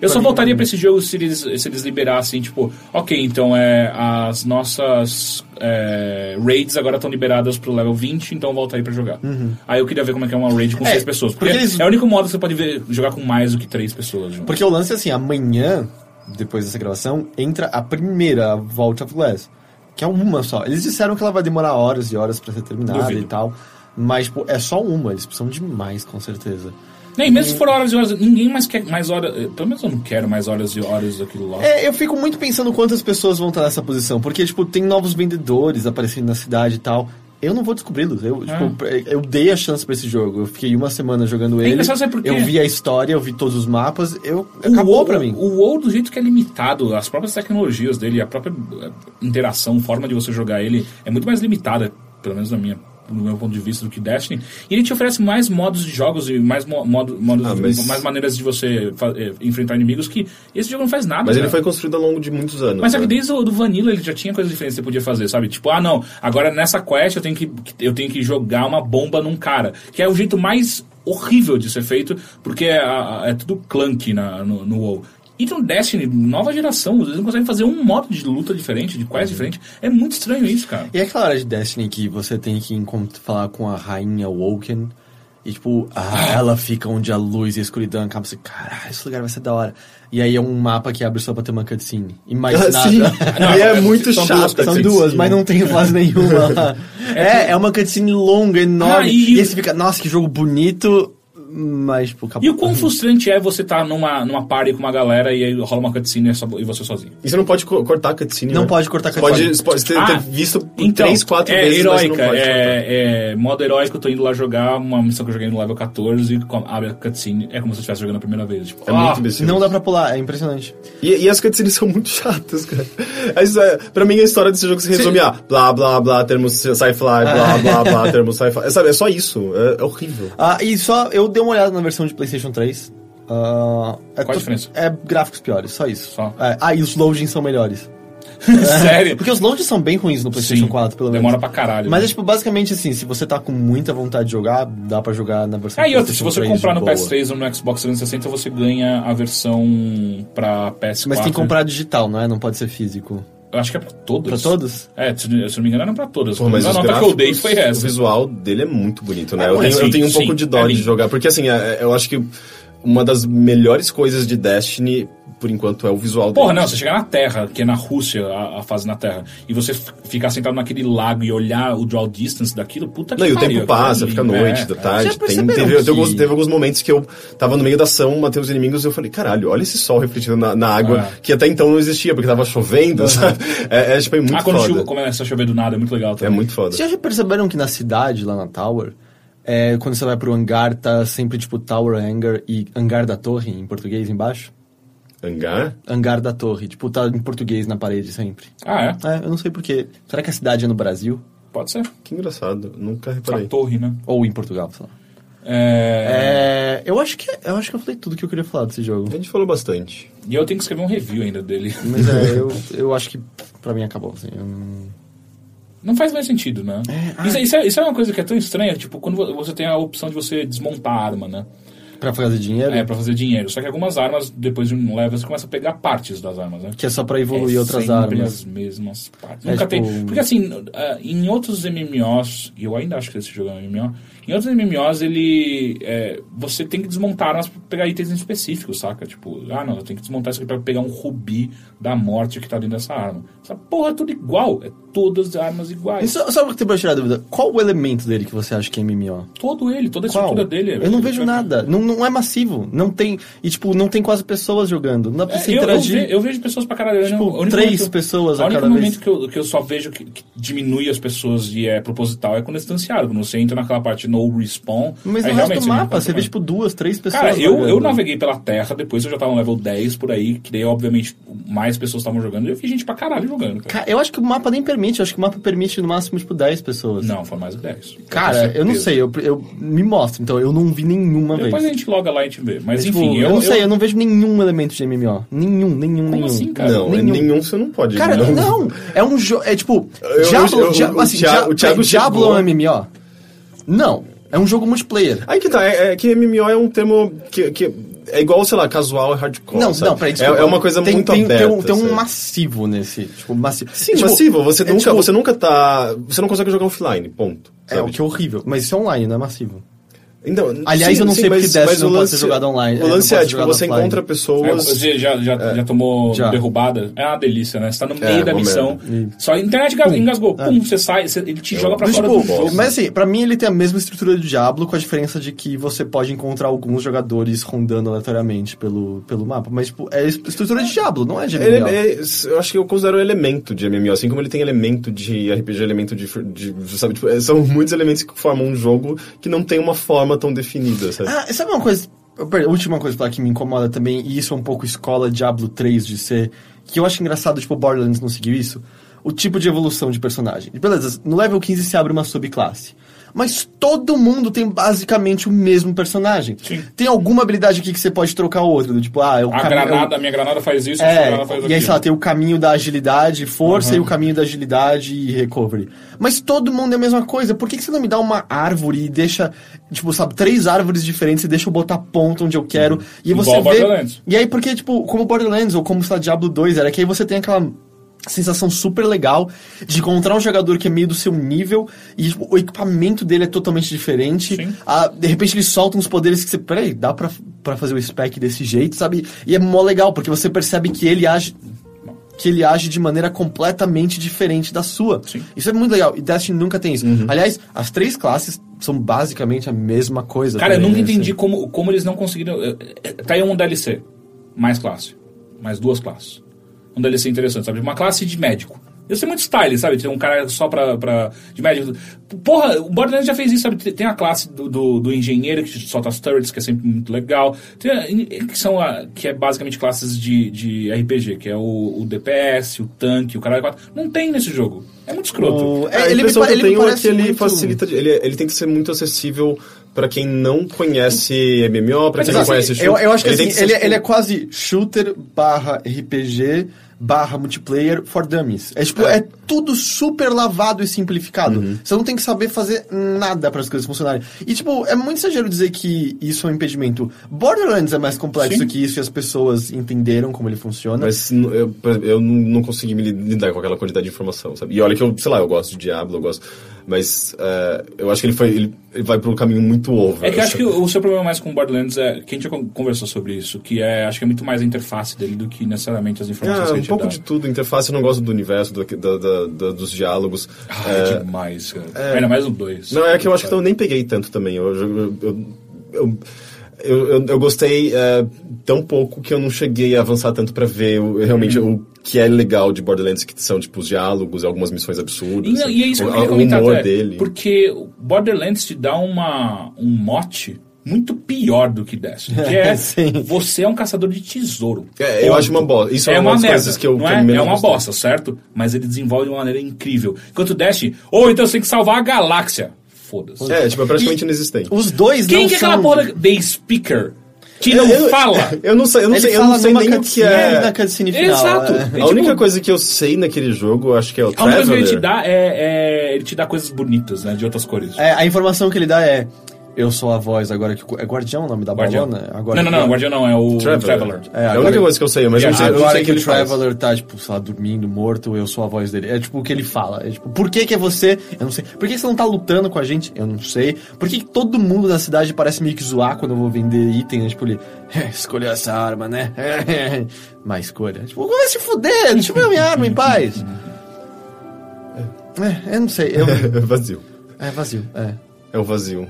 Eu só voltaria pra esse jogo se eles, se eles liberassem, tipo, ok, então é, as nossas é, raids agora estão liberadas pro level 20, então volta aí pra jogar. Aí eu queria ver como é que é uma raid com
Uhum. É,
seis pessoas. Porque,
porque eles-
é o único modo que você pode ver, jogar com mais do que três pessoas junto.
Porque o lance é assim, amanhã, depois dessa gravação, entra a primeira Vault of Glass. Que é uma só. Eles disseram que ela vai demorar horas e horas pra ser terminada
Duvido.
e tal. Mas, tipo, é só uma, eles precisam de mais, com certeza.
Nem mesmo se for horas e horas, ninguém mais quer mais horas. eh, Pelo menos eu não quero mais horas e horas daquilo lá.
É, eu fico muito pensando quantas pessoas vão estar nessa posição, porque, tipo, tem novos vendedores aparecendo na cidade e tal. eu não vou descobri-los. Eu,
É.
tipo, eu dei a chance pra esse jogo. Eu fiquei uma semana jogando ele.
engraçado saber por quê.
Eu vi a história, eu vi todos os mapas. Eu, acabou
WoW-
pra mim.
O WoW, do jeito que é limitado, as próprias tecnologias dele, a própria eh, interação, forma de você jogar ele, é muito mais limitada, pelo menos na minha no meu ponto de vista do que Destiny, e ele te oferece mais modos de jogos e mais mo- modo, modos,
Ah, mas-
mais maneiras de você fa- eh, enfrentar inimigos que esse jogo não faz nada.
Mas ele
cara.
foi construído ao longo de muitos anos.
É. Mas só
*laughs*
que
né?
desde o do Vanilla ele já tinha coisas diferentes que você podia fazer, sabe? Tipo, ah não, agora nessa quest eu tenho que, eu tenho que jogar uma bomba num cara. Que é o jeito mais horrível de ser feito, porque é, é tudo clunky na, no, no WoW. E no Destiny, nova geração, eles não conseguem fazer um modo de luta diferente, de quest diferente. É muito estranho isso, cara.
E é aquela hora de Destiny que você tem que encont- falar com a rainha Woken. E tipo, ah, ela fica onde a luz e a escuridão acabam. Você, caralho, esse lugar vai ser da hora. E aí é um mapa que abre só pra ter uma cutscene. E mais
Ah,
nada. *laughs*
sim. E é muito
são
chato
Duas,
a
são
cutscene.
duas, mas não tem fase nenhuma. é, é uma cutscene longa, enorme.
Ah, e-
e... aí você fica, nossa, que jogo bonito. Mas, tipo, acabou.
E o quão frustrante é você estar numa, numa party com uma galera e aí rola uma cutscene e é só- e você sozinho.
E você não pode co- cortar a cutscene.
Não
né?
pode cortar
Você
cutscene.
Pode, você pode ter,
Ah,
ter visto três, quatro
é
vezes,
Heroica,
mas você não pode cortar.
é, é modo heróico, eu tô indo lá jogar uma missão que eu joguei no level 14 e com- abre a cutscene, é como se eu estivesse jogando a primeira vez. Tipo,
É
ah,
muito imbecil.
Não dá pra pular, é impressionante.
E, e as cutscenes *laughs* são muito chatas, cara. Mas, é, pra mim, a história desse jogo se resume a blá, blá, blá, termo sci-fi, blá, blá, blá, termo sci-fi. É, sabe, é só isso. É, é horrível.
Ah, e só eu dei uma olhada na versão de PlayStation 3. Ah, é
Qual a
to-
diferença?
É gráficos piores, só isso.
Só.
É, ah, e os loadings são melhores.
*laughs*
*laughs*
Sério?
Porque os loadings são bem ruins no PlayStation
Sim,
4, pelo menos.
demora pra caralho. né?
Mas é tipo, basicamente assim, se você tá com muita vontade de jogar, dá pra jogar na versão
Ah, e outra, se
PlayStation
você
3
é
comprar
de
no
boa.
PS3 ou no Xbox 360, você ganha a versão pra PS4.
Mas tem que comprar digital, não é? Não pode ser físico.
Eu acho que é pra todos.
Pra todos?
É, se, se não me engano, era pra todas.
Pô, mas
a
os
nota que eu
gráficos,
dei foi
O
essa.
visual dele é muito bonito, né? eu,
é,
tenho, eu
sim,
tenho um
sim,
pouco de dó
é
de
lindo.
jogar. Porque, assim, é- eu acho que uma das melhores coisas de Destiny, por enquanto, é o visual
Porra,
dele.
não, você chegar na Terra, que é na Rússia, a, a fase na Terra, e você f- ficar sentado naquele lago e olhar o draw distance daquilo, puta que
Não, e o
pariu,
tempo
aquilo é
passa,
lindo,
fica noite, tá
é,
da
é.
tarde.
Já
tem,
perceberam
teve, teve
que-
alguns, teve alguns momentos que eu tava no meio da ação, matei os inimigos e eu falei, caralho, olha esse sol refletido na, na água,
Ah.
que até então não existia, porque tava chovendo, sabe? É, é, tipo, é muito
ah, quando
foda.
chuva, começa a chover do nada, é muito legal
É
também.
muito foda.
Vocês já perceberam que na cidade, lá na Tower, é, quando você vai pro hangar, tá sempre tipo Tower Hangar e Hangar da Torre, em português, embaixo?
Hangar?
Hangar da Torre, tipo, tá em português na parede sempre.
Ah, é?
É, eu não sei porquê. Será que a cidade é no Brasil?
Pode ser.
Que engraçado, nunca
A
reparei.
torre, né?
Ou em Portugal, sei lá.
É...
É, eu, acho que, eu acho que eu falei tudo que eu queria falar desse jogo.
A gente falou bastante.
E eu tenho que escrever um review ainda dele. *laughs*
Mas é, eu, eu acho que pra mim acabou, assim. eu não-
Não faz mais sentido, né? Isso, é- isso é, isso é uma coisa que é tão estranha, tipo, quando vo- você tem a opção de você desmontar a arma, né?
Pra fazer dinheiro,
É, pra fazer dinheiro. Só que algumas armas, depois de um level, você começa a pegar partes das armas, né?
que é só pra evoluir
É
outras
sempre
armas.
as mesmas partes.
É,
Nunca
tipo-
tem. Porque assim, ah, em outros MMOs, e eu ainda acho que esse jogo é um MMO, em outros MMOs ele. é, você tem que desmontar armas pra pegar itens específicos, saca? Tipo, ah não, eu tenho que desmontar isso aqui pra pegar um rubi da morte que tá dentro dessa arma. Essa porra é tudo igual. É todas as armas
E
iguais.
Só, só pra- pra tirar a dúvida, qual o elemento dele que você acha que é MMO?
Todo ele, toda a
Qual?
estrutura dele. é-
eu não vejo nada. Não, não é massivo. Não tem. E tipo, não tem quase pessoas jogando. Não dá pra
É,
você
eu, eu,
interagir.
ve- eu vejo pessoas pra caralho.
Tipo,
O único
três
momento-
pessoas a
O único
cada
momento
vez.
Que, eu, que eu só vejo que, que diminui as pessoas e é proposital é quando é distanciado. Quando você entra naquela parte no respawn.
Mas
aí
no resto
É, realmente
do
você não
mapa,
encontra
você vê
mais.
tipo duas, três pessoas.
Cara, eu, eu
jogando.
naveguei pela terra, depois eu já tava no level 10 por aí, que daí, obviamente, mais pessoas estavam jogando, e eu vi gente pra caralho jogando. Cara.
Cara, eu acho que o mapa nem permite, eu acho que o mapa permite no máximo, tipo, 10 pessoas.
Não, foi mais de 10.
Cara, eu não sei, eu, eu me mostro, então eu não vi nenhuma
Depois a
vez.
gente loga lá e a gente vê. Mas
Tipo,
enfim,
eu,
eu.
não sei, eu... não vejo nenhum elemento de MMO. Nenhum, nenhum,
Como
nenhum.
assim, cara?
Não, nenhum.
nenhum.
nenhum você não pode.
Cara, não. É um jogo. É tipo.
Eu-
Diablo,
eu- eu-
Diablo,
o
assim,
Thiago-
Diablo,
o Thiago
Diablo
chegou-
é um MMO? Não. É um jogo multiplayer.
Aí que tá, é, é que MMO é um termo que, que é igual, sei lá, casual e hardcore.
Não,
sabe?
não, peraí,
é,
desculpa.
é uma coisa
tem,
muito
tem,
aberta.
Tem um, tem um
sabe?
massivo nesse. Tipo, massivo.
Sim,
É, tipo,
massivo, você,
é,
nunca,
tipo,
você nunca tá... Você não consegue jogar offline, ponto.
É, o
sabe?
que é horrível. Mas isso é online, não é massivo.
Então,
Aliás,
sim,
eu não
sim,
sei porque
mas-
Destiny
mas o
não pode ser
lance-
jogado online.
O
É,
lance
não
é,
pode ser
tipo,
jogado
você
offline.
encontra
É,
pessoas...
você já, já, já tomou
É. Já. É,
derrubada? É uma delícia, né? Você tá no meio da
bom
missão.
Hum.
Só a internet ga- engasgou. Pum, você sai, você- ele te joga pra
Mas,
fora
tipo,
do jogo.
Nossa.
Mas assim, pra mim ele tem a mesma estrutura do Diablo, com a diferença de que você pode encontrar alguns jogadores rondando aleatoriamente pelo, pelo mapa. Mas, tipo, é est- estrutura de Diablo, não é de
Ele-
MMO.
é- eu acho que eu considero um elemento de MMO, assim como ele tem elemento de RPG, elemento de, fr- de sabe, tipo, é, são *laughs* muitos elementos que formam um jogo que não tem uma forma tão definida, sabe?
Ah, sabe uma coisa? eu per- Última coisa pra falar que me incomoda também, e isso é um pouco escola Diablo 3 de ser, que eu acho engraçado, tipo, Borderlands não seguiu isso. O tipo de evolução de personagem. E beleza, no level 15 se abre uma subclasse. Mas todo mundo tem basicamente o mesmo personagem.
Sim.
Tem alguma habilidade aqui que você pode trocar outra, do tipo, ah, eu
A granada, a minha granada faz isso, a sua
É,
granada faz Uhum.
e aí,
aquilo.
sei lá, tem o caminho da agilidade, força, e o caminho da agilidade e recovery. Mas todo mundo é a mesma coisa. Por que, que você não me dá uma árvore e deixa, tipo, sabe, três árvores diferentes e deixa eu botar ponto onde eu quero? E
Igual
você vê.
Borderlands.
E aí, porque, tipo, como Borderlands ou como, sei lá, Diablo 2 era, que aí você tem aquela sensação super legal de encontrar um jogador que é meio do seu nível e tipo, o equipamento dele é totalmente diferente.
Sim.
Ah, de repente ele solta uns poderes que você, peraí, dá pra, pra fazer o spec desse jeito, sabe? E é mó legal, porque você percebe que ele age que ele age de maneira completamente diferente da sua. Isso é muito legal. E Destiny nunca tem isso.
Uhum.
Aliás, as três classes são basicamente a mesma coisa.
Cara, eu
também,
nunca
né,
entendi
assim.
como, como eles não conseguiram. eh, eh, Tá aí um DLC. Mais classe. Mais duas classes. Um DLC interessante, sabe? Uma classe de médico. Isso é muito style, sabe? Tem um cara só pra, pra. de médico. Porra, o Borderlands já fez isso, sabe? Tem- Tem a classe do, do, do engenheiro que solta as turrets, que é sempre muito legal. Tem a- em- que, são a- que é basicamente classes de, de RPG, que é o, o DPS, o tanque, o caralho. quatro. Não tem nesse jogo. É muito escroto.
O-
A
é, ele me,
impressão
pa-
que eu
ele me
tenho é
parece
que ele
muito-
facilita, ele, é, ele tenta ser muito acessível pra quem não conhece MMO, pra
Mas,
quem não
assim,
conhece shoot.
eu, eu acho que assim,
tem
ele,
ser, tipo,
ele é quase shooter barra RPG barra multiplayer for dummies. É tipo, é, tudo super lavado e simplificado. Você não tem que saber fazer nada para as coisas funcionarem. E tipo, é muito exagero dizer que isso é um impedimento. Borderlands é mais complexo
Sim.
que isso e as pessoas entenderam como ele funciona.
Mas n- eu, por exemplo, eu não não consegui me li- lidar com aquela quantidade de informação, sabe? E olha que eu, sei lá, eu gosto de Diablo, eu gosto. Mas eh, eu acho que ele, foi, ele, ele vai por um caminho muito over. assim.
É que eu acho
sabe?
que o o seu problema mais com o Borderlands é que a gente já con- conversou sobre isso, que é acho que é muito mais a interface dele do que necessariamente as informações
É,
que a
um
gente
pouco
dá.
de tudo. Interface, eu não gosto do universo, do- da- da- da- dos diálogos.
Ah,
Eh,
é demais, cara. Ainda mais um dois.
Não, é que eu acho que eu nem peguei tanto também. Eu, eu, eu, eu, eu, eu- eu gostei é, tão pouco que eu não cheguei a avançar tanto pra ver o- realmente
Uhum.
o que é legal de Borderlands, que são tipo os diálogos, algumas missões absurdas.
E, não, e é isso que eu queria
o, o
comentar
humor
até,
dele.
porque o Borderlands te dá uma, um mote muito pior do que
*laughs*
Destiny, que é
Sim.
você é um caçador de tesouro.
É, eu
Ponto.
acho uma bosta. Isso é,
é uma
uma, das
merda,
coisas que eu,
não
que eu
é?
menos
é uma
gostei.
bosta, certo? Mas ele desenvolve de uma maneira incrível. Enquanto o Destiny, ou então você tem que salvar a galáxia. Foda-se.
É, tipo, é praticamente inexistente.
Os dois
Quem
não
que é
são...
aquela porra da The Speaker que não
eu, *laughs*
fala?
Eu não sei, eu não
Ele
sei, eu
fala
não sei
numa
nem o que
cutscene e na
é.
cutscene final.
Exato.
é.
É
A única
tipo,
coisa que eu sei naquele jogo, eu acho que é o
a única coisa que ele te
Traveler.
dá é, é- Ele te dá coisas bonitas, né? De outras cores.
É, a informação que ele dá é. Eu sou a voz agora que. É Guardião o nome da
Guardião.
balona? Agora
não, não, não, Guardião não, é o Traveler.
É, a
agora-
única coisa que eu sei, mas eu não sei, eu não
Ah, agora
sei
que
o que
o
ele faz. *laughs*
Traveler tá, tipo, sei lá, dormindo, morto, eu sou a voz dele. É tipo o que ele fala. É tipo, por que que é você? Eu não sei. Por que você não tá lutando com a gente? Eu não sei. Por que que todo mundo na cidade parece meio que zoar quando eu vou vender item? É tipo, ele. *laughs* "É, escolheu essa arma, né? *laughs* Má escolha. Tipo, vai se fuder, deixa eu ver a minha arma em paz. É, eu não sei.
*laughs*
Eu,
Vazio.
é vazio, é.
É o vazio.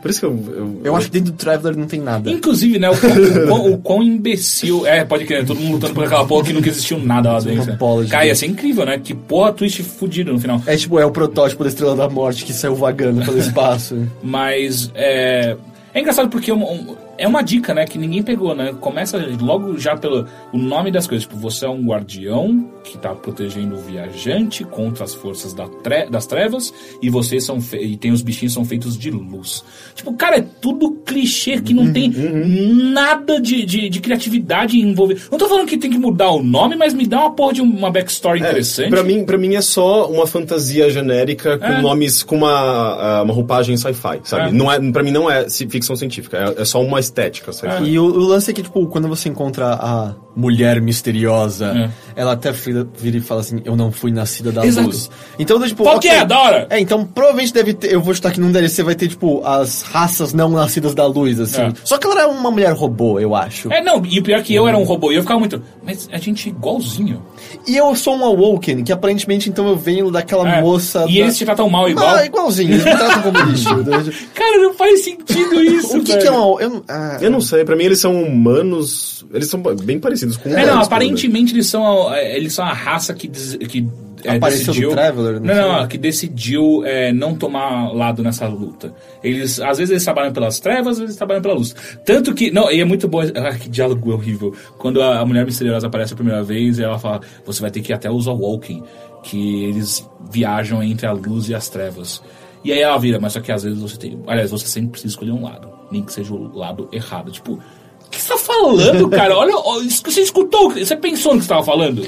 Por isso que eu. Eu,
Eu acho que dentro do Traveler não tem nada.
Inclusive, né, o quão, o quão- o quão imbecil. É, pode crer, todo mundo lutando por aquela porra que nunca existiu nada lá dentro. né?
apology.
Cara, ia ser incrível, né? Que porra twist fudido no final.
É tipo, é o protótipo da Estrela da Morte que saiu vagando
*laughs*
pelo espaço.
Mas é, é engraçado porque é um- um- é uma dica, né, que ninguém pegou, né? Começa logo já pelo o nome das coisas. Tipo, você é um guardião que tá protegendo o viajante contra as forças da tre- das trevas e vocês são fe- e tem os bichinhos são feitos de luz. Tipo, cara, é tudo clichê que
Uhum,
não tem nada de, de, de criatividade envolvida. Não tô falando que tem que mudar o nome, mas me dá uma porra de uma backstory interessante.
É, Pra mim, pra mim é só uma fantasia genérica com
É.
nomes com uma, ah, uma roupagem sci-fi, sabe?
É.
Não é, pra mim não é ci- ficção científica, é, é só uma estética, sabe?
E o, o lance é que, tipo, quando você encontra a mulher misteriosa.
É.
Ela até vira vira e fala assim, eu não fui nascida da luz. Então, tipo,
Qual que
ok.
é? Da hora!
É, então provavelmente deve ter. Eu vou chutar que num DLC vai ter, tipo, as raças não nascidas da luz, assim.
É.
Só que ela era uma mulher robô, eu acho.
É, não, e o pior é que eu era um robô, e eu ficava muito. Mas a gente é igualzinho.
E eu sou um Awoken, que aparentemente então eu venho daquela
É.
moça.
E
da-
eles te tratam mal igual.
Ah, igualzinho, eles me tratam como
*laughs*
lixo. Então,
Cara, não faz sentido isso,
*laughs* o que,
velho.
que é um Awoken? Eu, não- ah,
Eu não sei, pra mim eles são humanos. Eles são bem parecidos com
É,
humanos.
não,
pelo
aparentemente eles são, a- eles são a raça que, des- que é,
Apareceu do
decidiu,
Traveler, não
não,
sei.
não, que decidiu é, não tomar lado nessa luta. Eles, às vezes eles trabalham pelas trevas, às vezes trabalham pela luz. Tanto que, não, e é muito bom, ah, que diálogo horrível. Quando a, a mulher misteriosa aparece a primeira vez, ela fala, você vai ter que ir até os Walking, que eles viajam entre a luz e as trevas. E aí ela vira, mas só que às vezes você tem, aliás, você sempre precisa escolher um lado, nem que seja o lado errado, tipo... O que você tá falando, cara? Olha, ó, isso que você escutou, você pensou no que você tava falando?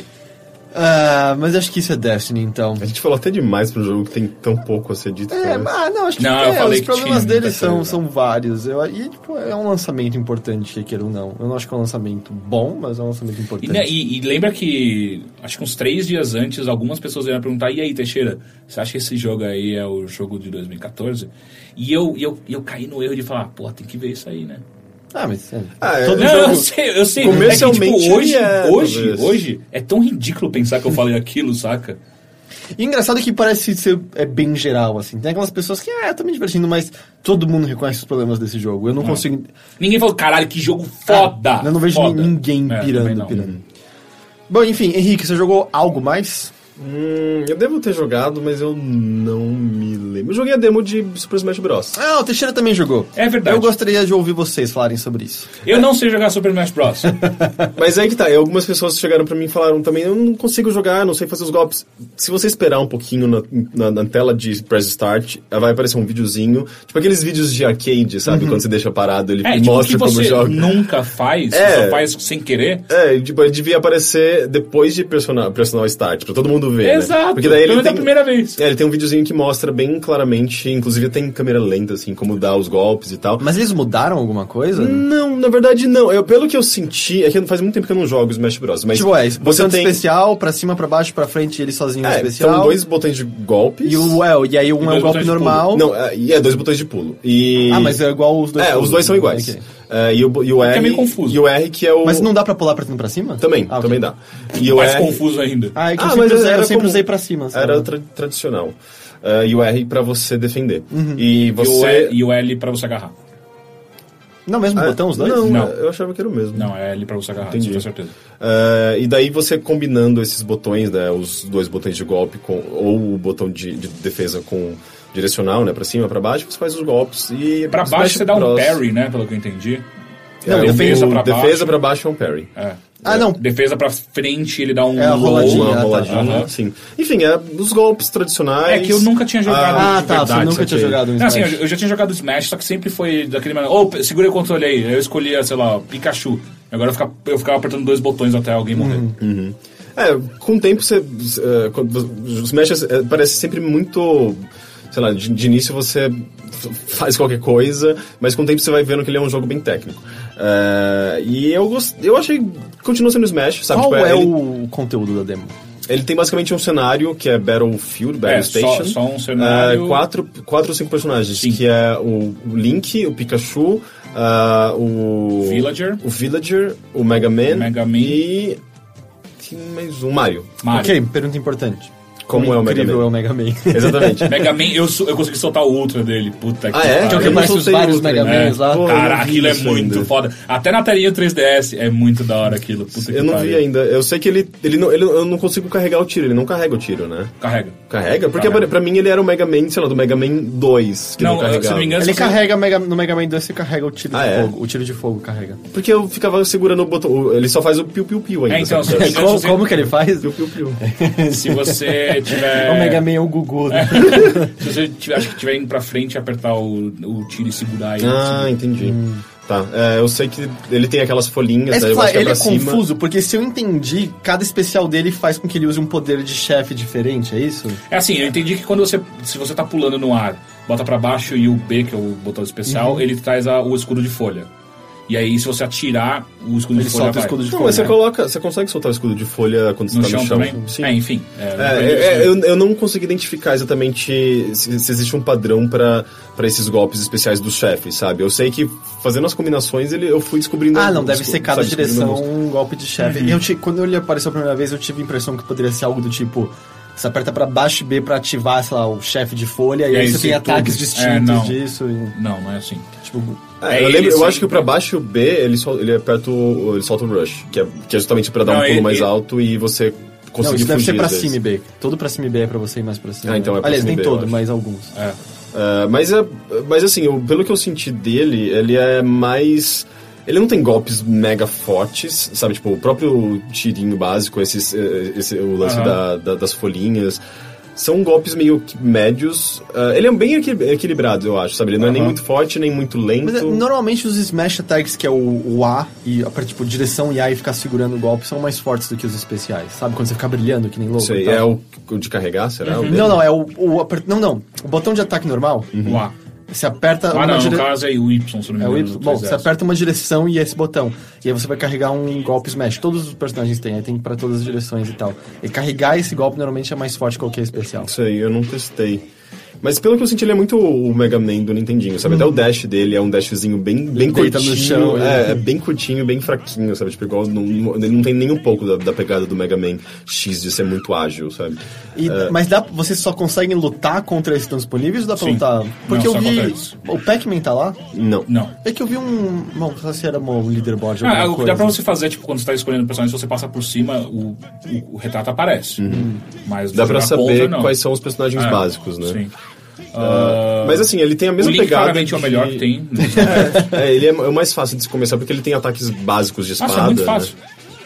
ah, mas acho que isso é Destiny, então.
A gente falou até demais pro jogo que tem tão pouco a ser dito.
É,
né?
ah, não, acho que
Não,
é,
eu falei
os
que
problemas
tinha
deles
muita
são,
coisa.
são vários. Eu, e, tipo, é um lançamento importante, queira ou não. Eu não acho que é um lançamento bom, mas é um lançamento
E,
importante.
né, e- e lembra que, acho que uns três dias antes, algumas pessoas iam perguntar: e aí, Teixeira, você acha que esse jogo aí é o jogo de 2014? E eu, e eu, e eu caí no erro de falar: pô, tem que ver isso aí, né?
Ah, mas... é.
Ah, é,
Não,
o jogo-
eu sei, eu sei. é que,
comercialmente,
tipo, hoje,
ele é,
hoje,
talvez.
hoje, é tão ridículo pensar que eu falei aquilo, saca?
E engraçado que parece ser é bem geral, assim. Tem aquelas pessoas que, ah, eu tô me divertindo, mas todo mundo reconhece os problemas desse jogo. Eu não consigo.
Ninguém falou: caralho, que jogo Hum.
Ah,
foda!
Eu não vejo
foda."
ninguém
É, também
pirando,
não.
pirando. Bom, enfim, Henrique, você jogou algo mais?
Hum, eu devo ter jogado, mas eu não me lembro. Eu joguei a demo de Super Smash Bros.
Ah, o Teixeira também jogou.
É verdade.
Eu gostaria de ouvir vocês falarem sobre isso.
Eu não sei jogar Super Smash
*laughs*
Bros.
Mas aí que tá, e algumas pessoas chegaram pra mim e falaram também, eu não consigo jogar, não sei fazer os golpes. Se você esperar um pouquinho na, na- na tela de Press Start, vai aparecer um videozinho, tipo aqueles vídeos de arcade, sabe? Quando você deixa parado, ele
Uhum. É, tipo,
mostra
que
como
você
joga.
nunca faz,
É.
só faz sem querer.
É, tipo, ele devia aparecer depois de personal, personal start, pra todo mundo ver, né?
Exato, tá
Porque daí
pelo
ele
menos
tem,
a primeira vez.
É, ele tem um videozinho que mostra bem claramente, inclusive tem câmera lenta, assim, como dar os golpes e tal.
Mas eles mudaram alguma coisa?
Hum,
Não, na verdade não. Eu, pelo que eu senti, é que faz muito tempo que eu não jogo Smash Bros. Mas
Tipo, é,
você
botão
tem.
especial, pra cima, pra baixo, pra frente, ele sozinho é,
É,
especial.
são dois botões de golpes.
E, o, é, e aí um
E
é um
dois
golpe
botões de pulo.
normal.
Não, é, e é dois botões de pulo. E...
Ah, mas é igual os dois. né?
É, os dois são iguais.
Ok.
É, e, o, e o R.
meio confuso.
E o R que é o.
Mas não dá pra pular pra cima e pra cima?
Também,
Ah, ok.
também dá. E o
Mais
R.
confuso ainda.
Ah, é que eu
Ah,
sempre,
mas
usei,
era
eu sempre
comum.
usei pra cima. sabe?
Era tra- tradicional. Ah, e o R pra você defender.
Uhum.
E
E, o
é-
você.
L, e o L pra você agarrar.
Não, mesmo
Ah,
botão os dois?
Não,
Não.
eu achava que era o mesmo.
Não, é L pra você agarrar,
Entendi.
isso com certeza.
Ah, e daí você combinando esses botões, né, os dois botões de golpe com, ou o botão de, de defesa com direcional, né, pra cima, pra baixo, você faz os golpes e...
Pra baixo
Smash
você dá um
Bros.
parry, né? Pelo que eu entendi.
É,
Não,
o-
defesa
o
pra baixo.
defesa pra baixo é um parry.
É.
Ah, não.
Defesa pra frente, ele dá um
É a
roll.
roladinha,
Uma
tá.
roladinha,
Aham.
sim. Enfim, é os golpes tradicionais.
É que eu nunca tinha jogado
Ah,
de
tá. Você
verdade.
nunca tinha
saquei.
jogado um
Não, assim, eu,
Smash.
eu já tinha jogado Smash, só que sempre foi daquele maneira. Ô, pe- segura o controle aí. Eu escolhia, sei lá, Pikachu. Agora eu ficava, eu ficava apertando dois botões até alguém morrer.
Uhum.
É, com o tempo você. eh, quando você- os Smash eh, parece sempre muito. Sei lá, de, de início você f- faz qualquer coisa, mas com o tempo você vai vendo que ele é um jogo bem técnico. Eh, e eu gost... eu achei. Continua sendo Smash, sabe?
Qual
Tipo,
é
ele,
o conteúdo da demo?
ele tem basicamente um cenário que é Battlefield, Battle
É, só-
Station.
só um cenário.
Eh, quatro, quatro ou cinco personagens,
Sim.
que é o o Link, o Pikachu, ah, o.
Villager.
O Villager, o Mega Man.
Mega Man.
E. Tem mais um, Mario.
Mario.
Ok, pergunta importante.
Como é o Mega
incrível
Man?
é o Mega
*laughs*
Man? *laughs*
Exatamente.
Mega Man, eu, su- eu consegui soltar o Ultra dele. Puta que
Ah, é?
pariu.
Que é o que
Eu não
aparece os
soltei
vários
outro
Mega
ainda.
Mans lá.
Pô, eu não
Cara,
vi
Né? aquilo é
isso
muito
ainda.
foda. Até na telinha 3DS é muito da hora aquilo. Puta que
Eu não vi
pariu.
ainda. Eu sei que ele, ele, não, ele. Eu não consigo carregar o tiro. Ele não carrega o tiro, né?
Carrega.
Carrega? Porque
Carrega.
pra- pra mim ele era o Mega Man, sei lá, do Mega Man 2. Que não,
Não, eu-
carregava.
se não me engano,
Ele
se você-
carrega Mega- no Mega Man 2, você carrega o tiro
Ah,
de
é?
fogo. O tiro de fogo carrega.
Porque eu ficava segurando o botão. o- Ele só faz o piu-piu-piu ainda.
É, então,
sabe?
se-
Como, como que ele
*laughs*
faz? O
*laughs* Piu-piu-piu.
Se
*laughs*
você tiver.
Mega Man é *laughs* o Gugu. né?
Se você tiver, acho que tiver indo pra frente, apertar o, o tiro e segurar assim. ele.
Ah, entendi. Tá. É, eu sei que ele tem aquelas folhinhas,
Mas,
né? Eu
claro,
acho que é
ele
pra
é
cima.
confuso, porque se eu entendi, cada especial dele faz com que ele use um poder de chefe diferente, é isso?
É assim, eu entendi que quando você. Se você tá pulando
Uhum.
no ar, bota pra baixo e o B, que é o botão especial, ele traz a- o escudo de folha. E aí, se você atirar, o escudo
Ele
de folha
solta o
vai.
escudo de
Não,
folha.
mas você
né?
coloca. Você consegue soltar o escudo de folha quando você
no
tá
chão
no chão.
também?
Sim.
É, enfim.
É,
depende
é,
disso.
eu, eu não consegui identificar exatamente se, se existe um padrão pra pra esses golpes especiais dos chefes, sabe? Eu sei que fazendo as combinações ele, eu fui descobrindo.
Ah, não, deve
desco-
ser cada
sabe, descobrindo
direção
alguns.
um golpe de chefe.
Uhum.
Eu ti- quando ele apareceu a primeira vez, eu tive a impressão que poderia ser algo do tipo. Você aperta pra baixo e B pra ativar, sei lá, o chefe de folha, e,
E
É
aí,
aí
você tem
sim,
ataques
todos.
distintos
É, não.
disso. E,
Não, não é assim.
tipo,
É,
É,
eu lembro,
ele
eu
só-
acho que pra baixo o B ele, sol, ele aperta o. ele solta o rush, que é, que é justamente pra dar
Não,
um pulo
ele-
mais
ele-
alto e você
não,
conseguir
isso deve
fugir.
ser pra
às vezes.
cima e B. Todo pra cima e B é pra você ir mais pra cima.
Ah, então é pra
Aliás,
cima e
nem
B, eu
todo,
acho.
mas alguns.
É.
É, mas, é, mas assim, eu- pelo que eu senti dele, ele é mais. Ele não tem golpes mega fortes, sabe? Tipo, o próprio tirinho básico, esses, eh, esse, o lance
Aham.
da- da- das folhinhas. São golpes meio que médios. Ah, ele é bem equi- equilibrado, eu acho, sabe? Ele não é nem
Aham.
muito forte, nem muito lento.
Mas é, normalmente os smash attacks, que é o, o A, e aperta tipo direção e A e ficar segurando o golpe, são mais fortes do que os especiais. Sabe quando você fica brilhando que nem
Não
louco?
sei,
e
Tá.
tal?
é o, o de carregar, será? O dele?
Não, não, é o, o aper- Não, não. O botão de ataque normal,
Hum.
O A.
você aperta
Ah,
uma
não, no
dire-
caso é o Y, se não me
É o
engano.
Y.
no
Bom,
3S.
você aperta uma direção e esse botão. E aí você vai carregar um golpe smash. Todos os personagens têm, aí tem pra todas as direções e tal. E carregar esse golpe normalmente é mais forte que qualquer especial.
Não sei, eu não testei. Mas pelo que eu senti, ele é muito o Mega Man do Nintendinho, sabe?
Uhum.
Até o dash dele é um dashzinho bem, bem
deita
curtinho.
no chão,
é,
né?
é bem curtinho, bem fraquinho, sabe? Tipo, igual. Não, não- ele não tem nem um pouco da, da pegada do Mega Man X de ser muito ágil, sabe?
E-
É.
Mas dá, vocês só conseguem lutar contra esses tão disponíveis ou dá pra
Sim.
lutar? Porque
Não,
eu
só contra
vi.
eles.
O Pac-Man tá lá?
Não.
Não.
É que eu vi um. Bom, só se era um leaderboard.
Ah,
alguma
o que
coisa. assim,
dá pra você fazer, tipo, quando você tá escolhendo o personagem, se você passa por cima, o, o, o retrato aparece. Mas
Uhum. Dá pra
jogar contra,
saber
não.
quais são os personagens
É,
básicos, né?
Sim. Ah,
Mas assim, ele tem a
O
mesma
Link
pegada.
claramente é o
de-
melhor que tem. né?
*laughs* É, ele é, é o mais fácil de se começar porque ele tem ataques básicos de espada.
Nossa, é muito
né? É.
fácil.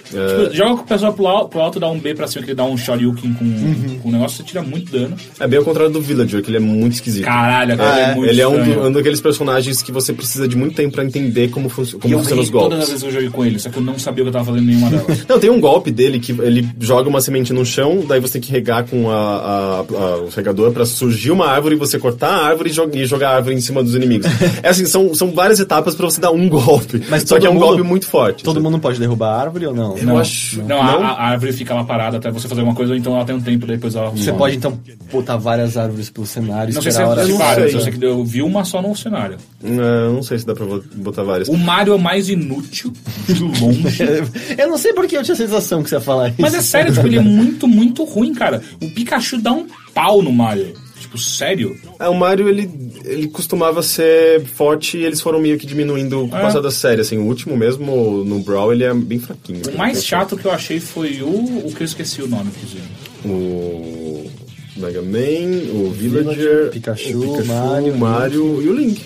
Tipo, joga com o pessoal pro alto, pro alto, dá um B pra cima, que ele dá um Shoryuken com,
Uhum.
com o negócio, você tira muito dano.
É bem ao contrário do Villager, que ele é muito esquisito.
Caralho, cara,
É,
é, muito
ele é um,
estranho.
do- um daqueles personagens que você precisa de muito tempo pra entender como, func
E
como
eu
funcionam os
ri
golpes.
todas as vezes que eu joguei com ele, só que eu não sabia o que eu tava fazendo em
*laughs*
nenhuma delas.
Não, tem um golpe dele que ele joga uma semente no chão, daí você tem que regar com a, a- a- o regador pra surgir uma árvore, você cortar a árvore e, jo- e jogar a árvore em cima dos inimigos. É assim, são, são várias etapas pra você dar um golpe.
Mas
Só que é
todo
um
mundo-
golpe muito forte.
Todo
sabe?
mundo pode derrubar a árvore ou não?
Eu acho.
não, a- A, a árvore fica lá parada até você fazer alguma coisa, ou então ela tem um tempo, daí depois ela...
Você pode então botar várias árvores pelo cenário,
Não sei se
esperar a hora
é
não
várias,
sei.
eu sei que eu vi uma só no cenário.
Não, É, não sei se dá pra vo- botar várias.
O Mario é o mais inútil, de *laughs* longe.
*laughs* Eu não sei porque eu tinha a sensação que você ia falar isso.
Mas é sério, tipo, ele é muito, muito ruim, cara. O Pikachu dá um pau no Mario. Tipo, sério?
É, o Mario, ele, ele costumava ser forte e eles foram meio que diminuindo com o
É.
passar da série. Assim, o último mesmo, no Brawl, ele é bem fraquinho. é
O mais chato que eu achei foi o... O que eu esqueci o nome, inclusive.
O Mega Man, o Villager,
Pikachu, Mario,
o Mario, Mario e o Link.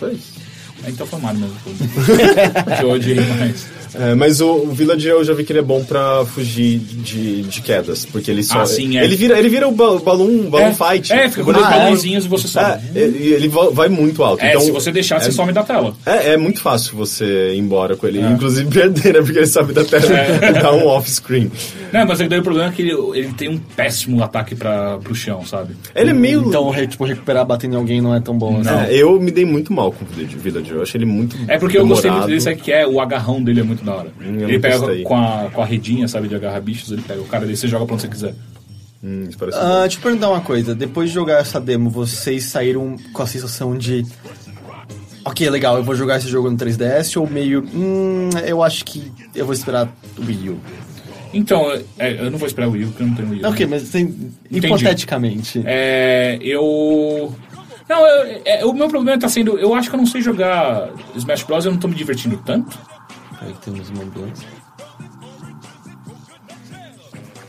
Só isso.
Ah, Então foi o Mario mesmo. *laughs* que eu odiei mais.
É, mas o, o Villager eu já vi que ele é bom pra fugir de, de quedas, porque ele só.
Ah, sim, é.
Ele vira, ele vira o ba balão, balão
é,
fight.
É, fica com
O
dois
boneco-
Ah, é.
balãozinhos e você sobe.
É, ele, ele vo- vai muito alto.
É,
então,
se você deixar, você some da tela.
É, é muito fácil você ir embora com
Ah.
ele. Inclusive *laughs* perder, né? Porque ele sabe da tela
É.
e dá um off-screen.
Não, mas é que daí o problema é que ele, ele tem um péssimo ataque pra, pro chão, sabe?
Ele é meio.
Então, re- tipo, recuperar batendo em alguém não é tão bom assim.
É, eu me dei muito mal com o Villager- Villager. Eu achei ele muito.
É porque eu gostei muito
demorado.
dele, sabe que é? O agarrão dele é muito da hora.
eu não
ele pega
gostei.
com a, com a redinha, sabe, de agarrar bichos, ele pega o cara dele, você joga pra onde você quiser.
Hum, isso parece
Ah, deixa eu perguntar uma coisa. Depois de jogar essa demo, vocês saíram com a sensação de. Ok, legal, eu vou jogar esse jogo no 3DS ou meio. Hum, eu acho que eu vou esperar o Wii U.
Então, é, eu não vou esperar o Will, porque eu não tenho Will.
Não, ok, mas tem- hipoteticamente.
É, eu. Não, eu- é, o meu problema tá sendo. Eu acho que eu não sei jogar Smash Bros. Eu não tô me divertindo tanto.
Peraí, que tem uns Montblancs.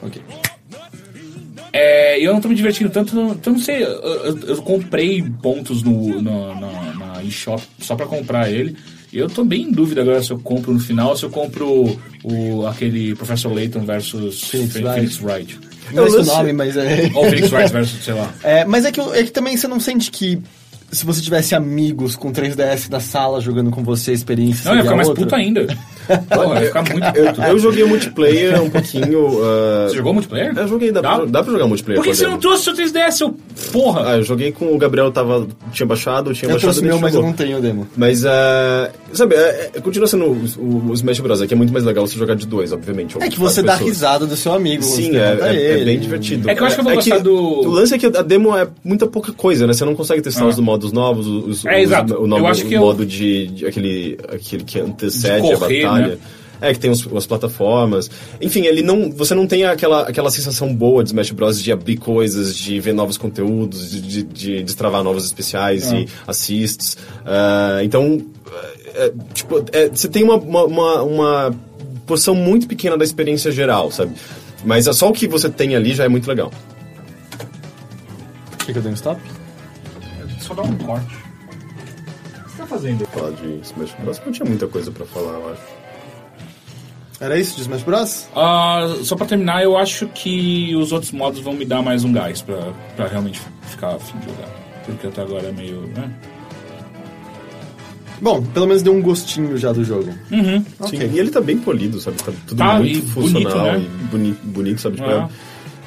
Ok.
É, eu não tô me divertindo tanto. Então, não sei. Eu, eu- eu comprei pontos no, na, na, na eShop só pra comprar ele. E eu tô bem em dúvida agora se eu compro no final, se eu compro o, aquele Professor Layton versus
Phoenix
Phoenix,
Wright.
Phoenix Wright.
Não é esse o
lance-
nome, mas é.
Ou Phoenix
*laughs*
Wright versus, sei lá.
É, mas é que, é que também você não sente que se você tivesse amigos com 3DS na sala jogando com você, a experiência
Não, eu ia
seria
ficar mais
outra?
*laughs*
puto ainda. Pô, vai ficar muito puto.
Eu, eu joguei multiplayer um pouquinho. ah,
Você jogou multiplayer?
Eu joguei, dá,
Dá?
Pra, dá pra jogar multiplayer.
Por que
com a
você
demo.
não trouxe seu 3DS, seu porra?
Ah, eu joguei com o Gabriel, tava, tinha baixado, eu tinha
Eu
baixado.
trouxe
ele
meu, mas eu
chegou.
não tenho o demo.
Mas, ah, sabe, é, é, continua sendo o, o Smash Bros. Aqui é muito mais legal você jogar de dois, obviamente. ou
É que
de quatro
você dá
pessoas.
risada do seu amigo.
Sim,
você
é,
conta
é- é
ele.
bem divertido.
É que eu acho que eu vou gostar do-
O lance é que a demo é muita pouca coisa, né? Você não consegue testar
Ah.
os modos novos, os,
É,
os-
exato.
o novo
Eu acho que eu-
modo de, de aquele, aquele que antecede
De correr,
a batalha.
né?
É, que tem os- as plataformas. Enfim, ele não, você não tem aquela, aquela sensação boa de Smash Bros. de abrir coisas, de ver novos conteúdos, de, de, de destravar novos especiais
É.
e assists. Ah, então, é, tipo, é, você tem uma, uma, uma- uma porção muito pequena da experiência geral, sabe? Mas é só o que você tem ali já é muito legal.
Quer que eu dei um stop?
Só dá um corte. O que você tá fazendo?
Falar de Smash Bros. Não tinha muita coisa pra falar, eu acho.
Era isso de Smash Bros?
Ah, só pra terminar, eu acho que os outros modos vão me dar mais um gás pra, pra realmente ficar a fim de jogar. Porque até agora é meio. Né?
Bom, pelo menos deu um gostinho já do jogo. Ok.
Sim, e ele tá bem polido, sabe? Tá tudo
Tá, e
muito funcional
bonito, né?
e boni bonito, sabe? Tipo,
Ah.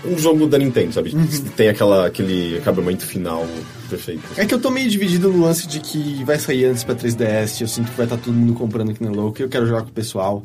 é um jogo da Nintendo, sabe? Tem aquela, aquele acabamento final perfeito. assim.
É que eu tô meio dividido no lance de que vai sair antes pra 3DS, eu sinto que vai estar todo mundo comprando aqui na louco, eu quero jogar com o pessoal.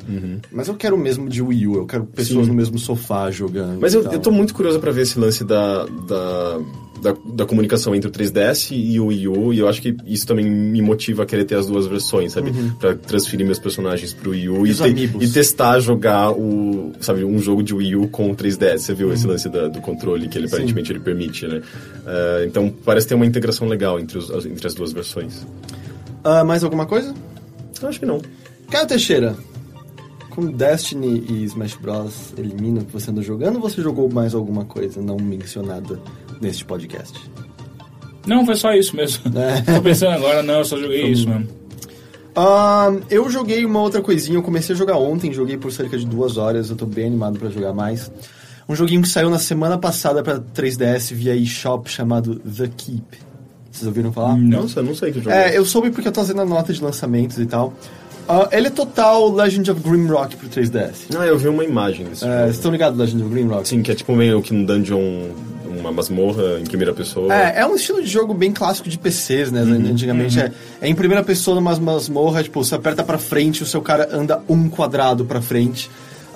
Mas eu quero mesmo de Wii U, eu quero pessoas
Uhum. Sim.
no mesmo sofá jogando.
Mas
e
eu,
tal.
eu tô muito curioso pra ver esse lance da, da, da, da comunicação entre o 3DS e o Wii U, e eu acho que isso também me motiva a querer ter as duas versões, sabe? Pra transferir meus personagens pro Wii U
Uhum. E
e,
os
te-
amiibos.
e testar jogar o, sabe, um jogo de Wii U com o 3DS. Você
Uhum.
viu esse lance da- do controle que ele aparentemente ele permite, né? Ah, então parece ter uma integração legal entre, os- as- entre as duas versões.
Ah, mais alguma coisa?
Eu acho que não.
Caio Teixeira, com Destiny e Smash Bros elimina o que você anda jogando, você jogou mais alguma coisa não mencionada neste podcast?
Não, foi só isso mesmo.
É.
*laughs* Tô pensando agora, não, eu só joguei isso mesmo.
Ah, eu joguei uma outra coisinha, eu comecei a jogar ontem, joguei por cerca de duas horas, eu tô bem animado pra jogar mais. Um joguinho que saiu na semana passada pra 3DS via eShop chamado The Keep. Vocês ouviram falar?
Nossa, eu não sei que jogo
É, eu soube porque eu tô fazendo a nota de lançamentos e tal. Ah, ele é total Legend of Grimrock pro 3DS.
Ah, eu vi uma imagem desse
É,
jogo.
Vocês estão ligados Legend of Grimrock?
Sim, que é tipo meio que um dungeon, uma masmorra em primeira pessoa.
É, é um estilo de jogo bem clássico de PCs, né?
Uhum,
Antigamente é, é em primeira pessoa numa masmorra, tipo, você aperta pra frente, o seu cara anda um quadrado pra frente.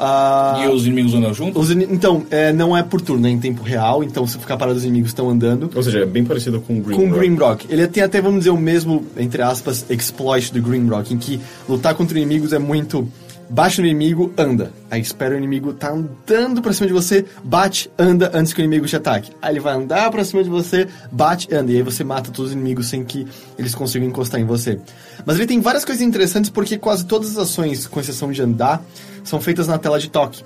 Ah,
E os inimigos andam juntos?
os ini- então, é, não é por turno, é em tempo real, então se ficar parado os inimigos estão andando.
Ou seja, é bem parecido com o Green
Com o
Rock.
Grimrock. Ele tem até, vamos dizer, o mesmo, entre aspas, exploit do Grimrock, em que lutar contra inimigos é muito. Bate no inimigo, anda. Aí espera o inimigo tá andando pra cima de você, bate, anda antes que o inimigo te ataque. Aí ele vai andar pra cima de você, bate, anda. E aí você mata todos os inimigos sem que eles consigam encostar em você. Mas ele tem várias coisas interessantes porque quase todas as ações, com exceção de andar, são feitas na tela de toque.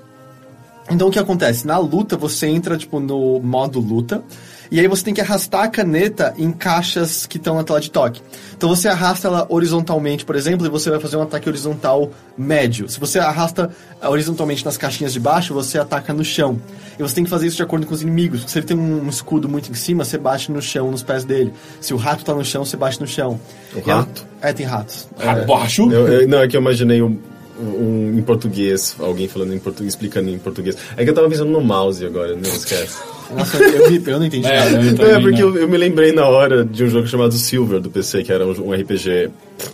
Então o que acontece? Na luta você entra tipo no modo luta e aí você tem que arrastar a caneta em caixas que estão na tela de toque. Então você arrasta ela horizontalmente, por exemplo, e você vai fazer um ataque horizontal médio. Se você arrasta eh, horizontalmente nas caixinhas de baixo, você ataca no chão. E você tem que fazer isso de acordo com os inimigos. Se ele tem um escudo muito em cima, você bate no chão, nos pés dele. Se o rato tá no chão, você bate no chão.
O
E ela-
rato?
É, tem ratos.
Ah, borrachudo?
Eu- eu- não, é que eu imaginei um, um- em português, alguém falando em português, explicando em português. É que eu tava pensando no mouse agora, não esquece.
Nossa, eu, eu, eu não *laughs* entendi
É,
nada.
eu
Não,
também
é porque
não.
eu, eu me lembrei na hora de um jogo chamado Silver do PC, que era um, um RPG,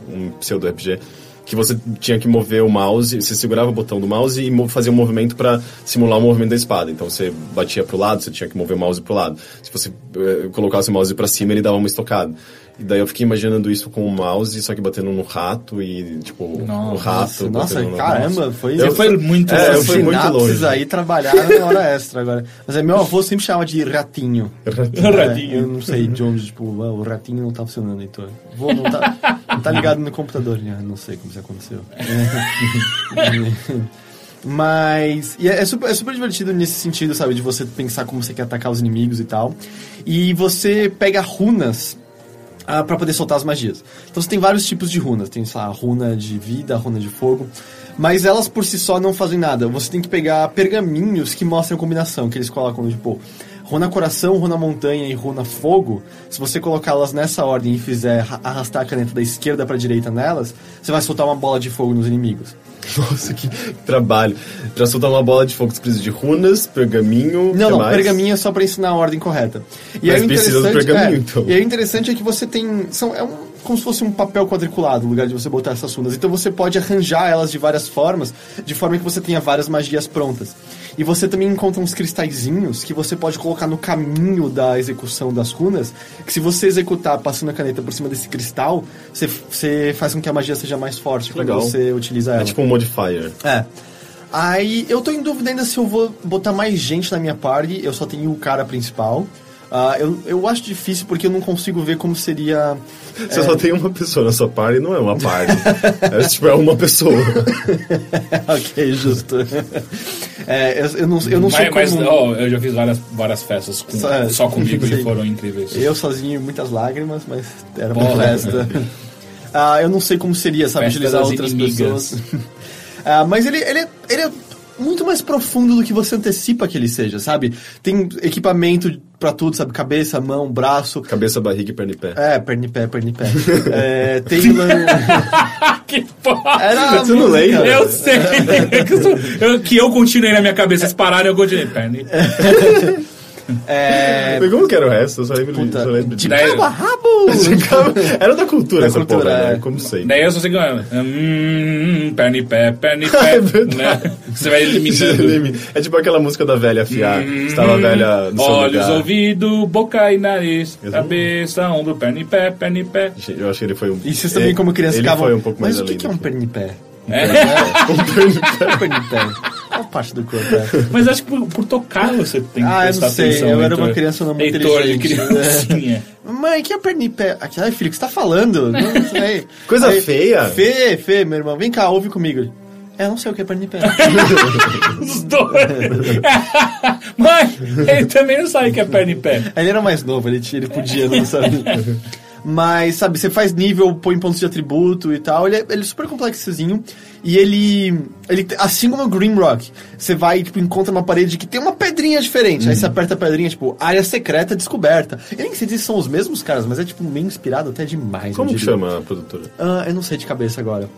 um pseudo-RPG, que você tinha que mover o mouse, você segurava o botão do mouse e mo- fazia um movimento pra simular o movimento da espada. Então você batia pro lado, você tinha que mover o mouse pro lado. Se você eh, colocasse o mouse pra cima, ele dava uma estocada. E daí eu fiquei imaginando isso com o mouse, só que batendo no rato e, tipo, o rato.
Nossa,
batendo no
caramba,
mouse.
foi
Você foi muito
É, eu
Essas
fui muito
sinapses
longe.
aí trabalharam na hora extra agora. Mas é, meu avô sempre chamava de
*laughs*
ratinho.
*laughs*
É, eu
Ratinho.
não sei de onde, tipo, ah, o ratinho não tá funcionando, Heitor. Vô, não tá, não tá ligado no computador. né? não sei como isso aconteceu. *laughs* Mas. E é, é super, é super divertido nesse sentido, sabe? De você pensar como você quer atacar os inimigos e tal. E você pega runas ah, para poder soltar as magias. Então você tem vários tipos de runas. Tem essa runa de vida, runa de fogo. Mas elas por si só não fazem nada. Você tem que pegar pergaminhos que mostram a combinação, que eles colocam, tipo, Rona Coração, Rona Montanha e Rona Fogo, se você colocá-las nessa ordem e fizer ra- arrastar a caneta da esquerda pra direita nelas, você vai soltar uma bola de fogo nos inimigos.
*laughs* Nossa, que trabalho. Pra soltar uma bola de fogo, você precisa de runas, pergaminho.
Não,
que
não,
mais?
pergaminho é só pra ensinar a ordem correta. E
Mas
aí o
precisa do
interessante-
pergaminho,
é,
então.
E aí o interessante é que você tem. São, é um, como se fosse um papel quadriculado o lugar de você botar essas runas. Então você pode arranjar elas de várias formas, de forma que você tenha várias magias prontas. E você também encontra uns cristalzinhos que você pode colocar no caminho da execução das runas, que se você executar passando a caneta por cima desse cristal, você, você faz com que a magia seja mais forte quando
Legal.
você utiliza ela.
É tipo um modifier.
É. Aí eu tô em dúvida ainda se eu vou botar mais gente na minha party, eu só tenho o cara principal. Ah, eu, eu acho difícil porque eu não consigo ver como seria. *laughs*
Você
É.
só tem uma pessoa na sua party, não é uma party. é tipo, é uma pessoa.
ok, justo. É, eu, eu não, eu não sou
Mas, mas,
comum.
ó, eu já fiz várias, várias festas com-
Só- é.
só comigo
Sim.
e foram incríveis.
Eu sozinho, muitas lágrimas, mas era uma
Porra.
festa. Ah, eu não sei como seria, sabe,
né? Festa
utilizar
das
outras
inimigas.
pessoas. *laughs* Ah, mas ele, ele, é- ele é muito mais profundo do que você antecipa que ele seja, sabe? Tem equipamento pra tudo, sabe? Cabeça, mão, braço.
Cabeça, barriga e perna e pé.
É, pernipé,
*laughs*
pernipé. é, tem... lan-
*laughs* que porra!
Era
Você não
música.
lembra?
Eu sei
*laughs*
*laughs* que eu, sou- eu- que eu continuei na minha cabeça, eles pararam e eu continuei. Perna e pé.
É...
Mas como que era o resto? Eu só lembro,
Puta,
só lembro
de
disso.
Daí-
cabo a rabo!
*laughs* Era da cultura
Da
essa
cultura,
porra,
é.
né? Como sei.
Daí eu só sei que. Hum, perna e pé, perna e pé.
*laughs*
É verdade.
né? Você vai eliminando.
*laughs* É tipo aquela música da velha afiar. Estava
Hum,
velha no seu
Olhos,
lugar.
ouvido, boca e nariz,
Exato.
cabeça, ombro, perna e pé, perna e pé.
Gente, Eu acho que ele foi um...
E vocês também, como criança,
ele
ficavam...
foi um pouco mais
mas o que
além
que é um
daqui.
pernipé?
É,
*laughs*
Um pernipé. É uma parte do corpo, é.
mas acho que por, por tocar você tem que
Ah, eu
prestar
não sei,
atenção.
eu era
Heitor.
uma criança não muito
Heitor de
inteligente. *laughs*
criancinha.
Mãe, que é pernipé? Ai, filho, o que você tá falando? Não sei.
Coisa feia.
Fê, Fê, meu irmão, vem cá, ouve comigo. É, eu não sei o que é pernipé.
Os dois. *laughs* Mas ele também não sabe que é perna e pé.
Ele era mais novo, ele, tinha- ele podia, não
*laughs*
sabe? Mas, sabe, você faz nível, põe pontos de atributo e tal. Ele é, ele é super complexozinho. E ele, ele. te- Assim como o Grimrock, você vai tipo, encontra uma parede que tem uma pedrinha diferente. Aí você
Uhum.
aperta a pedrinha, tipo, área secreta descoberta. Eu nem sei se são os mesmos caras, mas é tipo meio inspirado até demais.
Como
eu
que
diria.
chama a produtora?
Ah, eu não sei de cabeça agora.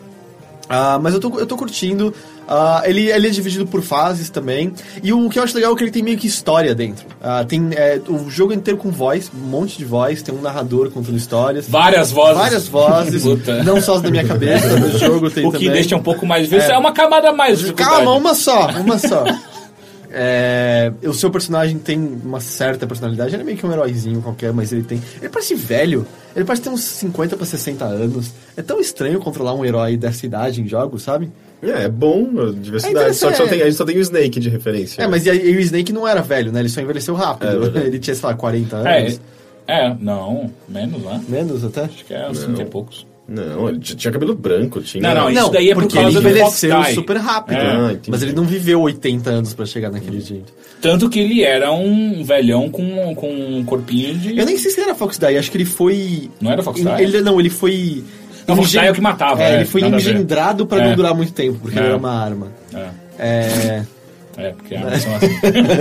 Ah, mas eu tô, eu tô curtindo. Ah, ele, ele é dividido por fases também. E o que eu acho legal é que ele tem meio que história dentro. Ah, tem é, o jogo inteiro com voz, um monte de voz, tem um narrador contando histórias.
Várias vozes.
Várias vozes,
*laughs* Puta.
não só as da minha cabeça, do jogo tem
*laughs* O que
também.
deixa um pouco mais difícil. É, uma camada a mais. de dificuldade.
Calma, uma só, uma só. *laughs* É, o seu personagem tem uma certa personalidade, ele é meio que um heróizinho qualquer, mas ele tem. Ele parece velho, ele parece ter uns 50 pra 60 anos. É tão estranho controlar um herói dessa idade em jogos, sabe?
É, é bom, a diversidade. só que só
É interessante.
tem, a gente só tem o Snake de referência.
É, mas e, aí- e o Snake não era velho, né? Ele só envelheceu
É
rápido.
verdade.
*laughs* ele tinha, sei lá, 40 anos.
É, é, não, menos né? lá.
Menos até?
Acho que é uns 30 e poucos.
Não, ele t- tinha cabelo branco, tinha...
Não, não,
Não,
Isso daí é por
porque
causa
ele
do
envelheceu
Fox Die.
super rápido.
É.
Ah, entendi.
mas ele não viveu 80 anos pra chegar naquele
Uhum.
jeito.
Tanto que ele era um velhão com, com um corpinho de.
Eu nem sei se ele era Fox Die, acho que ele foi.
Não era Fox Die?
Ele, não, ele foi.
Não, Fox Die é o que matava,
É,
é,
ele foi
nada a ver.
engendrado pra não
É.
durar muito tempo, porque ele
É.
era uma arma.
É,
É.
é porque a são assim.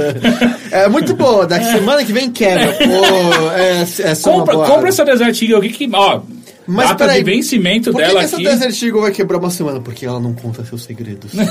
*laughs* É muito boa, da semana que vem quebra. Pô, é, é só uma
*laughs* compra,
boa
compra
arma.
essa Desert Eagle aqui que, ó.
Mas
data
peraí,
de vencimento
Por que,
dela
que essa
aqui.
Desert Eagle vai quebrar uma semana? Porque ela não conta seus segredos.
*laughs*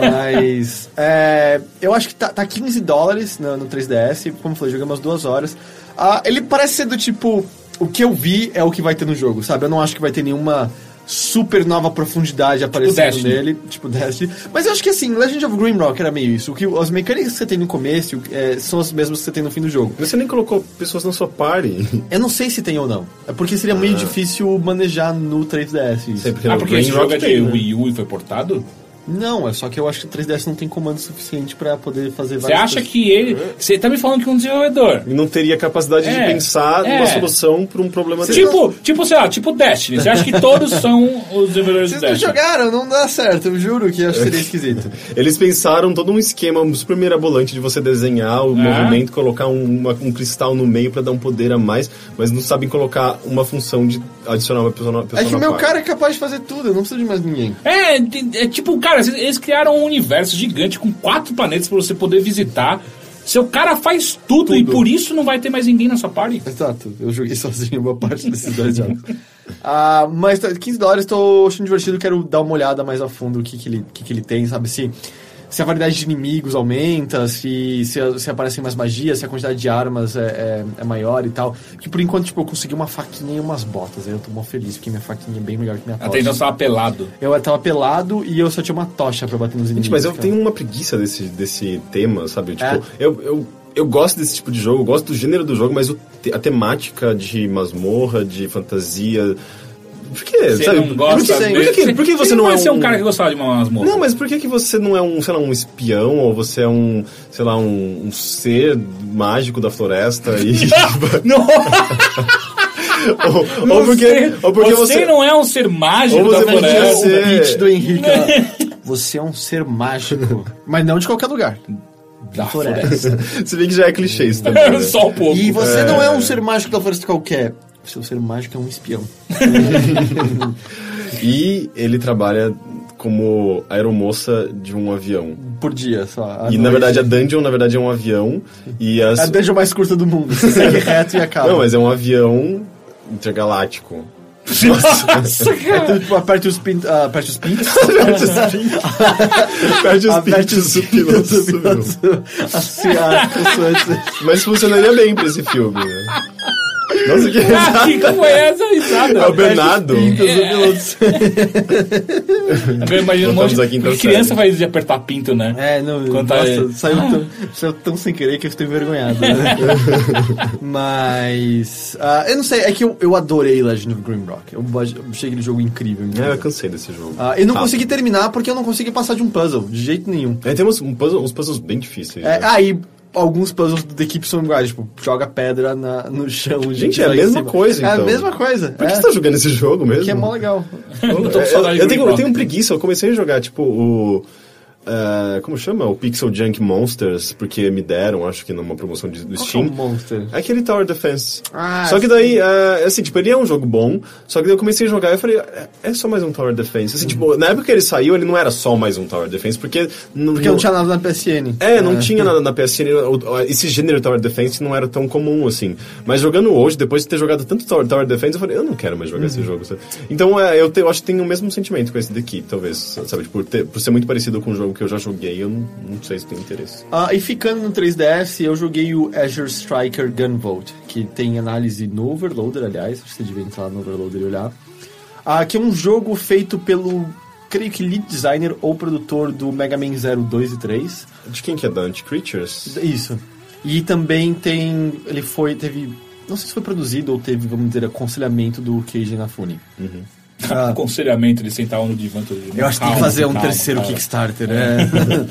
Mas. é, eu acho que tá, tá 15 dólares no, no 3DS. Como eu falei, joguei umas duas horas. Ah, ele parece ser do tipo. O que eu vi é o que vai ter no jogo, sabe? Eu não acho que vai ter nenhuma super nova profundidade aparecendo
Destiny.
nele, tipo Destiny. Mas eu acho que assim, Legend of Grimrock era meio isso. O que, as mecânicas que você tem no começo é, são as mesmas que você tem no fim do jogo.
Você nem colocou pessoas na
*laughs*
sua party.
Eu não sei se tem ou não. É porque seria muito difícil manejar no 3DS. isso.
Sempre
Ah, porque esse jogo é de
né?
Wii U e foi portado?
Não, é só que eu acho que o 3DS não tem comando suficiente pra poder fazer
Você
várias
acha
coisas.
que ele. Você tá me falando que é um desenvolvedor.
E não teria capacidade
É,
de pensar
é.
uma solução para um problema desse.
Tipo, tipo, sei lá, tipo Destiny. Você acha que todos são os desenvolvedores de
Vocês não
Destiny?
jogaram, não dá certo, eu juro que eu acho que *laughs* seria esquisito.
Eles pensaram todo um esquema super mirabolante de você desenhar o
É.
movimento, colocar um, uma- um cristal no meio para dar um poder a mais, mas não sabem colocar uma função de adicionar uma pessoa na pessoa
É que
na
o meu
party.
cara é capaz de fazer tudo, eu não preciso de mais ninguém.
É, é tipo, cara, Cara, eles- eles criaram um universo gigante com quatro planetas pra você poder visitar. Seu cara faz tudo, e por isso não vai ter mais ninguém na sua party.
Exato, eu joguei *laughs* sozinho uma parte desses dois jogos. Ah, mas tá, 15 dólares, tô achando divertido, quero dar uma olhada mais a fundo o que, que, ele, o que, que ele tem, sabe? Se, se a variedade de inimigos aumenta, se, se, se aparecem mais magias, se a quantidade de armas é, é, é maior e tal. Que por enquanto, tipo, eu consegui uma faquinha e umas botas, aí eu tô mó feliz, porque minha faquinha é bem melhor que minha tocha.
Até então você tava pelado.
Eu tava pelado e eu só tinha uma tocha pra bater nos inimigos.
Gente, Tipo, mas eu
cara.
tenho um uma preguiça desse, desse tema, sabe? Tipo,
É.
eu, eu, eu gosto desse tipo de jogo, eu gosto do gênero do jogo, mas o te- a temática de masmorra, de fantasia. Por quê?
Você
É, sabe?
não gosta
por que,
de-
por que que, por que você
Ele
não é
parece ser um
um
cara que gostava de uma masmorra.
Não, mas por que, que você não é um, sei lá, um espião, ou você é um, sei lá, um, um ser mágico da floresta e.
*laughs*
*laughs*
Não,
ou, ou porque, ou porque você.
não é um ser mágico
Ou você
da
podia
floresta.
ser-
O pitch do é Henrique. ó. Você é um ser mágico, mas não de qualquer lugar.
Da floresta.
Floresta.
*laughs* Você vê que já é clichê isso
*laughs*
também. Né?
Só um pouco.
E você não é um ser mágico da floresta qualquer. Você é um ser mágico, é um espião.
E ele trabalha como aeromoça de um avião.
Por dia, só. À
E na
noite.
verdade a dungeon, na verdade, é um avião. E as.
É a dungeon mais curta do mundo. Você segue reto e acaba.
Não, mas é um avião
*laughs*
intergaláctico.
Nossa,
É
cara.
tudo, tipo, aperte os pin- ah, aperte os
*laughs*
pins.
Perde os
Aperte
pintos, o piloto sumiu.
Assim, as
*laughs*
consoantes.
Mas funcionaria bem pra esse filme, né? Nossa, que
Ah,
risada.
que como é essa
É o
risada?
Bernardo.
Eu imagino um
Nós
monte
estamos aqui em
de...
Canção.
criança faz de apertar pinto, né?
É, não,
Quando tá-
nossa, saiu, tão, saiu tão sem querer que eu fiquei envergonhado.
*laughs*
Né? Mas. ah, eu não sei, é que eu, eu adorei Legend of Grimrock. Eu bo- eu achei aquele jogo incrível.
*laughs* É,
incrível.
eu cansei desse jogo.
Ah, eu não
Tá.
consegui terminar porque eu não consegui passar de um puzzle, de jeito nenhum.
É, tem uns, um puzzle- uns puzzles bem difíceis.
É,
né?
ah, e alguns puzzles da equipe são iguais, tipo, joga pedra na- no chão.
Gente, é a
joga em
mesma
cima.
coisa,
É a
então.
mesma coisa.
Por que
é,
você tá jogando esse jogo mesmo?
que é mó legal.
Eu tô com
É,
saudade
eu,
de
tenho,
Green
eu tenho
Rock.
preguiça, eu comecei a jogar, tipo, o. é, como chama? O Pixel Junk Monsters, porque me deram, acho que numa promoção de, do
Qual que é o
Steam.
Monster.
É Aquele Tower Defense.
Ah,
só que daí, é, assim, tipo, ele é um jogo bom, só que daí eu comecei a jogar e eu falei, é, é só mais um Tower Defense. Assim, tipo, na época que ele saiu, ele não era só mais um Tower Defense, porque... não-
Porque não tinha nada na PSN.
É, não tinha nada na PSN. o- o- Esse gênero de Tower Defense não era tão comum assim. Mas jogando hoje, depois de ter jogado tanto Tower, Tower Defense, eu falei, eu não quero mais jogar
Uhum.
esse jogo. sabe? Então é, eu, te- eu acho que tenho o mesmo sentimento com esse daqui, talvez. Sabe, por, ter, por ser muito parecido com um jogo que eu já joguei, eu não, não sei se tem interesse.
Ah, e ficando no 3DS, eu joguei o Azure Striker Gunvolt, que tem análise no Overloader, aliás. Acho que você devia entrar no Overloader e olhar. Ah, que é um jogo feito pelo, creio que lead designer ou produtor do Mega Man 0, 2 e 3.
De quem que é Dante? Creatures?
Isso. E também tem. Ele foi. Teve. Não sei se foi produzido ou teve, vamos dizer, aconselhamento do Keiji Inafune. Ah.
Aconselhamento de sentar um no divã todo dia.
Eu acho que tem que
Calma,
fazer um
calma,
terceiro
calma.
Kickstarter, né? *laughs*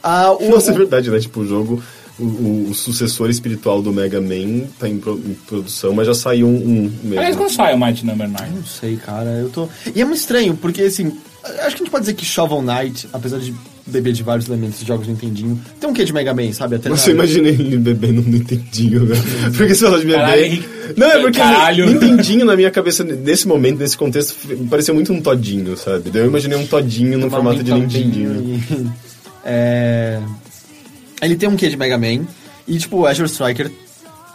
ah, o,
Nossa, é verdade, né? Tipo, o jogo... O, o- o sucessor espiritual do Mega Man tá em, pro- em produção, mas já saiu um, um mesmo.
Aliás,
é
quando sai o Mighty Number 9?
Não sei, cara. Eu tô. E é muito estranho, porque assim. Acho que a gente pode dizer que Shovel Knight, apesar de beber de vários elementos de jogos do Nintendinho, tem um quê de Mega Man, sabe? Até
Nossa, eu imaginei ele bebendo um Nintendinho, velho. Por que você falou de bebê?
Caralho, Henrique.
Não, é porque
Caralho.
Nintendinho na minha cabeça, nesse momento, nesse contexto, f- parecia muito um todinho, sabe? Daí Eu imaginei um todinho no formato de Nintendinho.
E- *laughs* é... Ele tem um quê de Mega Man e, tipo, Azure Striker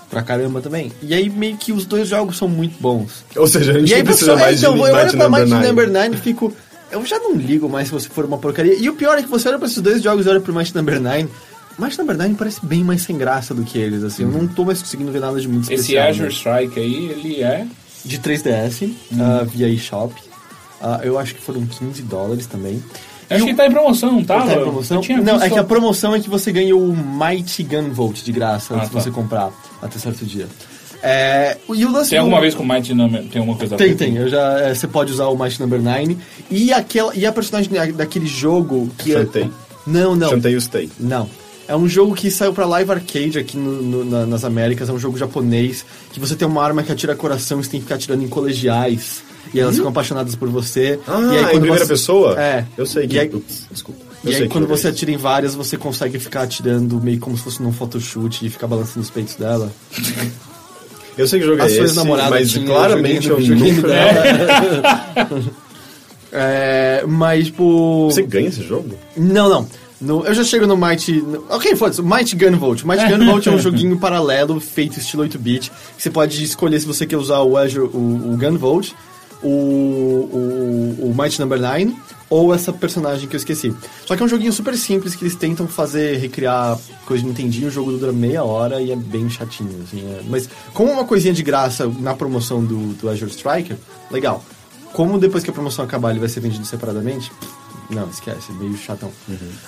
pra caramba também. E aí, meio que os dois jogos são muito bons.
Ou seja, a gente
E aí,
não precisa
pessoal,
mais
então,
de
eu olho
Mighty
pra Mighty
Number
Number
9.
9 e fico. Eu já não ligo mais se você for uma porcaria. E o pior é que você olha pra esses dois jogos e olha pro Mighty Number 9. Mighty Number 9 parece bem mais sem graça do que eles, assim.
Uhum.
Eu não tô mais conseguindo ver nada de muito
Esse
especial.
Azure
né?
Strike aí, ele é...
De
Uhum.
3DS, ah, via eShop. Ah, eu acho que foram 15 dólares também.
Eu acho que ele tá em promoção, não tá?
Tá em promoção?
Eu tinha
Não,
visto-
é que a promoção é que você ganha o Mighty Gunvolt de graça
Ah,
se
tá.
você comprar até certo dia. É, e o lance
Tem
do-
alguma vez com o Mighty Number... Tem alguma coisa... a
Tem,
ver?
tem. Eu já, é, você pode usar o Mighty Number 9. E, aquela, e a personagem da- daquele jogo que... é-
Shantae.
Não, não.
Shantae e Stay.
Não. É um jogo que saiu pra Live Arcade aqui no- no- na- nas Américas. É um jogo japonês que você tem uma arma que atira coração e você tem que ficar atirando em colegiais. E elas ficam apaixonadas por você.
Ah,
e aí,
em
quando
primeira
você-
pessoa?
É.
Eu sei que...
E aí-
Ups, desculpa. Eu
e
sei
aí,
que
quando
jogo é
você
esse.
atira em várias, você consegue ficar atirando meio como se fosse num photoshoot e ficar balançando os peitos dela.
Eu sei que jogo é
A sua
esse,
ex-namorada
mas
tinha,
claramente é um
eu
eu
joguei no *laughs*
*laughs* nunca...
videogame É, mas, tipo.
Você ganha esse jogo?
Não, não. No- eu já chego no Might. no- ok, foda-se. Might Gunvolt. Might Gunvolt é um joguinho paralelo feito estilo 8-bit. que Você pode escolher se você quer usar o Azure, o, o Gunvolt, o, o, o Might Number 9 ou essa personagem que eu esqueci. Só que é um joguinho super simples que eles tentam fazer, recriar coisa de Nintendinho. O jogo dura meia hora e é bem chatinho, assim. é. Mas como uma coisinha de graça na promoção do, do Azure Striker, legal. Como depois que a promoção acabar ele vai ser vendido separadamente, não, esquece, é meio chatão.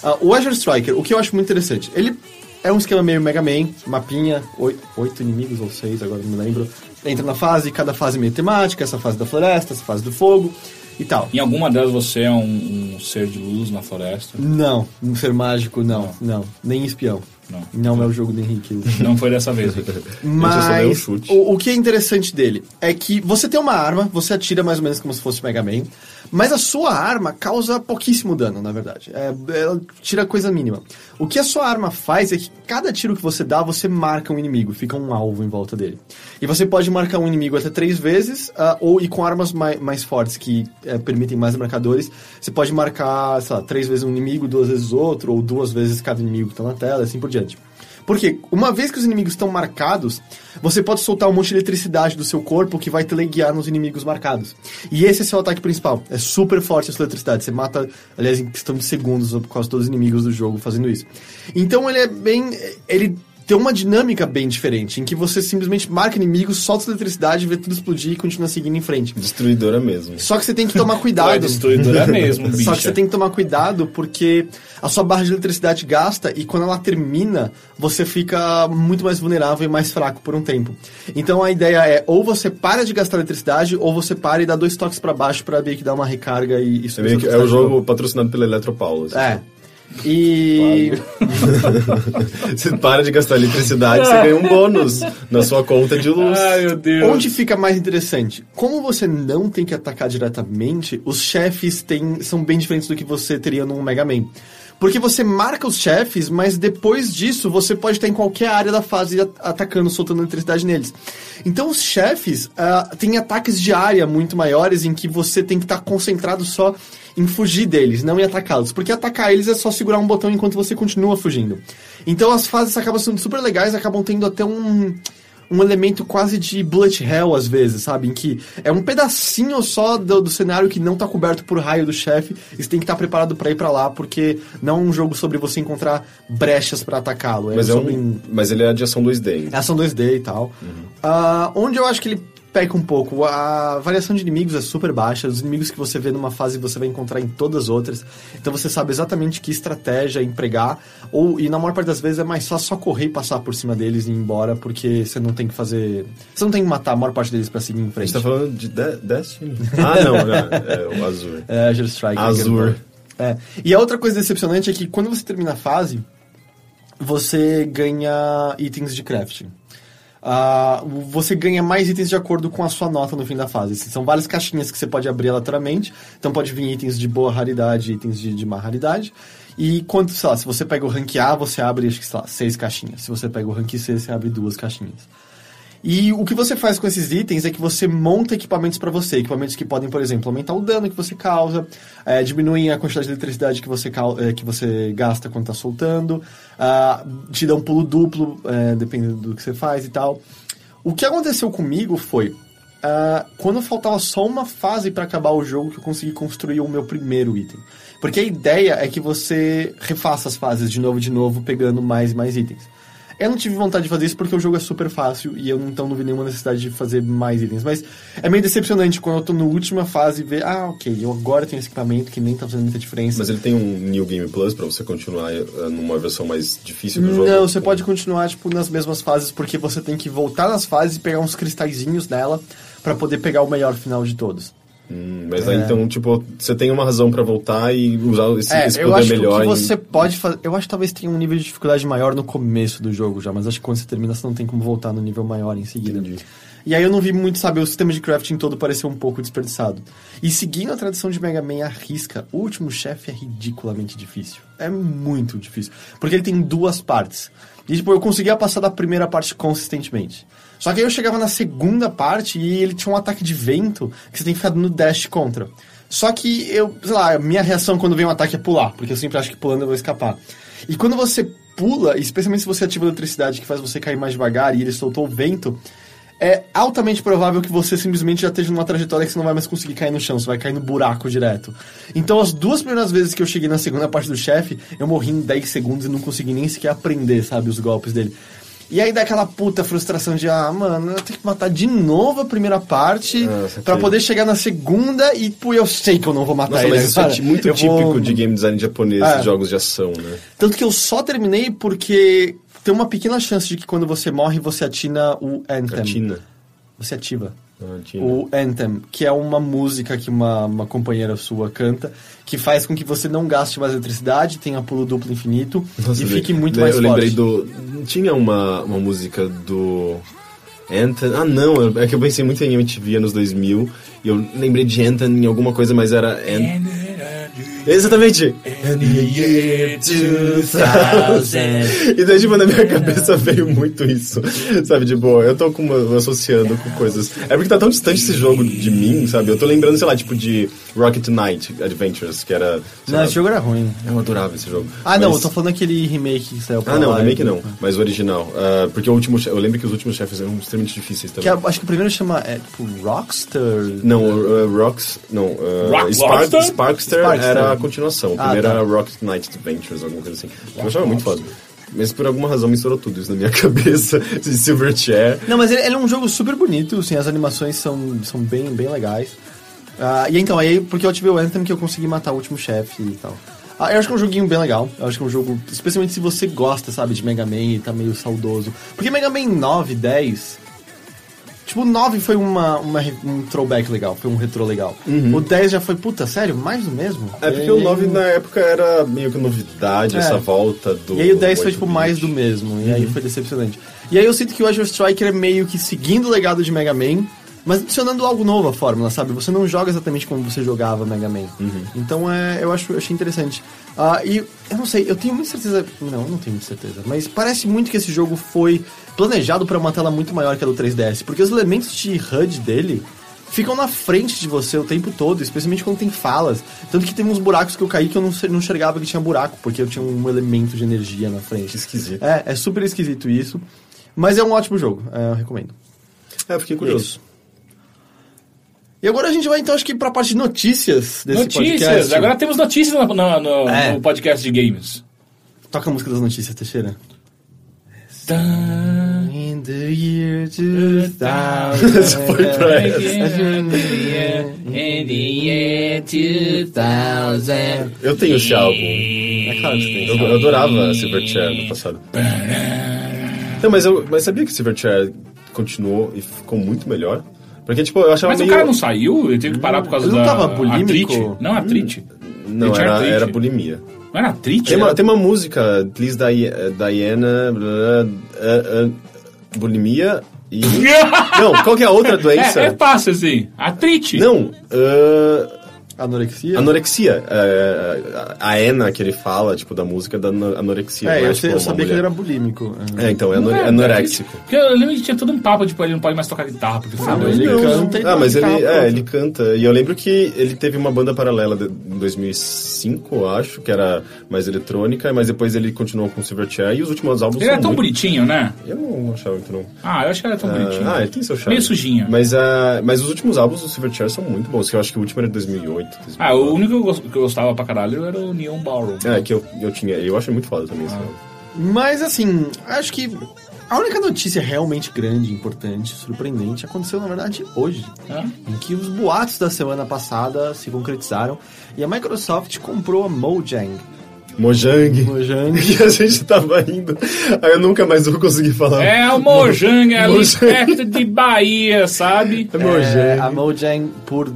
Ah, o Azure Striker, o que eu acho muito interessante, ele é um esquema meio Mega Man, mapinha, oi- oito inimigos ou seis, agora não lembro. Entra na fase, cada fase meio temática, essa fase da floresta, essa fase do fogo e tal.
Em alguma delas você é um, um ser de luz na floresta.
Não, um ser mágico, não, não. Nem espião.
Não.
é o jogo do Henrique. Wilson.
Não foi dessa
*laughs*
vez, Ricardo.
Esse só deu um
Mas
chute.
o, o que é interessante dele é que você tem uma arma, você atira mais ou menos como se fosse Mega Man, mas a sua arma causa pouquíssimo dano, na verdade. É, ela tira coisa mínima. O que a sua arma faz é que cada tiro que você dá, você marca um inimigo, fica um alvo em volta dele. E você pode marcar um inimigo até três vezes, ah, ou e com armas mai- mais, fortes que eh, permitem mais marcadores, você pode marcar, sei lá, três vezes um inimigo, duas vezes outro, ou duas vezes cada inimigo que tá na tela, e assim por diante. Porque uma vez que os inimigos estão marcados, você pode soltar um monte de eletricidade do seu corpo que vai teleguiar nos inimigos marcados. E esse é seu ataque principal. É super forte essa eletricidade. Você mata, aliás, em questão de segundos, quase todos os inimigos do jogo fazendo isso. Então ele é bem. Ele tem uma dinâmica bem diferente, em que você simplesmente marca inimigos, solta essa eletricidade, vê tudo explodir e continua seguindo em frente.
Destruidora mesmo.
Só que você tem que
*laughs*
tomar
é
Foi
cuidado.
destruidora mesmo, bicho.
Só que você tem que tomar cuidado porque a sua barra de eletricidade gasta e quando ela termina, você fica muito mais vulnerável e mais fraco por um tempo. Então a ideia é ou você para de gastar eletricidade ou você para e dá dois toques pra baixo pra meio que dar uma recarga e isso
É, meio que- é o jogo patrocinado pela Eletropaulo. assim.
É.
*laughs*
E
Você para de gastar eletricidade, você ganha um bônus na sua conta de luz.
Ai, meu Deus.
Onde fica mais interessante? Como você não tem que atacar diretamente, os chefes têm, são bem diferentes do que você teria num Mega Man. Porque você marca os chefes, mas depois disso você pode estar em qualquer área da fase at- atacando, soltando eletricidade neles. Então os chefes ah, têm ataques de área muito maiores em que você tem que estar concentrado só em fugir deles, não em atacá-los. Porque atacar eles é só segurar um botão enquanto você continua fugindo. Então as fases acabam sendo super legais, acabam tendo até um um elemento quase de bullet hell às vezes, sabe? Em que é um pedacinho só do, do cenário que não tá coberto por raio do chefe, e você tem que estar preparado pra ir pra lá, porque não é um jogo sobre você encontrar brechas pra atacá-lo. É
Mas, é
sobre
um, mas ele é de ação 2D.
ação 2D e tal.
Uhum.
Ah, onde eu acho que ele peca um pouco, a variação de inimigos é super baixa, os inimigos que você vê numa fase você vai encontrar em todas as outras, então você sabe exatamente que estratégia empregar, ou, e na maior parte das vezes é mais fácil só correr e passar por cima deles e ir embora, porque você não tem que fazer... Você não tem que matar a maior parte deles pra seguir em
A
frente.
gente tá falando de De- Destiny? Ah, não, não, é o Azul.
É, Azure Strike.
Azure.
É. E a outra coisa decepcionante é que quando você termina a fase, você ganha itens de crafting. Ah, você ganha mais itens de acordo com a sua nota no fim da fase. Assim, São várias caixinhas que você pode abrir aleatoriamente. Então pode vir itens de boa raridade, itens de, de má raridade. E quanto, sei lá, se você pega o rank A, você abre, acho que, sei lá, seis caixinhas. Se você pega o rank C, você abre duas caixinhas. E o que você faz com esses itens é que você monta equipamentos pra você. Equipamentos que podem, por exemplo, aumentar o dano que você causa, eh, diminuem a quantidade de eletricidade que você, cau- eh, que você gasta quando tá soltando, ah, te dão um pulo duplo, eh, dependendo do que você faz e tal. O que aconteceu comigo foi. ah, quando faltava só uma fase pra acabar o jogo, que eu consegui construir o meu primeiro item. Porque a ideia é que você refaça as fases de novo, de novo, pegando mais e mais itens. Eu não tive vontade de fazer isso porque o jogo é super fácil e eu então não vi nenhuma necessidade de fazer mais itens. Mas é meio decepcionante quando eu tô na última fase e ver, ah, ok, eu agora tenho esse equipamento que nem tá fazendo muita diferença.
Mas ele tem um New Game Plus pra você continuar eh, numa versão mais difícil do jogo?
Não, você pode continuar, tipo, nas mesmas fases, porque você tem que voltar nas fases e pegar uns cristalzinhos nela pra poder pegar o melhor final de todos.
Hum, mas aí, então, tipo, você tem uma razão pra voltar e usar esse,
É,
esse
eu
poder
acho que o
melhor.
que
em-
você pode fazer. Eu acho que talvez tenha um nível de dificuldade maior no começo do jogo já, mas acho que quando você termina você não tem como voltar no nível maior em seguida. E aí eu não vi muito, sabe, o sistema de crafting todo pareceu um pouco desperdiçado. E seguindo a tradição de Mega Man arrisca, o último chefe é ridiculamente difícil. É muito difícil. Porque ele tem duas partes. E tipo, eu conseguia passar da primeira parte consistentemente. Só que aí eu chegava na segunda parte e ele tinha um ataque de vento que você tem que ficar no dash contra. Só que eu, sei lá, a minha reação quando vem um ataque é pular, porque eu sempre acho que pulando eu vou escapar. E quando você pula, especialmente se você ativa a eletricidade que faz você cair mais devagar e ele soltou o vento, é altamente provável que você simplesmente já esteja numa trajetória que você não vai mais conseguir cair no chão, você vai cair no buraco direto. Então, as duas primeiras vezes que eu cheguei na segunda parte do chefe, eu morri em 10 segundos e não consegui nem sequer aprender, sabe, os golpes dele. E aí dá aquela puta frustração de, ah, mano, eu tenho que matar de novo a primeira parte
Nossa,
pra
que-
poder chegar na segunda e, pô, eu sei que eu não vou matar
Nossa,
ele.
mas isso é
agora.
ti- muito
Eu vou-
típico de game design japonês,
É.
jogos de ação, né?
tanto que eu só terminei porque tem uma pequena chance de que quando você morre, você atina o Anthem.
Atina.
Você ativa.
Atina.
O Anthem, que é uma música que uma, uma companheira sua canta, que faz com que você não gaste mais eletricidade, tenha pulo duplo infinito
Nossa,
e
daí-
fique muito
daí
mais
né, Eu
forte.
lembrei do. Tinha uma, uma música do. Anthem. Ah, não, é que eu pensei muito em MTV anos 2000 e eu lembrei de Anthem em alguma coisa, mas era. An... Exatamente! E daí, tipo, na minha cabeça veio muito isso. Sabe, de boa, eu tô com uma- associando com coisas. É porque tá tão distante esse jogo de mim, sabe? Eu tô lembrando, sei lá, tipo, de Rocket Knight Adventures, que era. sei
Não,
lá,
esse jogo era ruim.
Eu adorava esse jogo.
Ah, não,
Mas-
eu tô falando aquele remake que saiu pra
ah, não,
lá.
remake não, mas o original. Ah, porque o último, che- eu lembro que os últimos chefes eram extremamente difíceis
Que
também.
é- acho que o primeiro chama, é tipo, Rockstar?
Não, ah, Rocks. Não, ah,
Rock-
Spark-
Rockstar?
Sparkster,
Sparkster.
era a continuação. O
Ah,
primeiro
tá.
era Rocket Knight Adventures, alguma coisa assim. Eu achava muito foda. Mas por alguma razão misturou tudo isso na minha *laughs* cabeça. Esse Silverchair.
Não, mas ele, ele é um jogo super bonito, assim, as animações são, são bem, bem legais. Ah, e então, aí, porque eu ativei o Anthem que eu consegui matar o último chefe e tal. Ah, eu acho que é um joguinho bem legal. Eu acho que é um jogo, especialmente se você gosta, sabe, de Mega Man e tá meio saudoso. Porque Mega Man 9, 10. Tipo, o 9 foi uma, uma re- um throwback legal, foi um retrô legal. O 10 já foi, puta, sério? Mais do mesmo?
Uhum. É porque
E
o
aí-
9 na época era meio que novidade,
É.
essa volta do.
e aí o 10 foi,
8-bit.
tipo, mais do mesmo. E aí foi decepcionante. E aí eu sinto que o Azure Striker é meio que seguindo o legado de Mega Man, mas adicionando algo novo à fórmula, sabe? Você não joga exatamente como você jogava Mega Man. Então é, eu acho eu achei interessante. Ah, e eu não sei, eu tenho muita certeza. Não, eu não tenho muita certeza. Mas parece muito que esse jogo foi planejado para uma tela muito maior que a do 3DS, porque os elementos de HUD dele ficam na frente de você o tempo todo, especialmente quando tem falas. Tanto que tem uns buracos que eu caí que eu não, se- não enxergava que tinha buraco, porque eu tinha um elemento de energia na frente.
Que esquisito.
É, é super esquisito isso. Mas é um ótimo jogo, é, eu recomendo.
É, eu fiquei curioso.
E agora a gente vai então, acho que pra parte de notícias desse
Notícias!
podcast.
Agora temos notícias na- na- no,
É.
no podcast de games.
Toca a música das notícias, Teixeira.
Tã.
In the year *laughs* 2000.
Foi pra essa. Eu tenho esse álbum.
É claro que tem.
Eu, eu adorava Silverchair no passado. Não, mas, eu, mas sabia que Silverchair continuou e ficou muito melhor? Porque, tipo, eu achava
Mas o
meio...
cara não saiu? Ele teve que parar por causa
Ele não
da
tava bulímico?
artrite? Não, artrite.
Hum. Não,
Ele tinha
era,
artrite.
era bulimia.
Não era artrite?
Tem uma,
Era-
tem uma música, Please Di- eh, Diana... blá, blá, ah, ah, bulimia
*laughs*
e... não, qual que é a outra doença?
É, é fácil assim. Artrite.
Não, ah,
Anorexia?
anorexia. É, a Ana que ele fala, tipo, da música da ano- anorexia.
É,
não
eu,
tipo,
sei- eu
uma
sabia que
mulher.
ele era bulímico.
É, então, é, anore-
Não é,
anoréxico. Ah,
Porque eu lembro que tinha todo um papo, tipo, ele não pode mais tocar guitarra, porque fudeu.
mas ele
Não,
canta e
Ah,
toca
mas ele,
guitarra,
é,
pronto.
ele canta. E eu lembro que ele teve uma banda paralela de- em 2005, eu acho, que era mais eletrônica, mas depois ele continuou com Silverchair e os últimos álbuns
Ele
são
era tão
muito...
bonitinho, né?
Eu não achava que não.
Ah, eu acho que era tão bonitinho.
Ah, ele tem seu charme.
Meio sujinho.
Mas, ah, mas os últimos álbuns do Silverchair são muito bons, que eu acho que o último era de 2008. 2009.
Ah, o único que eu, gos- que eu gostava pra caralho era o Neon Ballroom.
É, que eu, eu tinha. Eu acho muito foda
Ah.
também esse álbum.
Mas assim, acho que a única notícia realmente grande, importante, surpreendente aconteceu na verdade hoje,
É.
em que os boatos da semana passada se concretizaram e a Microsoft comprou a Mojang.
Mojang. *laughs*
Mojang.
Que a gente tava indo. Aí eu nunca mais vou conseguir falar.
É o Mojang ali
Mojang.
perto de Bahia, sabe?
É Mojang.
É, a Mojang por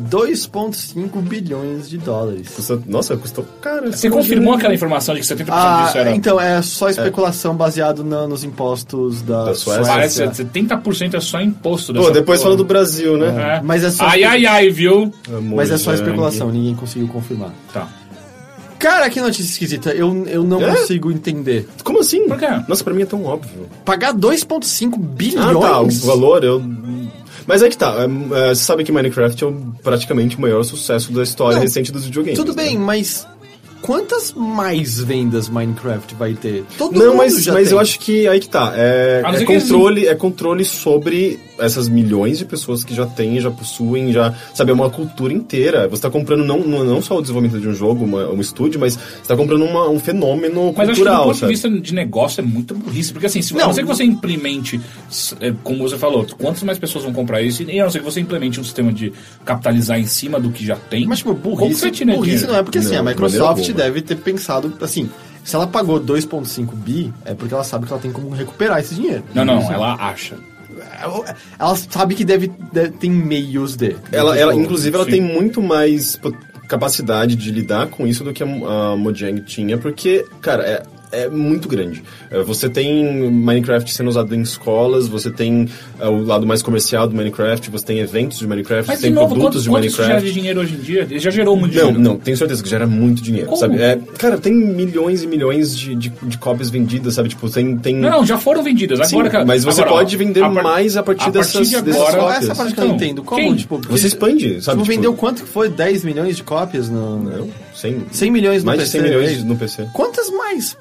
2,5 bilhões de dólares.
Custa- Nossa, custou caro. esse
Você confirmou
Mojang.
aquela informação de que 70%
Ah,
disso era...
então é só especulação baseado na- nos impostos da,
Da Suécia.
Parece que 70% é só imposto dessa
Pô, depois
porra.
fala do Brasil, né?
É.
Mas é só
ai,
espe-
ai, ai, viu?
Mas é só
Mojang.
especulação, ninguém conseguiu confirmar.
Tá.
Cara, que notícia esquisita, eu, eu não
É?
consigo entender.
Como assim?
Por quê?
Nossa, pra mim é tão óbvio.
Pagar 2,5 bilhões?
Ah, tá, o valor eu. Mas é que tá, é, é, você sabe que Minecraft é o, praticamente o maior sucesso da história
Não,
recente dos videogames.
Tudo
né?
bem, mas quantas mais vendas Minecraft vai ter? Todo
Não,
mundo
mas,
já
mas
tem.
eu acho que aí que tá. É,
A não
é
ser que eles
controle, é controle sobre essas milhões de pessoas que já têm, já possuem, já. Sabe, é uma cultura inteira. Você tá comprando não, não, não só o desenvolvimento de um jogo, uma- um estúdio, mas você tá comprando uma- um fenômeno
Mas acho que do
cultural.
ponto de
sabe?
vista de negócio é muito burrice. Porque assim, se, a
Não.
não ser que você implemente, s- é, como você falou, quantas mais pessoas vão comprar isso, e a não ser que você implemente um sistema de capitalizar em cima do que já tem.
Mas, tipo,
como que
burrice,
você tira
burrice
dinheiro?
não é porque, assim,
Não,
a
de
Microsoft
maneira alguma.
deve ter pensado, assim, se ela pagou 2.5 bi, é porque ela sabe que ela tem como recuperar esse dinheiro.
Não, não, ela acha.
Ela- Ela sabe que deve, deve- tem meios de. tipo,
Ela,
de-
ela, inclusive, ela
Sim.
tem muito mais po- capacidade de lidar com isso do que a, a Mojang tinha, porque, cara, é. É muito grande. É, Você tem Minecraft sendo usado em escolas, você tem é, o lado mais comercial do Minecraft, você tem eventos de Minecraft,
Mas
você tem
de novo, quanto,
produtos de
quanto isso gera
Minecraft.
de dinheiro hoje em dia? Ele já gerou muito
Não,
dinheiro.
não, tenho certeza que gera muito dinheiro,
Como?
sabe? É, cara, tem milhões e milhões de, de, de cópias vendidas, sabe? Tipo, tem. tem...
Não, não, já foram vendidas.
Sim,
Agora, cara,
mas você
agora, ó,
pode vender
par-
mais a partir dessas-
de
dessas
agora,
Qual é
cópias.
essa parte que eu não
Então,
entendo? Como,
quem?
tipo... porque-
Você expande, sabe?
Tipo,
Tipo,
vendeu quanto que foi? 10 milhões de cópias no...
Não, 100,
100 milhões no
mais de
PC.
100
é
milhões
né?
no PC.
Quantas mais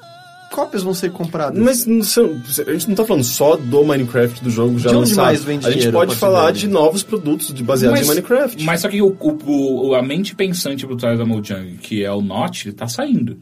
cópias vão ser compradas?
Mas não são- a gente não tá falando só do Minecraft do jogo já
De onde
lançado.
mais vem
a gente
dinheiro,
pode
a
falar
possibilidade?
de novos produtos é de- baseados em Minecraft.
Mas só que o, o- o- a mente pensante por trás da Mojang, que é o Notch, ele tá saindo.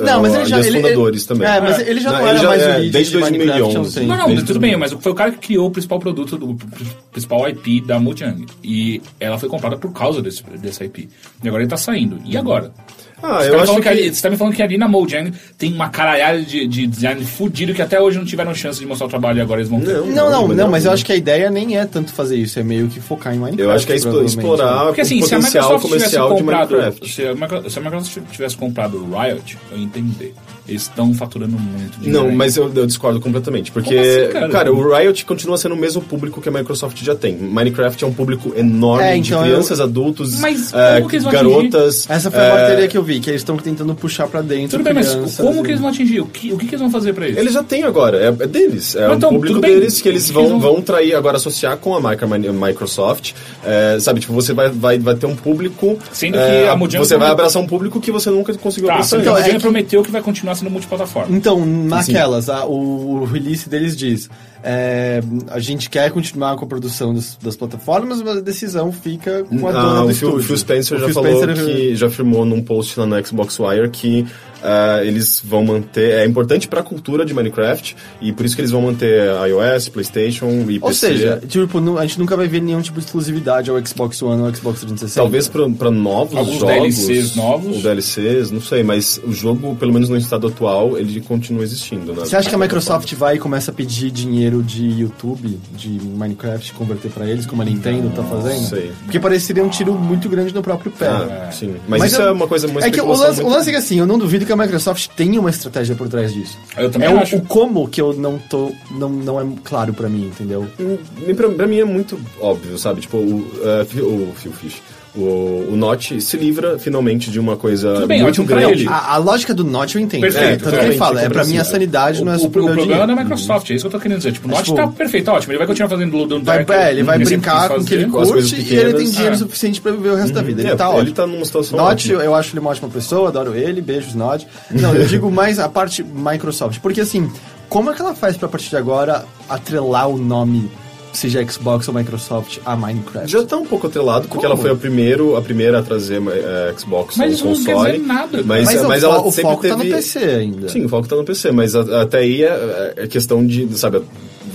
Não, mas ele já-
Ah, E os
ele-
fundadores
ele-
também.
É, mas ele já não
ele
era mais o
é,
líder
desde
de Minecraft,
2011.
eu não
Não,
sei.
não, tudo bem, mas foi o cara que criou o principal produto, do, o pr- principal IP da Mojang. E ela foi comprada por causa desse, desse IP. E agora ele tá saindo. E agora?
Ah,
Os
eu
caras
acho
falam
que...
que ali- Você tá me falando que ali na Mojang tem uma caralhada de, de design fudido que até hoje não tiveram chance de mostrar o trabalho e agora eles vão ter.
um,
Não, não, não, mas eu acho que a ideia nem é tanto fazer isso, é meio que focar em Minecraft.
Eu acho que é explo-
provavelmente, né?
explorar
Porque assim,
o
se a
potencial
Microsoft tivesse
comercial de
comprado. né?
Minecraft.
Se a, Micro- se a Microsoft tivesse comprado o Riot, eu ia entender. Eles estão faturando muito dinheiro.
Não,
ainda.
mas eu, eu discordo completamente. Porque,
Como assim, cara?
cara? o Riot continua sendo o mesmo público que a Microsoft já tem. Minecraft é um público enorme
É, então
de
eu-
crianças, adultos,
Mas
eh,
como que eles vão
garotas.
Essa foi
eh,
a bateria que eu vi, que eles estão tentando puxar pra dentro.
Tudo bem, mas
crianças
como
e-
que eles vão atingir? O que, o que que eles vão fazer pra isso?
Eles já têm agora, é, é deles. É
Mas então,
um público
tudo bem.
deles que eles
Eles
vão,
não-
vão trair agora, associar com a marca Mi- Microsoft. É, sabe, tipo, você vai, vai, vai ter um público.
Sendo que
é,
a Mojang-
Você vai abraçar um público que você nunca conseguiu
Tá,
abraçar.
então, a
antes.
Mojang
é que-
prometeu que vai continuar sendo multiplataforma.
Então,
Assim-
naquelas, a- o, o release deles diz: é, a gente quer continuar com a produção das, das plataformas, mas a decisão fica
é
com a dona
Ah,
do
o Phil,
estúdio.
Phil Spencer
O
já
Phil
falou
Spencer-
que já afirmou num post lá no Xbox Wire que ah, eles vão manter é importante pra cultura de Minecraft e por isso que eles vão manter iOS, PlayStation e
Ou
PC.
seja, tipo, nu- a gente nunca vai ver nenhum tipo de exclusividade ao Xbox One ou ao Xbox 360.
Talvez pra pra novos
Alguns
jogos.
DLCs novos.
Ou DLCs, não sei, mas o jogo, pelo menos no estado atual, ele continua existindo, né?
Você acha que a Microsoft vai e começa a pedir dinheiro de YouTube, de Minecraft, converter pra eles, como a Nintendo tá fazendo?
sei.
Porque pareceria um tiro muito grande no próprio pé.
Ah, sim. Mas, isso
eu-
é uma coisa muito
é que o lance, o lance é que assim, eu não duvido que a Microsoft tenha uma estratégia por trás disso.
Eu também
é o-
acho.
O, como que eu não tô. Não, não é claro pra mim, entendeu?
Hum, Pra, pra mim é muito óbvio, sabe? Tipo, o, eh, fi- o Phil Fish. O, o Notch se livra finalmente de uma coisa
Tudo bem,
muito
ótimo pra
grande.
ele.
A, a lógica do Notch eu entendo.
Perfeito,
é, tanto que ele
totalmente
fala, é pra minha
compreensível.
sanidade,
O,
não é
o- o
sobre o meu
problema é
dinheiro.
da Microsoft, é isso que eu tô querendo dizer. Tipo, o Notch
tipo,
tá perfeito, ótimo. Ele vai continuar fazendo o Don't
Vai,
Dark,
é, ele vai
sempre
brincar
quis
com o que ele
fazer.
com as coisas
curte e ele tem
pequenas.
dinheiro
É.
suficiente pra viver o resto da vida. Ele
É,
tá ótimo.
ele tá numa situação
Notch, eu,
ótima.
eu acho ele uma ótima pessoa, adoro ele, beijos, Notch. Não, eu digo mais a parte Microsoft, porque assim, como é que ela faz pra, a partir de agora atrelar o nome, seja Xbox ou Microsoft, a Minecraft?
Já tá um pouco atrelado, porque
Como?
ela foi a, primeiro, a primeira a trazer eh, Xbox
Mas
ao
isso não quer
console.
dizer nada.
Mas,
mas
eh,
o,
mas
fo-
ela
o
sempre
foco
teve...
tá no PC ainda.
Sim, o foco tá no PC, mas a- até aí é, é questão de, sabe,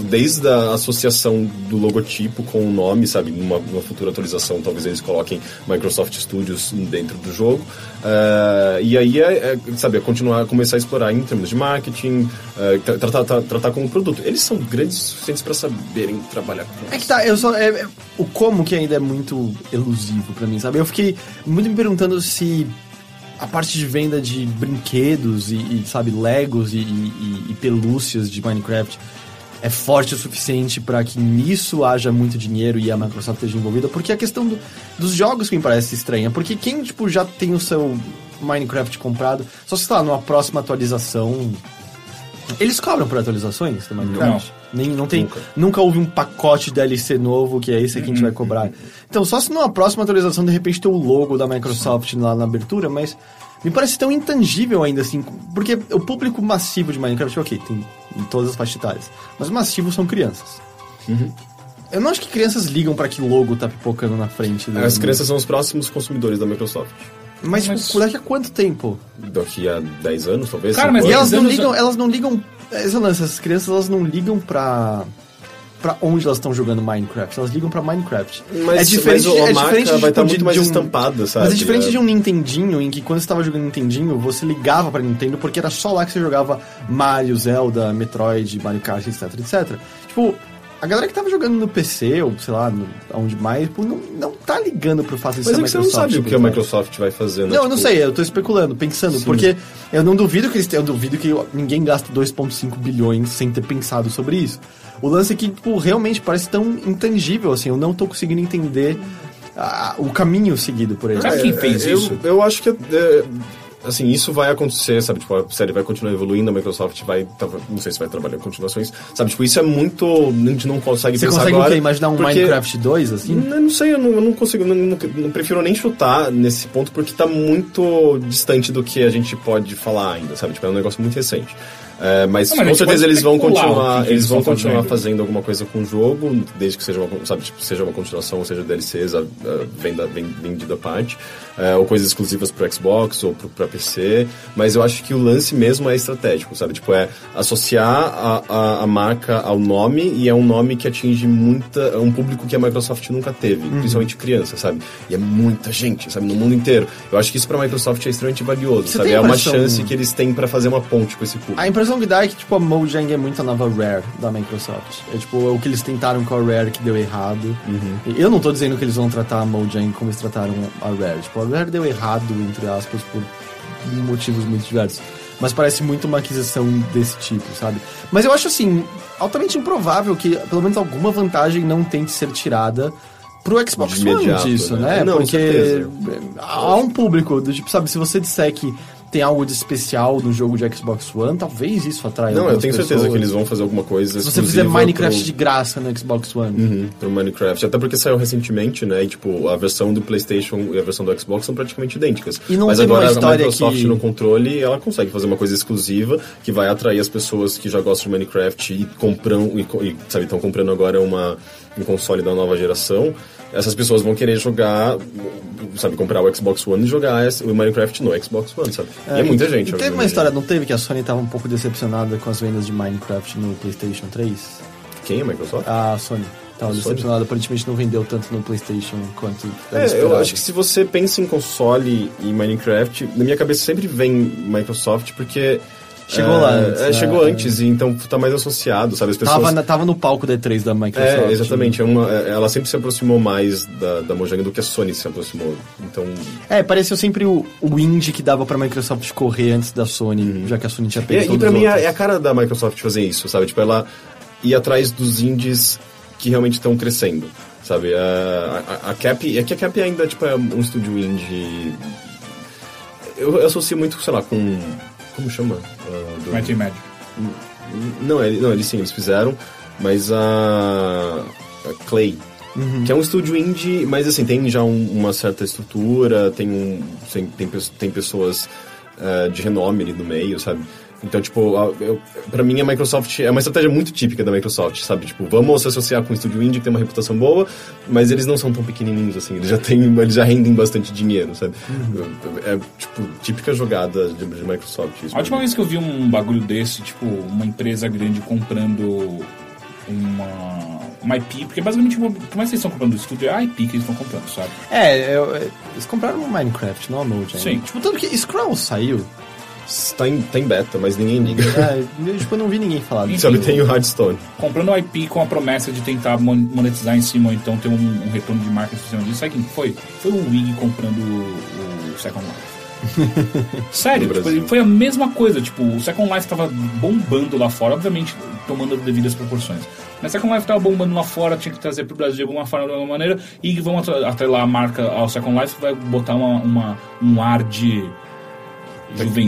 desde a associação do logotipo com o nome, sabe, numa, numa futura atualização talvez eles coloquem Microsoft Studios dentro do jogo, ah, e aí é, é, sabe, é continuar, começar a explorar em termos de marketing, ah, tra- tratar, tra- tratar como produto. Eles são grandes o suficientes para saberem trabalhar com
É que tá, eu só. é- é- o como que ainda é muito elusivo pra mim, sabe? Eu fiquei muito me perguntando se a parte de venda de brinquedos e, e, sabe, Legos e, e- e pelúcias de Minecraft é forte o suficiente pra que nisso haja muito dinheiro e a Microsoft esteja envolvida, porque a questão do- dos jogos que me parece estranha, porque quem, tipo, já tem o seu Minecraft comprado, só se lá numa próxima tá atualização Eles cobram por atualizações do Minecraft? Nem, não tem,
Nunca. Uhum.
nunca. houve um pacote DLC novo que é esse aqui que a gente vai cobrar. Então, só se numa próxima atualização de repente ter o logo da Microsoft lá na abertura, mas me parece tão intangível ainda assim, porque o público massivo de Minecraft, ok, tem em todas as faixas etárias, mas o massivo são crianças.
Uhum.
Eu não acho que crianças ligam pra que logo tá pipocando na frente. do-
As crianças são os próximos consumidores da Microsoft.
Mas, tipo,
Mas-
daqui a quanto tempo?
Daqui a 10 anos, talvez.
Cara, mas
cinco anos.
E elas não
anos-
ligam, elas não ligam. Esse é o lance, essas crianças elas não ligam pra. pra onde elas estão jogando Minecraft, elas ligam pra Minecraft.
Mas-
é diferente,
mas
de-
a
é
marca
diferente
vai
tipo,
tá muito mais
um-
estampada, sabe?
Mas é diferente
É.
de um Nintendinho, em que quando você tava jogando Nintendinho, você ligava pra Nintendo porque era só lá que você jogava Mario, Zelda, Metroid, Mario Kart, etc, etc. Tipo. A galera que tava jogando no PC, ou sei lá, no, onde mais, tipo, não, não tá ligando pro fato de
Mas
ser
é que você não
Microsoft, então?
sabe o que a
sabe?
Microsoft vai fazer, né?
Não, eu não
Tipo,
sei, eu tô especulando, pensando, porque eu não duvido que eles tenham, eu duvido que ninguém gasta 2.5 bilhões sem ter pensado sobre isso. O lance é que, tipo, realmente parece tão intangível, assim, eu não tô conseguindo entender ah, o caminho seguido por eles.
Sabe quem fez
É, eu,
isso?
Eu acho que. é, assim, isso vai acontecer, sabe? Tipo, a série vai continuar evoluindo, a Microsoft vai. tava- Não sei se vai trabalhar continuações. Sabe? Tipo, isso é muito. A gente não consegue
Você
pensar
consegue o
agora.
quê? Imaginar um
porque-
Minecraft 2, assim?
Eu não sei, eu não, eu não consigo, não, não- não prefiro nem chutar nesse ponto porque tá muito distante do que a gente pode falar ainda, sabe? Tipo, é um negócio muito recente. É, mas,
Não, mas a
com
gente
certeza
pode
eles
especular
vão
o que
continuar,
que
eles
eles
vão
estão
continuar
fazendo.
fazendo. alguma coisa com o jogo, desde que seja uma, sabe, tipo, seja uma continuação, ou seja DLCs, a, a venda ven- vendida à parte, é, ou coisas exclusivas pro Xbox ou pro, pra PC, mas eu acho que o lance mesmo é estratégico, sabe? Tipo, é associar a, a, a marca ao nome e é um nome que atinge muita, é um público que a Microsoft nunca teve,
Uhum.
principalmente criança, sabe? E é muita gente, sabe? No mundo inteiro. Eu acho que isso pra Microsoft é extremamente valioso,
Você
sabe?
tem a
É uma
impressão-
chance que eles têm pra fazer uma ponte com esse público.
A impressão que dá é que, tipo, a Mojang é muito a nova Rare da Microsoft. É, tipo, é o que eles tentaram com a Rare que deu errado.
Uhum.
E Eu não tô dizendo que eles vão tratar a Mojang como eles trataram a Rare. Tipo, a Rare deu errado, entre aspas, por motivos muito diversos. Mas parece muito uma aquisição desse tipo, sabe? Mas eu acho, assim, altamente improvável que, pelo menos, alguma vantagem não tente ser tirada pro Xbox
De
One
imediato,
disso,
né?
né?
Não,
Porque
certeza.
há um público, do tipo, sabe, se você disser que tem algo de especial no jogo de Xbox One, talvez isso atraia
Não, eu
algumas
tenho certeza
pessoas.
que eles vão fazer alguma coisa
Se você fizer
exclusiva
Minecraft
pro-
de graça no Xbox One.
Uhum, pro Minecraft. Até porque saiu recentemente, né? E, tipo, a versão do PlayStation e a versão do Xbox são praticamente idênticas.
E não
Mas
teve
agora
uma
a
história
Microsoft
que-
no controle, ela consegue fazer uma coisa exclusiva que vai atrair as pessoas que já gostam de Minecraft e compram e, co- e sabe, estão comprando agora uma um console da nova geração. Essas pessoas vão querer jogar, sabe, comprar o Xbox One e jogar esse- o Minecraft no Xbox One, sabe? e é muita gente.
E teve
obviamente,
uma
né?
história, não teve, que a Sony tava um pouco decepcionada com as vendas de Minecraft no PlayStation 3?
Quem é a Microsoft?
A Sony tava
Sony?
decepcionada, aparentemente não vendeu tanto no PlayStation quanto era
É, eu
esperado.
acho que se você pensa em console e Minecraft, na minha cabeça sempre vem Microsoft, porque.
Chegou
é,
lá antes,
é,
né?
chegou antes, e então tá mais associado, sabe? As pessoas.
Tava, na- tava no palco da E3 da Microsoft. né?
É, exatamente. é uma- é, ela sempre se aproximou mais da, da Mojang do que a Sony se aproximou. Então.
É, pareceu sempre o, o indie que dava pra Microsoft correr antes da Sony, já que a Sony tinha
Uhum. E,
pego
e
todos
pra
os
mim é,
outros.
é a cara da Microsoft fazer isso, sabe? Tipo, ela ir atrás dos indies que realmente estão crescendo, sabe? A, a, a Cap. É que a Cap ainda tipo, é um estúdio indie. Eu, eu associo muito, sei lá, com. Como chama? Ah, do-
Mighty Magic.
Não, ele, não, eles sim, eles fizeram, mas a, a Clay, que é um estúdio indie, mas assim, tem já um- uma certa estrutura, tem, um, tem, tem, pes- tem pessoas eh, de renome ali no meio, sabe? Então, tipo, a- eu, pra mim a Microsoft é uma estratégia muito típica da Microsoft, sabe? Tipo, vamos se associar com um estúdio indie que tem uma reputação boa, mas eles não são tão pequenininhos assim, eles já, têm, eles já rendem bastante dinheiro, sabe? É, tipo, típica jogada de, de Microsoft. isso
A última
pra mim.
vez que eu vi um bagulho desse, tipo, uma empresa grande comprando uma, uma IP, porque basicamente, tipo, por mais que eles estão comprando o estúdio, é a IP que eles estão comprando, sabe?
É, eu- eu- eles compraram o Minecraft, não a Mojang.
Sim.
Tipo, tanto que Scroll saiu.
Tá em, tá em beta, mas ninguém liga.
É, eu, tipo, eu não vi ninguém falar disso.
Sabe, tem o Hardstone.
Comprando a IP com a promessa de tentar mon- monetizar em cima, ou então ter um, um retorno de marca em cima disso. Sabe quem foi? Foi o Wig comprando o, o Second
*laughs*
Life. Sério,
No
tipo,
Brasil.
ele- foi a mesma coisa. Tipo, o Second Life tava bombando lá fora, obviamente tomando as devidas proporções. Mas Second Life tava bombando lá fora, tinha que trazer pro Brasil de alguma forma, de alguma maneira. E vão atra- atrelar a marca ao Second Life, vai botar uma, uma- um ar de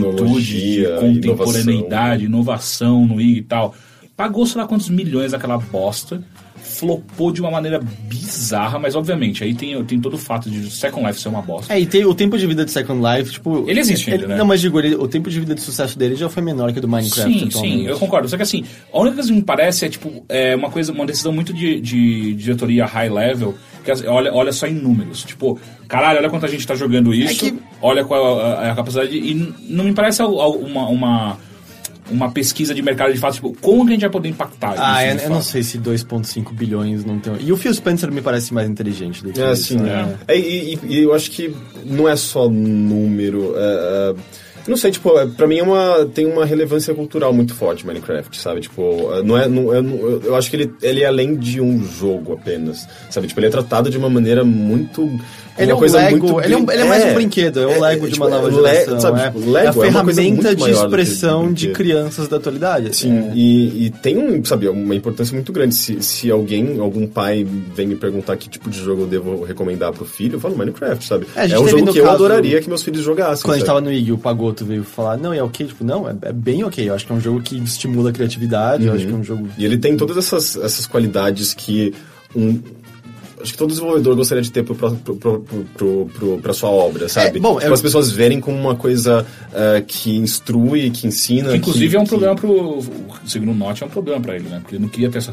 juventude, de
Tecnologia,
contemporaneidade, inovação, no IG e tal. Pagou sei lá quantos milhões naquela bosta, flopou de uma maneira bizarra, mas obviamente, aí tem, tem todo o fato de Second Life ser uma bosta.
É, e tem o tempo de vida de Second Life, tipo.
Então. Ele existe ainda, né?
Não, mas digo, ele- o tempo de vida de sucesso dele já foi menor que o do Minecraft
Sim,
atualmente.
sim, eu concordo. Só que assim, a única coisa que me parece é tipo é uma coisa, uma decisão muito de, de diretoria high level, que as- olha, olha só em números. Tipo, caralho, olha quanta gente tá jogando isso,
É que-
olha qual é a, a capacidade. E n- não me parece al- al- uma, uma, uma pesquisa de mercado de fato, tipo, como que a gente vai poder impactar
Ah,
isso?
eu,
de
eu não
fato?
sei se 2,5 bilhões não tem. um, E o Phil Spencer me parece mais inteligente do que
É,
isso,
assim,
né?
é. É, e, e- e eu acho que não é só número. é, é, eu não sei, tipo, é, pra mim é uma, tem uma relevância cultural muito forte Minecraft, sabe? Tipo, é, não é, não, eu, não- eu- eu acho que ele, ele é além de um jogo apenas, sabe? Tipo, ele é tratado de uma maneira muito...
Ele é
uma
um
coisa
Lego,
muito
ele é um- ele é mais um brinquedo, é o Lego de uma nova
tipo, le-
geração,
sabe,
é.
tipo,
É a
Lego é uma coisa
ferramenta
muito
de
maior do que
expressão de
brinquedo.
crianças da atualidade. assim.
Sim, e, e tem um, sabe, uma importância muito grande. Se, se alguém, algum pai, vem me perguntar que tipo de jogo eu devo recomendar pro filho, eu falo Minecraft, sabe?
É, a
É,
gente
um
teve,
jogo
no
que eu
caso,
adoraria que meus filhos jogassem.
Quando a gente
sabe?
tava no IG, o Pagoto veio falar, não, é ok? Tipo, não, é, é bem ok. Eu acho que é um jogo que estimula a criatividade, eu acho que é um jogo...
E ele tem todas essas, essas qualidades que um. Acho que todo desenvolvedor gostaria de ter pro, pro, pro, pro- pro- pro- pra sua obra, sabe?
É, bom,
tipo,
eu-
as pessoas verem como uma coisa eh, que instrui, que
Ah,
ensina.
Que, inclusive é um
que-
problema pro. o- Segundo o Norte, é um problema pra ele, né? Porque ele não queria ter essa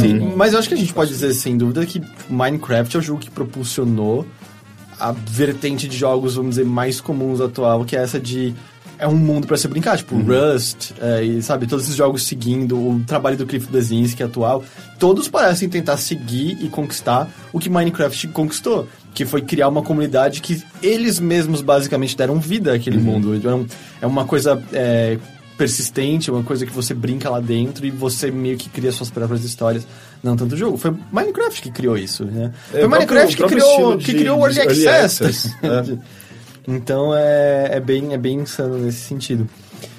Sim, sim.
Então,
Mas eu acho que a gente pode dizer, sem dúvida, que Minecraft é o jogo que propulsionou a vertente de jogos, vamos dizer, mais comuns atual, que é essa de... É um mundo pra se brincar, tipo Rust, é, e sabe, todos esses jogos seguindo, o trabalho do Cliff Blazinski atual, todos parecem tentar seguir e conquistar o que Minecraft conquistou, que foi criar uma comunidade que eles mesmos basicamente deram vida àquele mundo. É, um- é uma coisa é, persistente, uma coisa que você brinca lá dentro e você meio que cria suas próprias histórias. Não tanto jogo. Foi Minecraft que criou isso, né?
É,
foi
o próprio-
Minecraft
o
que
próprio
criou,
estilo
que
de-
criou o Early
de Early
Access.
Access, é.
*laughs* Então é, é, bem, é bem insano nesse sentido.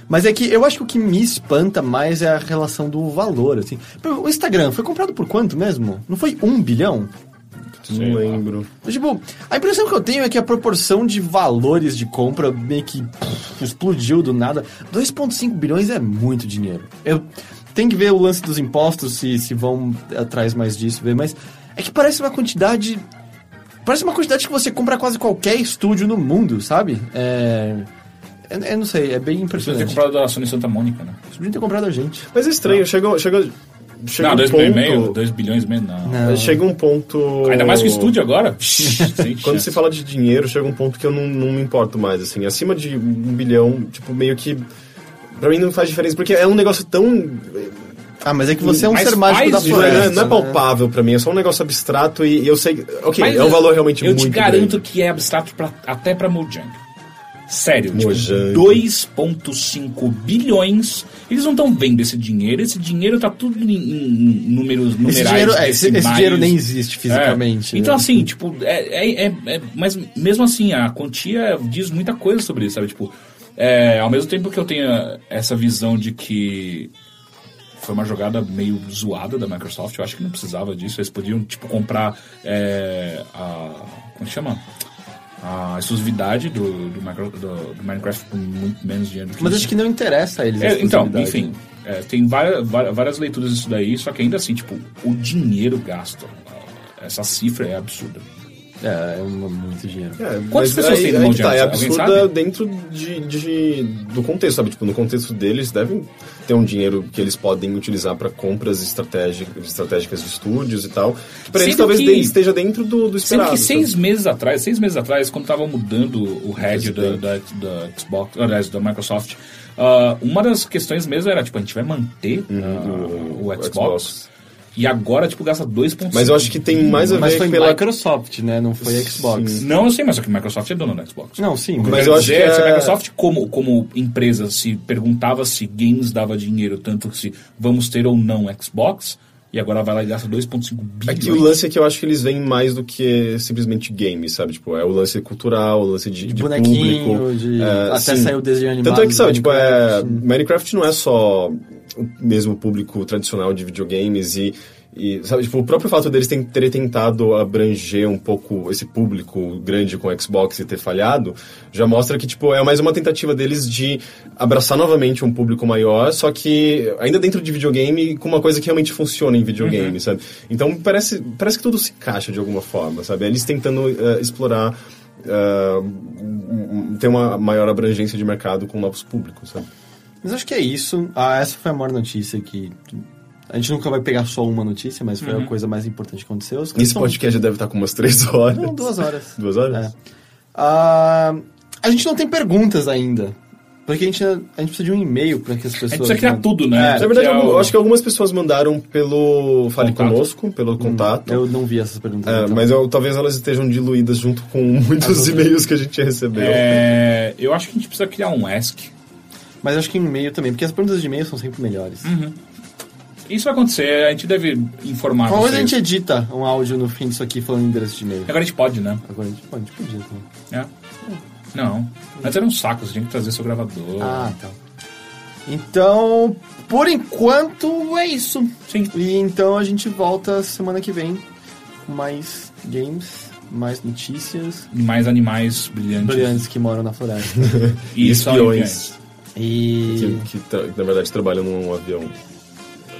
Mas é que eu acho que o que me espanta mais é a relação do valor, assim. Pô, O Instagram foi comprado por quanto mesmo? Não foi um bilhão?
Não lembro.
Tipo, a impressão que eu tenho é que a proporção de valores de compra meio que pff, explodiu do nada. 2,5 bilhões é muito dinheiro. Eu tenho que ver o lance dos impostos, se, se vão atrás mais disso, ver, mas é que parece uma quantidade. Parece uma quantidade que você compra quase qualquer estúdio no mundo, sabe? É. Eu, eu não sei, é bem
Precisa ter
impressionante.
comprado da Sony Santa Mônica, né?
Eles podiam ter comprado a gente.
Mas é estranho, chega, chega, chega
não,
um
2
ponto.
bilhões e meio, 2 bilhões e meio, não.
Não.
Chega um ponto.
Ainda mais que o estúdio agora.
*laughs*
Sem
Quando
chance.
se fala de dinheiro, chega um ponto que eu não, não me importo mais, assim. Acima de um bilhão, tipo, meio que. Pra mim não faz diferença, porque é um negócio tão.
Ah, mas é que você é um
Mas
ser mágico
faz
da
isso,
não,
floresta.
é, não é
né?
palpável pra mim, é só um negócio abstrato e, e eu sei. Ok,
Mas
é um valor realmente
eu
muito.
te garanto
grande.
que é abstrato pra- até pra Mojang. Sério, tipo,
Mojang.
2,5 bilhões. Eles não estão vendo esse dinheiro. Esse dinheiro tá tudo em, em- em números numerais.
Esse dinheiro, é, esse, esse
decimais.
dinheiro nem existe fisicamente.
É. Então,
né?
assim, tipo, é, é, é- é- Mas mesmo assim, a quantia diz muita coisa sobre isso, sabe? Tipo, é, ao mesmo tempo que eu tenho essa visão de que foi uma jogada meio zoada da Microsoft, eu acho que não precisava disso. Eles podiam, tipo, comprar é, a. Como chama? A exclusividade do, do, micro- do- do Minecraft por muito menos dinheiro do que
Mas
isso.
acho que não interessa a eles. a
É, então,
exclusividade. né?
enfim, é, tem várias, várias, várias leituras disso daí, só que ainda assim, tipo, o dinheiro gasto, essa cifra é absurda.
É, é um- muito dinheiro.
É,
Quantas
mas
pessoas
aí-
tem no
aí
Mount
que tá, É
Everest? Alguém
absurda
sabe?
dentro de, de- do contexto, sabe? Tipo, no contexto deles, devem ter um dinheiro que eles podem utilizar para compras estratégicas, estratégicas de estúdios e tal. Que pra eles
Sendo
talvez
que-
de- esteja dentro do, do
Sendo
esperado.
que seis
sabe?
meses atrás, seis meses atrás, quando tava mudando o head da,
presidente.
da, da Xbox, aliás, da Microsoft, ah, uma das questões mesmo era, tipo, a gente vai manter ah, o,
o
Xbox,
Xbox.
e agora, tipo, gasta 2.5.
Mas eu acho que tem mais a
Mas
ver
foi
pela
Microsoft, né? Não foi Xbox.
Não, eu sei, mas é que a Microsoft é dona do Xbox.
Não, sim.
Mas eu acho que a Microsoft, como, como empresa, se perguntava se games dava dinheiro, tanto que se vamos ter ou não Xbox, e agora vai lá e gasta 2,5
É
bilhões.
que o lance é que eu acho que eles vêm mais do que simplesmente games, sabe? Tipo, é o lance cultural, o lance de,
De
de
bonequinho,
público. É,
de- até saiu desenho animado
Tanto é que, sabe,
do
tipo, é...
Minecraft.
Minecraft não é só o mesmo público tradicional de videogames e E, sabe, tipo, o próprio fato deles tem- terem tentado abranger um pouco esse público grande com o Xbox e ter falhado, já mostra que, tipo, é mais uma tentativa deles de abraçar novamente um público maior, só que ainda dentro de videogame, com uma coisa que realmente funciona em videogame, sabe? Então, parece, parece que tudo se encaixa de alguma forma, sabe? Eles tentando eh, explorar, ah, um- um- ter uma maior abrangência de mercado com novos públicos, sabe?
Mas acho que é isso. Ah, essa foi a maior notícia que. A gente nunca vai pegar só uma notícia, mas
Uhum.
foi a coisa mais importante que aconteceu. Os caras
Esse
são-
podcast já deve estar com umas três *laughs* horas.
Então. Não, duas horas.
Duas horas?
É. Ah, a gente não tem perguntas ainda. Porque a gente, a gente precisa de um e-mail para que as pessoas. É,
A gente precisa criar
mandem.
tudo, né?
Na verdade,
Criar
algum-
o-
eu acho que algumas pessoas mandaram pelo Fale
Contato. Hum,
Conosco, pelo contato.
Eu não vi essas perguntas.
É,
então.
Mas eu- talvez elas estejam diluídas junto com *laughs* muitos e-mails que a gente recebeu.
É, eu acho que a gente precisa criar um ask.
Mas acho que um e-mail também, porque as perguntas de e-mail são sempre melhores.
Hum, Isso vai acontecer, a gente deve informar
Qual
vocês.
coisa a gente edita um áudio no fim disso aqui falando o endereço de e-mail?
Agora a gente pode, né?
Agora a gente pode, podia então.
É. Não. Antes era um saco, você tinha que trazer seu gravador.
Ah, tá. Então, por enquanto é isso.
Sim.
E então a gente volta semana que vem com mais games, mais notícias.
E mais animais brilhantes.
Brilhantes que moram na floresta. *laughs*
E só
espiões.
espiões.
E,
Que, que tra- que, na verdade trabalham num avião.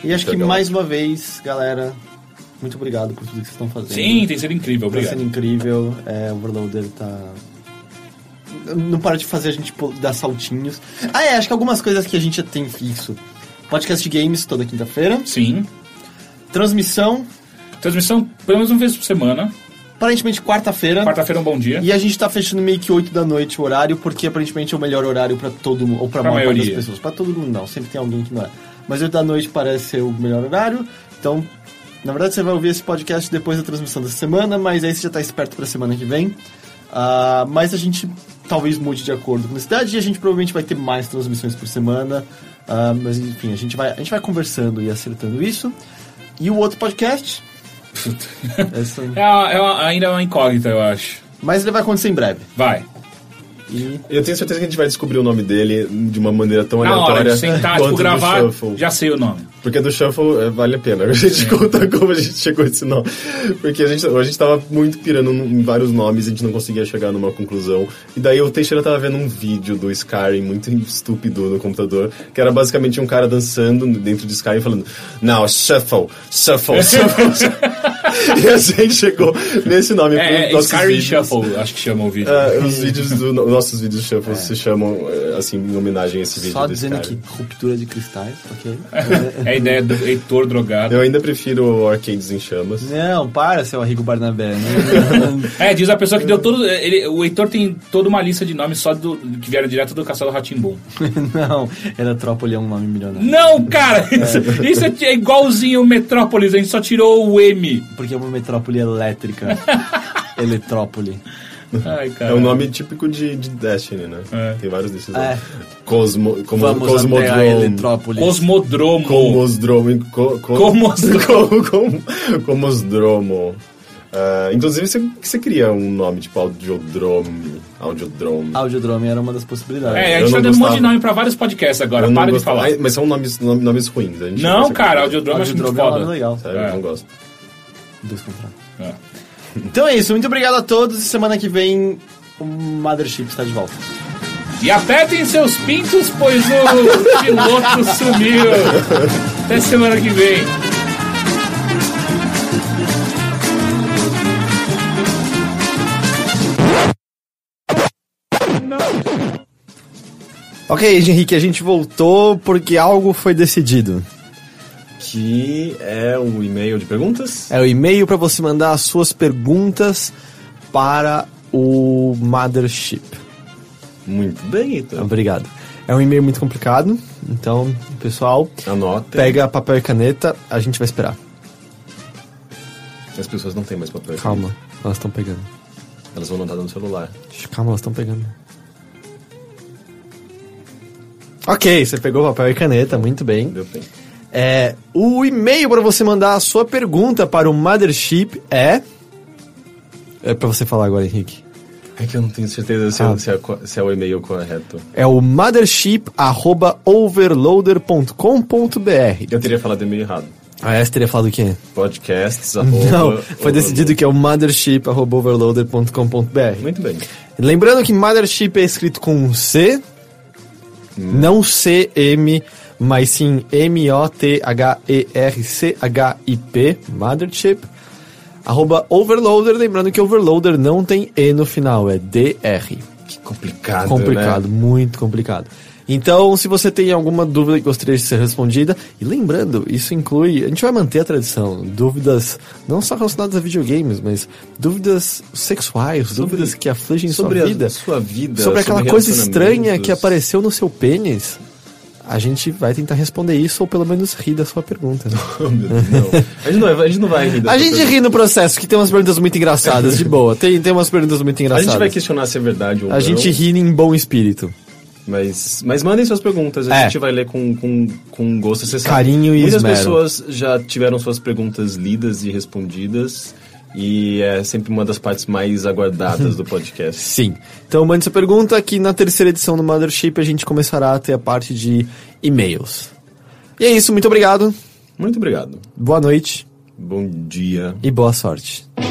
e acho que
Legal.
mais uma vez, galera, muito obrigado por tudo que vocês estão fazendo.
Sim, tem sido incrível,
Tá sendo
obrigado.
incrível. É, o Overloader tá. Não para de fazer a gente pô- dar saltinhos. Ah, é, acho que algumas coisas que a gente já tem fixo. Podcast de games toda quinta-feira.
Sim.
Transmissão,
Transmissão pelo menos uma vez por semana.
aparentemente quarta-feira.
Quarta-feira é um bom dia.
E a gente tá fechando meio que 8 da noite o horário, porque aparentemente é o melhor horário pra todo mundo, ou pra,
Pra
maior parte das
maioria.
pessoas. Pra todo mundo não, sempre tem alguém que não é. Mas 8 da noite parece ser o melhor horário, então. Na verdade, você vai ouvir esse podcast depois da transmissão dessa semana, mas aí você já tá esperto pra semana que vem. Ah, mas a gente talvez mude de acordo com a necessidade e a gente provavelmente vai ter mais transmissões por semana. Ah, mas enfim, a gente, vai, a gente vai conversando e acertando isso. E o outro
*laughs*
podcast. Essa-
É, a- é a- ainda é uma incógnita, eu acho.
mas ele vai acontecer em breve.
Vai.
E
Eu tenho certeza que a gente vai descobrir o nome dele de uma maneira tão
Na hora
aleatória
de sentar,
quanto
tipo,
do
gravar,
Shuffle.
já sei o nome.
Porque do Shuffle é, vale a pena. *laughs* A gente conta como a gente chegou a esse nome. Porque a gente, a gente tava muito pirando num- em vários nomes e a gente não conseguia chegar numa conclusão. E daí o Teixeira tava vendo um vídeo do Skyrim muito estúpido no computador, que era basicamente um cara dançando dentro de Skyrim falando: Não, Shuffle, Shuffle, Shuffle. shuffle." e a gente chegou nesse nome.
É,
pros
é
nossos
Skyrim
vídeos.
Shuffle, acho que chama o vídeo.
Ah, os vídeos do, nossos vídeos Shuffle se chamam eh, assim em homenagem a esse vídeo
Só
do
dizendo
Skyrim.
aqui, ruptura de cristais, ok?
É a ideia do Heitor drogado.
Eu ainda prefiro Arcades em Chamas.
não, para, seu Arrigo Barnabé. né?
*laughs* É, diz a pessoa que deu todo. Ele, o Heitor tem toda uma lista de nomes só do, que vieram direto do Castelo Ratimbum.
não, era Trópole é um nome milionário.
Não, cara! Isso, isso é, é igualzinho o Metrópolis, a gente só tirou o M.
Porque é uma metrópole elétrica. Eletrópole.
Ai, cara.
É um nome típico de, de Destiny, né?
É.
Tem vários desses
É.
nomes. Cosmo, como,
Vamos até a
Cosmodrome.
Eletrópole.
Cosmodromo.
Cosmodrome. Co, co,
Cosmodrome.
*laughs* com- com- Cosmodromo. Ah, inclusive, você, você cria um nome tipo Audiodrome. Audiodrome.
Ah,
Audiodrome era uma das possibilidades.
É, a
Eu
gente tá
não
dando um monte de
gostava.
nome pra vários podcasts agora,
Eu não
para de
gosto-
falar.
Ah, Mas são nomes, nom- nomes ruins. a gente
Não,
gosta
cara,
de-
Audiodrome eu acho muito
Audiodrome é um nome
foda.
legal.
Sabe?
É.
Não gosto.
Dois contra um.
É.
Então é isso, muito obrigado a todos e semana que vem o Mothership está de volta.
E apertem seus pintos, pois o piloto sumiu. Até semana que vem.
Ok, Henrique, a gente voltou porque algo foi decidido.
Que é o e-mail de perguntas?
É o e-mail para você mandar as suas perguntas para o Mothership.
Muito bem, então.
Obrigado. É um e-mail muito complicado, então, pessoal,
Anota.
pega papel e caneta, a gente vai esperar.
As pessoas não têm mais papel. aqui.
Calma, elas estão pegando.
Elas vão anotar no celular.
Shh, Calma, elas estão pegando. Ok, você pegou papel e caneta, muito bem.
Deu tempo.
É, o e-mail para você mandar a sua pergunta para o Mothership é. É para você falar agora, Henrique.
É que eu não tenho certeza se, é-
Ah.
se é, co- se é o e-mail correto.
É o mothership@overloader.com.br.
Eu teria falado e-mail errado.
A S Ah, teria falado o quê?
Podcasts,
Não,
arroba,
foi decidido que é o mothership.overloader.com.br.
Muito bem.
Lembrando que mothership é escrito com um C, não C-M, mas sim M-O-T-H-E-R-C-H-I-P, mothership. Arroba overloader, lembrando que overloader não tem E no final, é DR.
Que complicado,
Complicado,
né?
muito complicado. Então, se você tem alguma dúvida que gostaria de ser respondida, e lembrando, isso inclui, a gente vai manter a tradição, dúvidas não só relacionadas a videogames, mas dúvidas sexuais, dúvidas que afligem
Sobre
sua
a
vida,
sua vida,
sobre aquela
sobre
coisa estranha
relacionamentos.
que apareceu no seu pênis. A gente vai tentar responder isso ou pelo menos rir da sua pergunta.
*laughs*
né?
*laughs* Oh, meu Deus, não. A gente não vai, a gente não vai rir dessa
A gente
coisa.
ri no processo, que tem umas perguntas muito engraçadas, de boa. Tem, tem umas perguntas muito
A
engraçadas.
gente vai questionar se é verdade ou
A
não.
gente ri em bom espírito.
Mas, mas mandem suas perguntas, a
É.
gente vai ler com, com, com gosto. Você sabe,
Carinho e
Muitas
esmero.
pessoas já tiveram suas perguntas lidas e respondidas. E é sempre uma das partes mais
*laughs*
aguardadas do podcast.
Sim. Então mande sua pergunta que na terceira edição do Mothership a gente começará a ter a parte de e-mails. E é isso, muito obrigado,
Muito obrigado.
boa noite
Bom dia.
e boa sorte.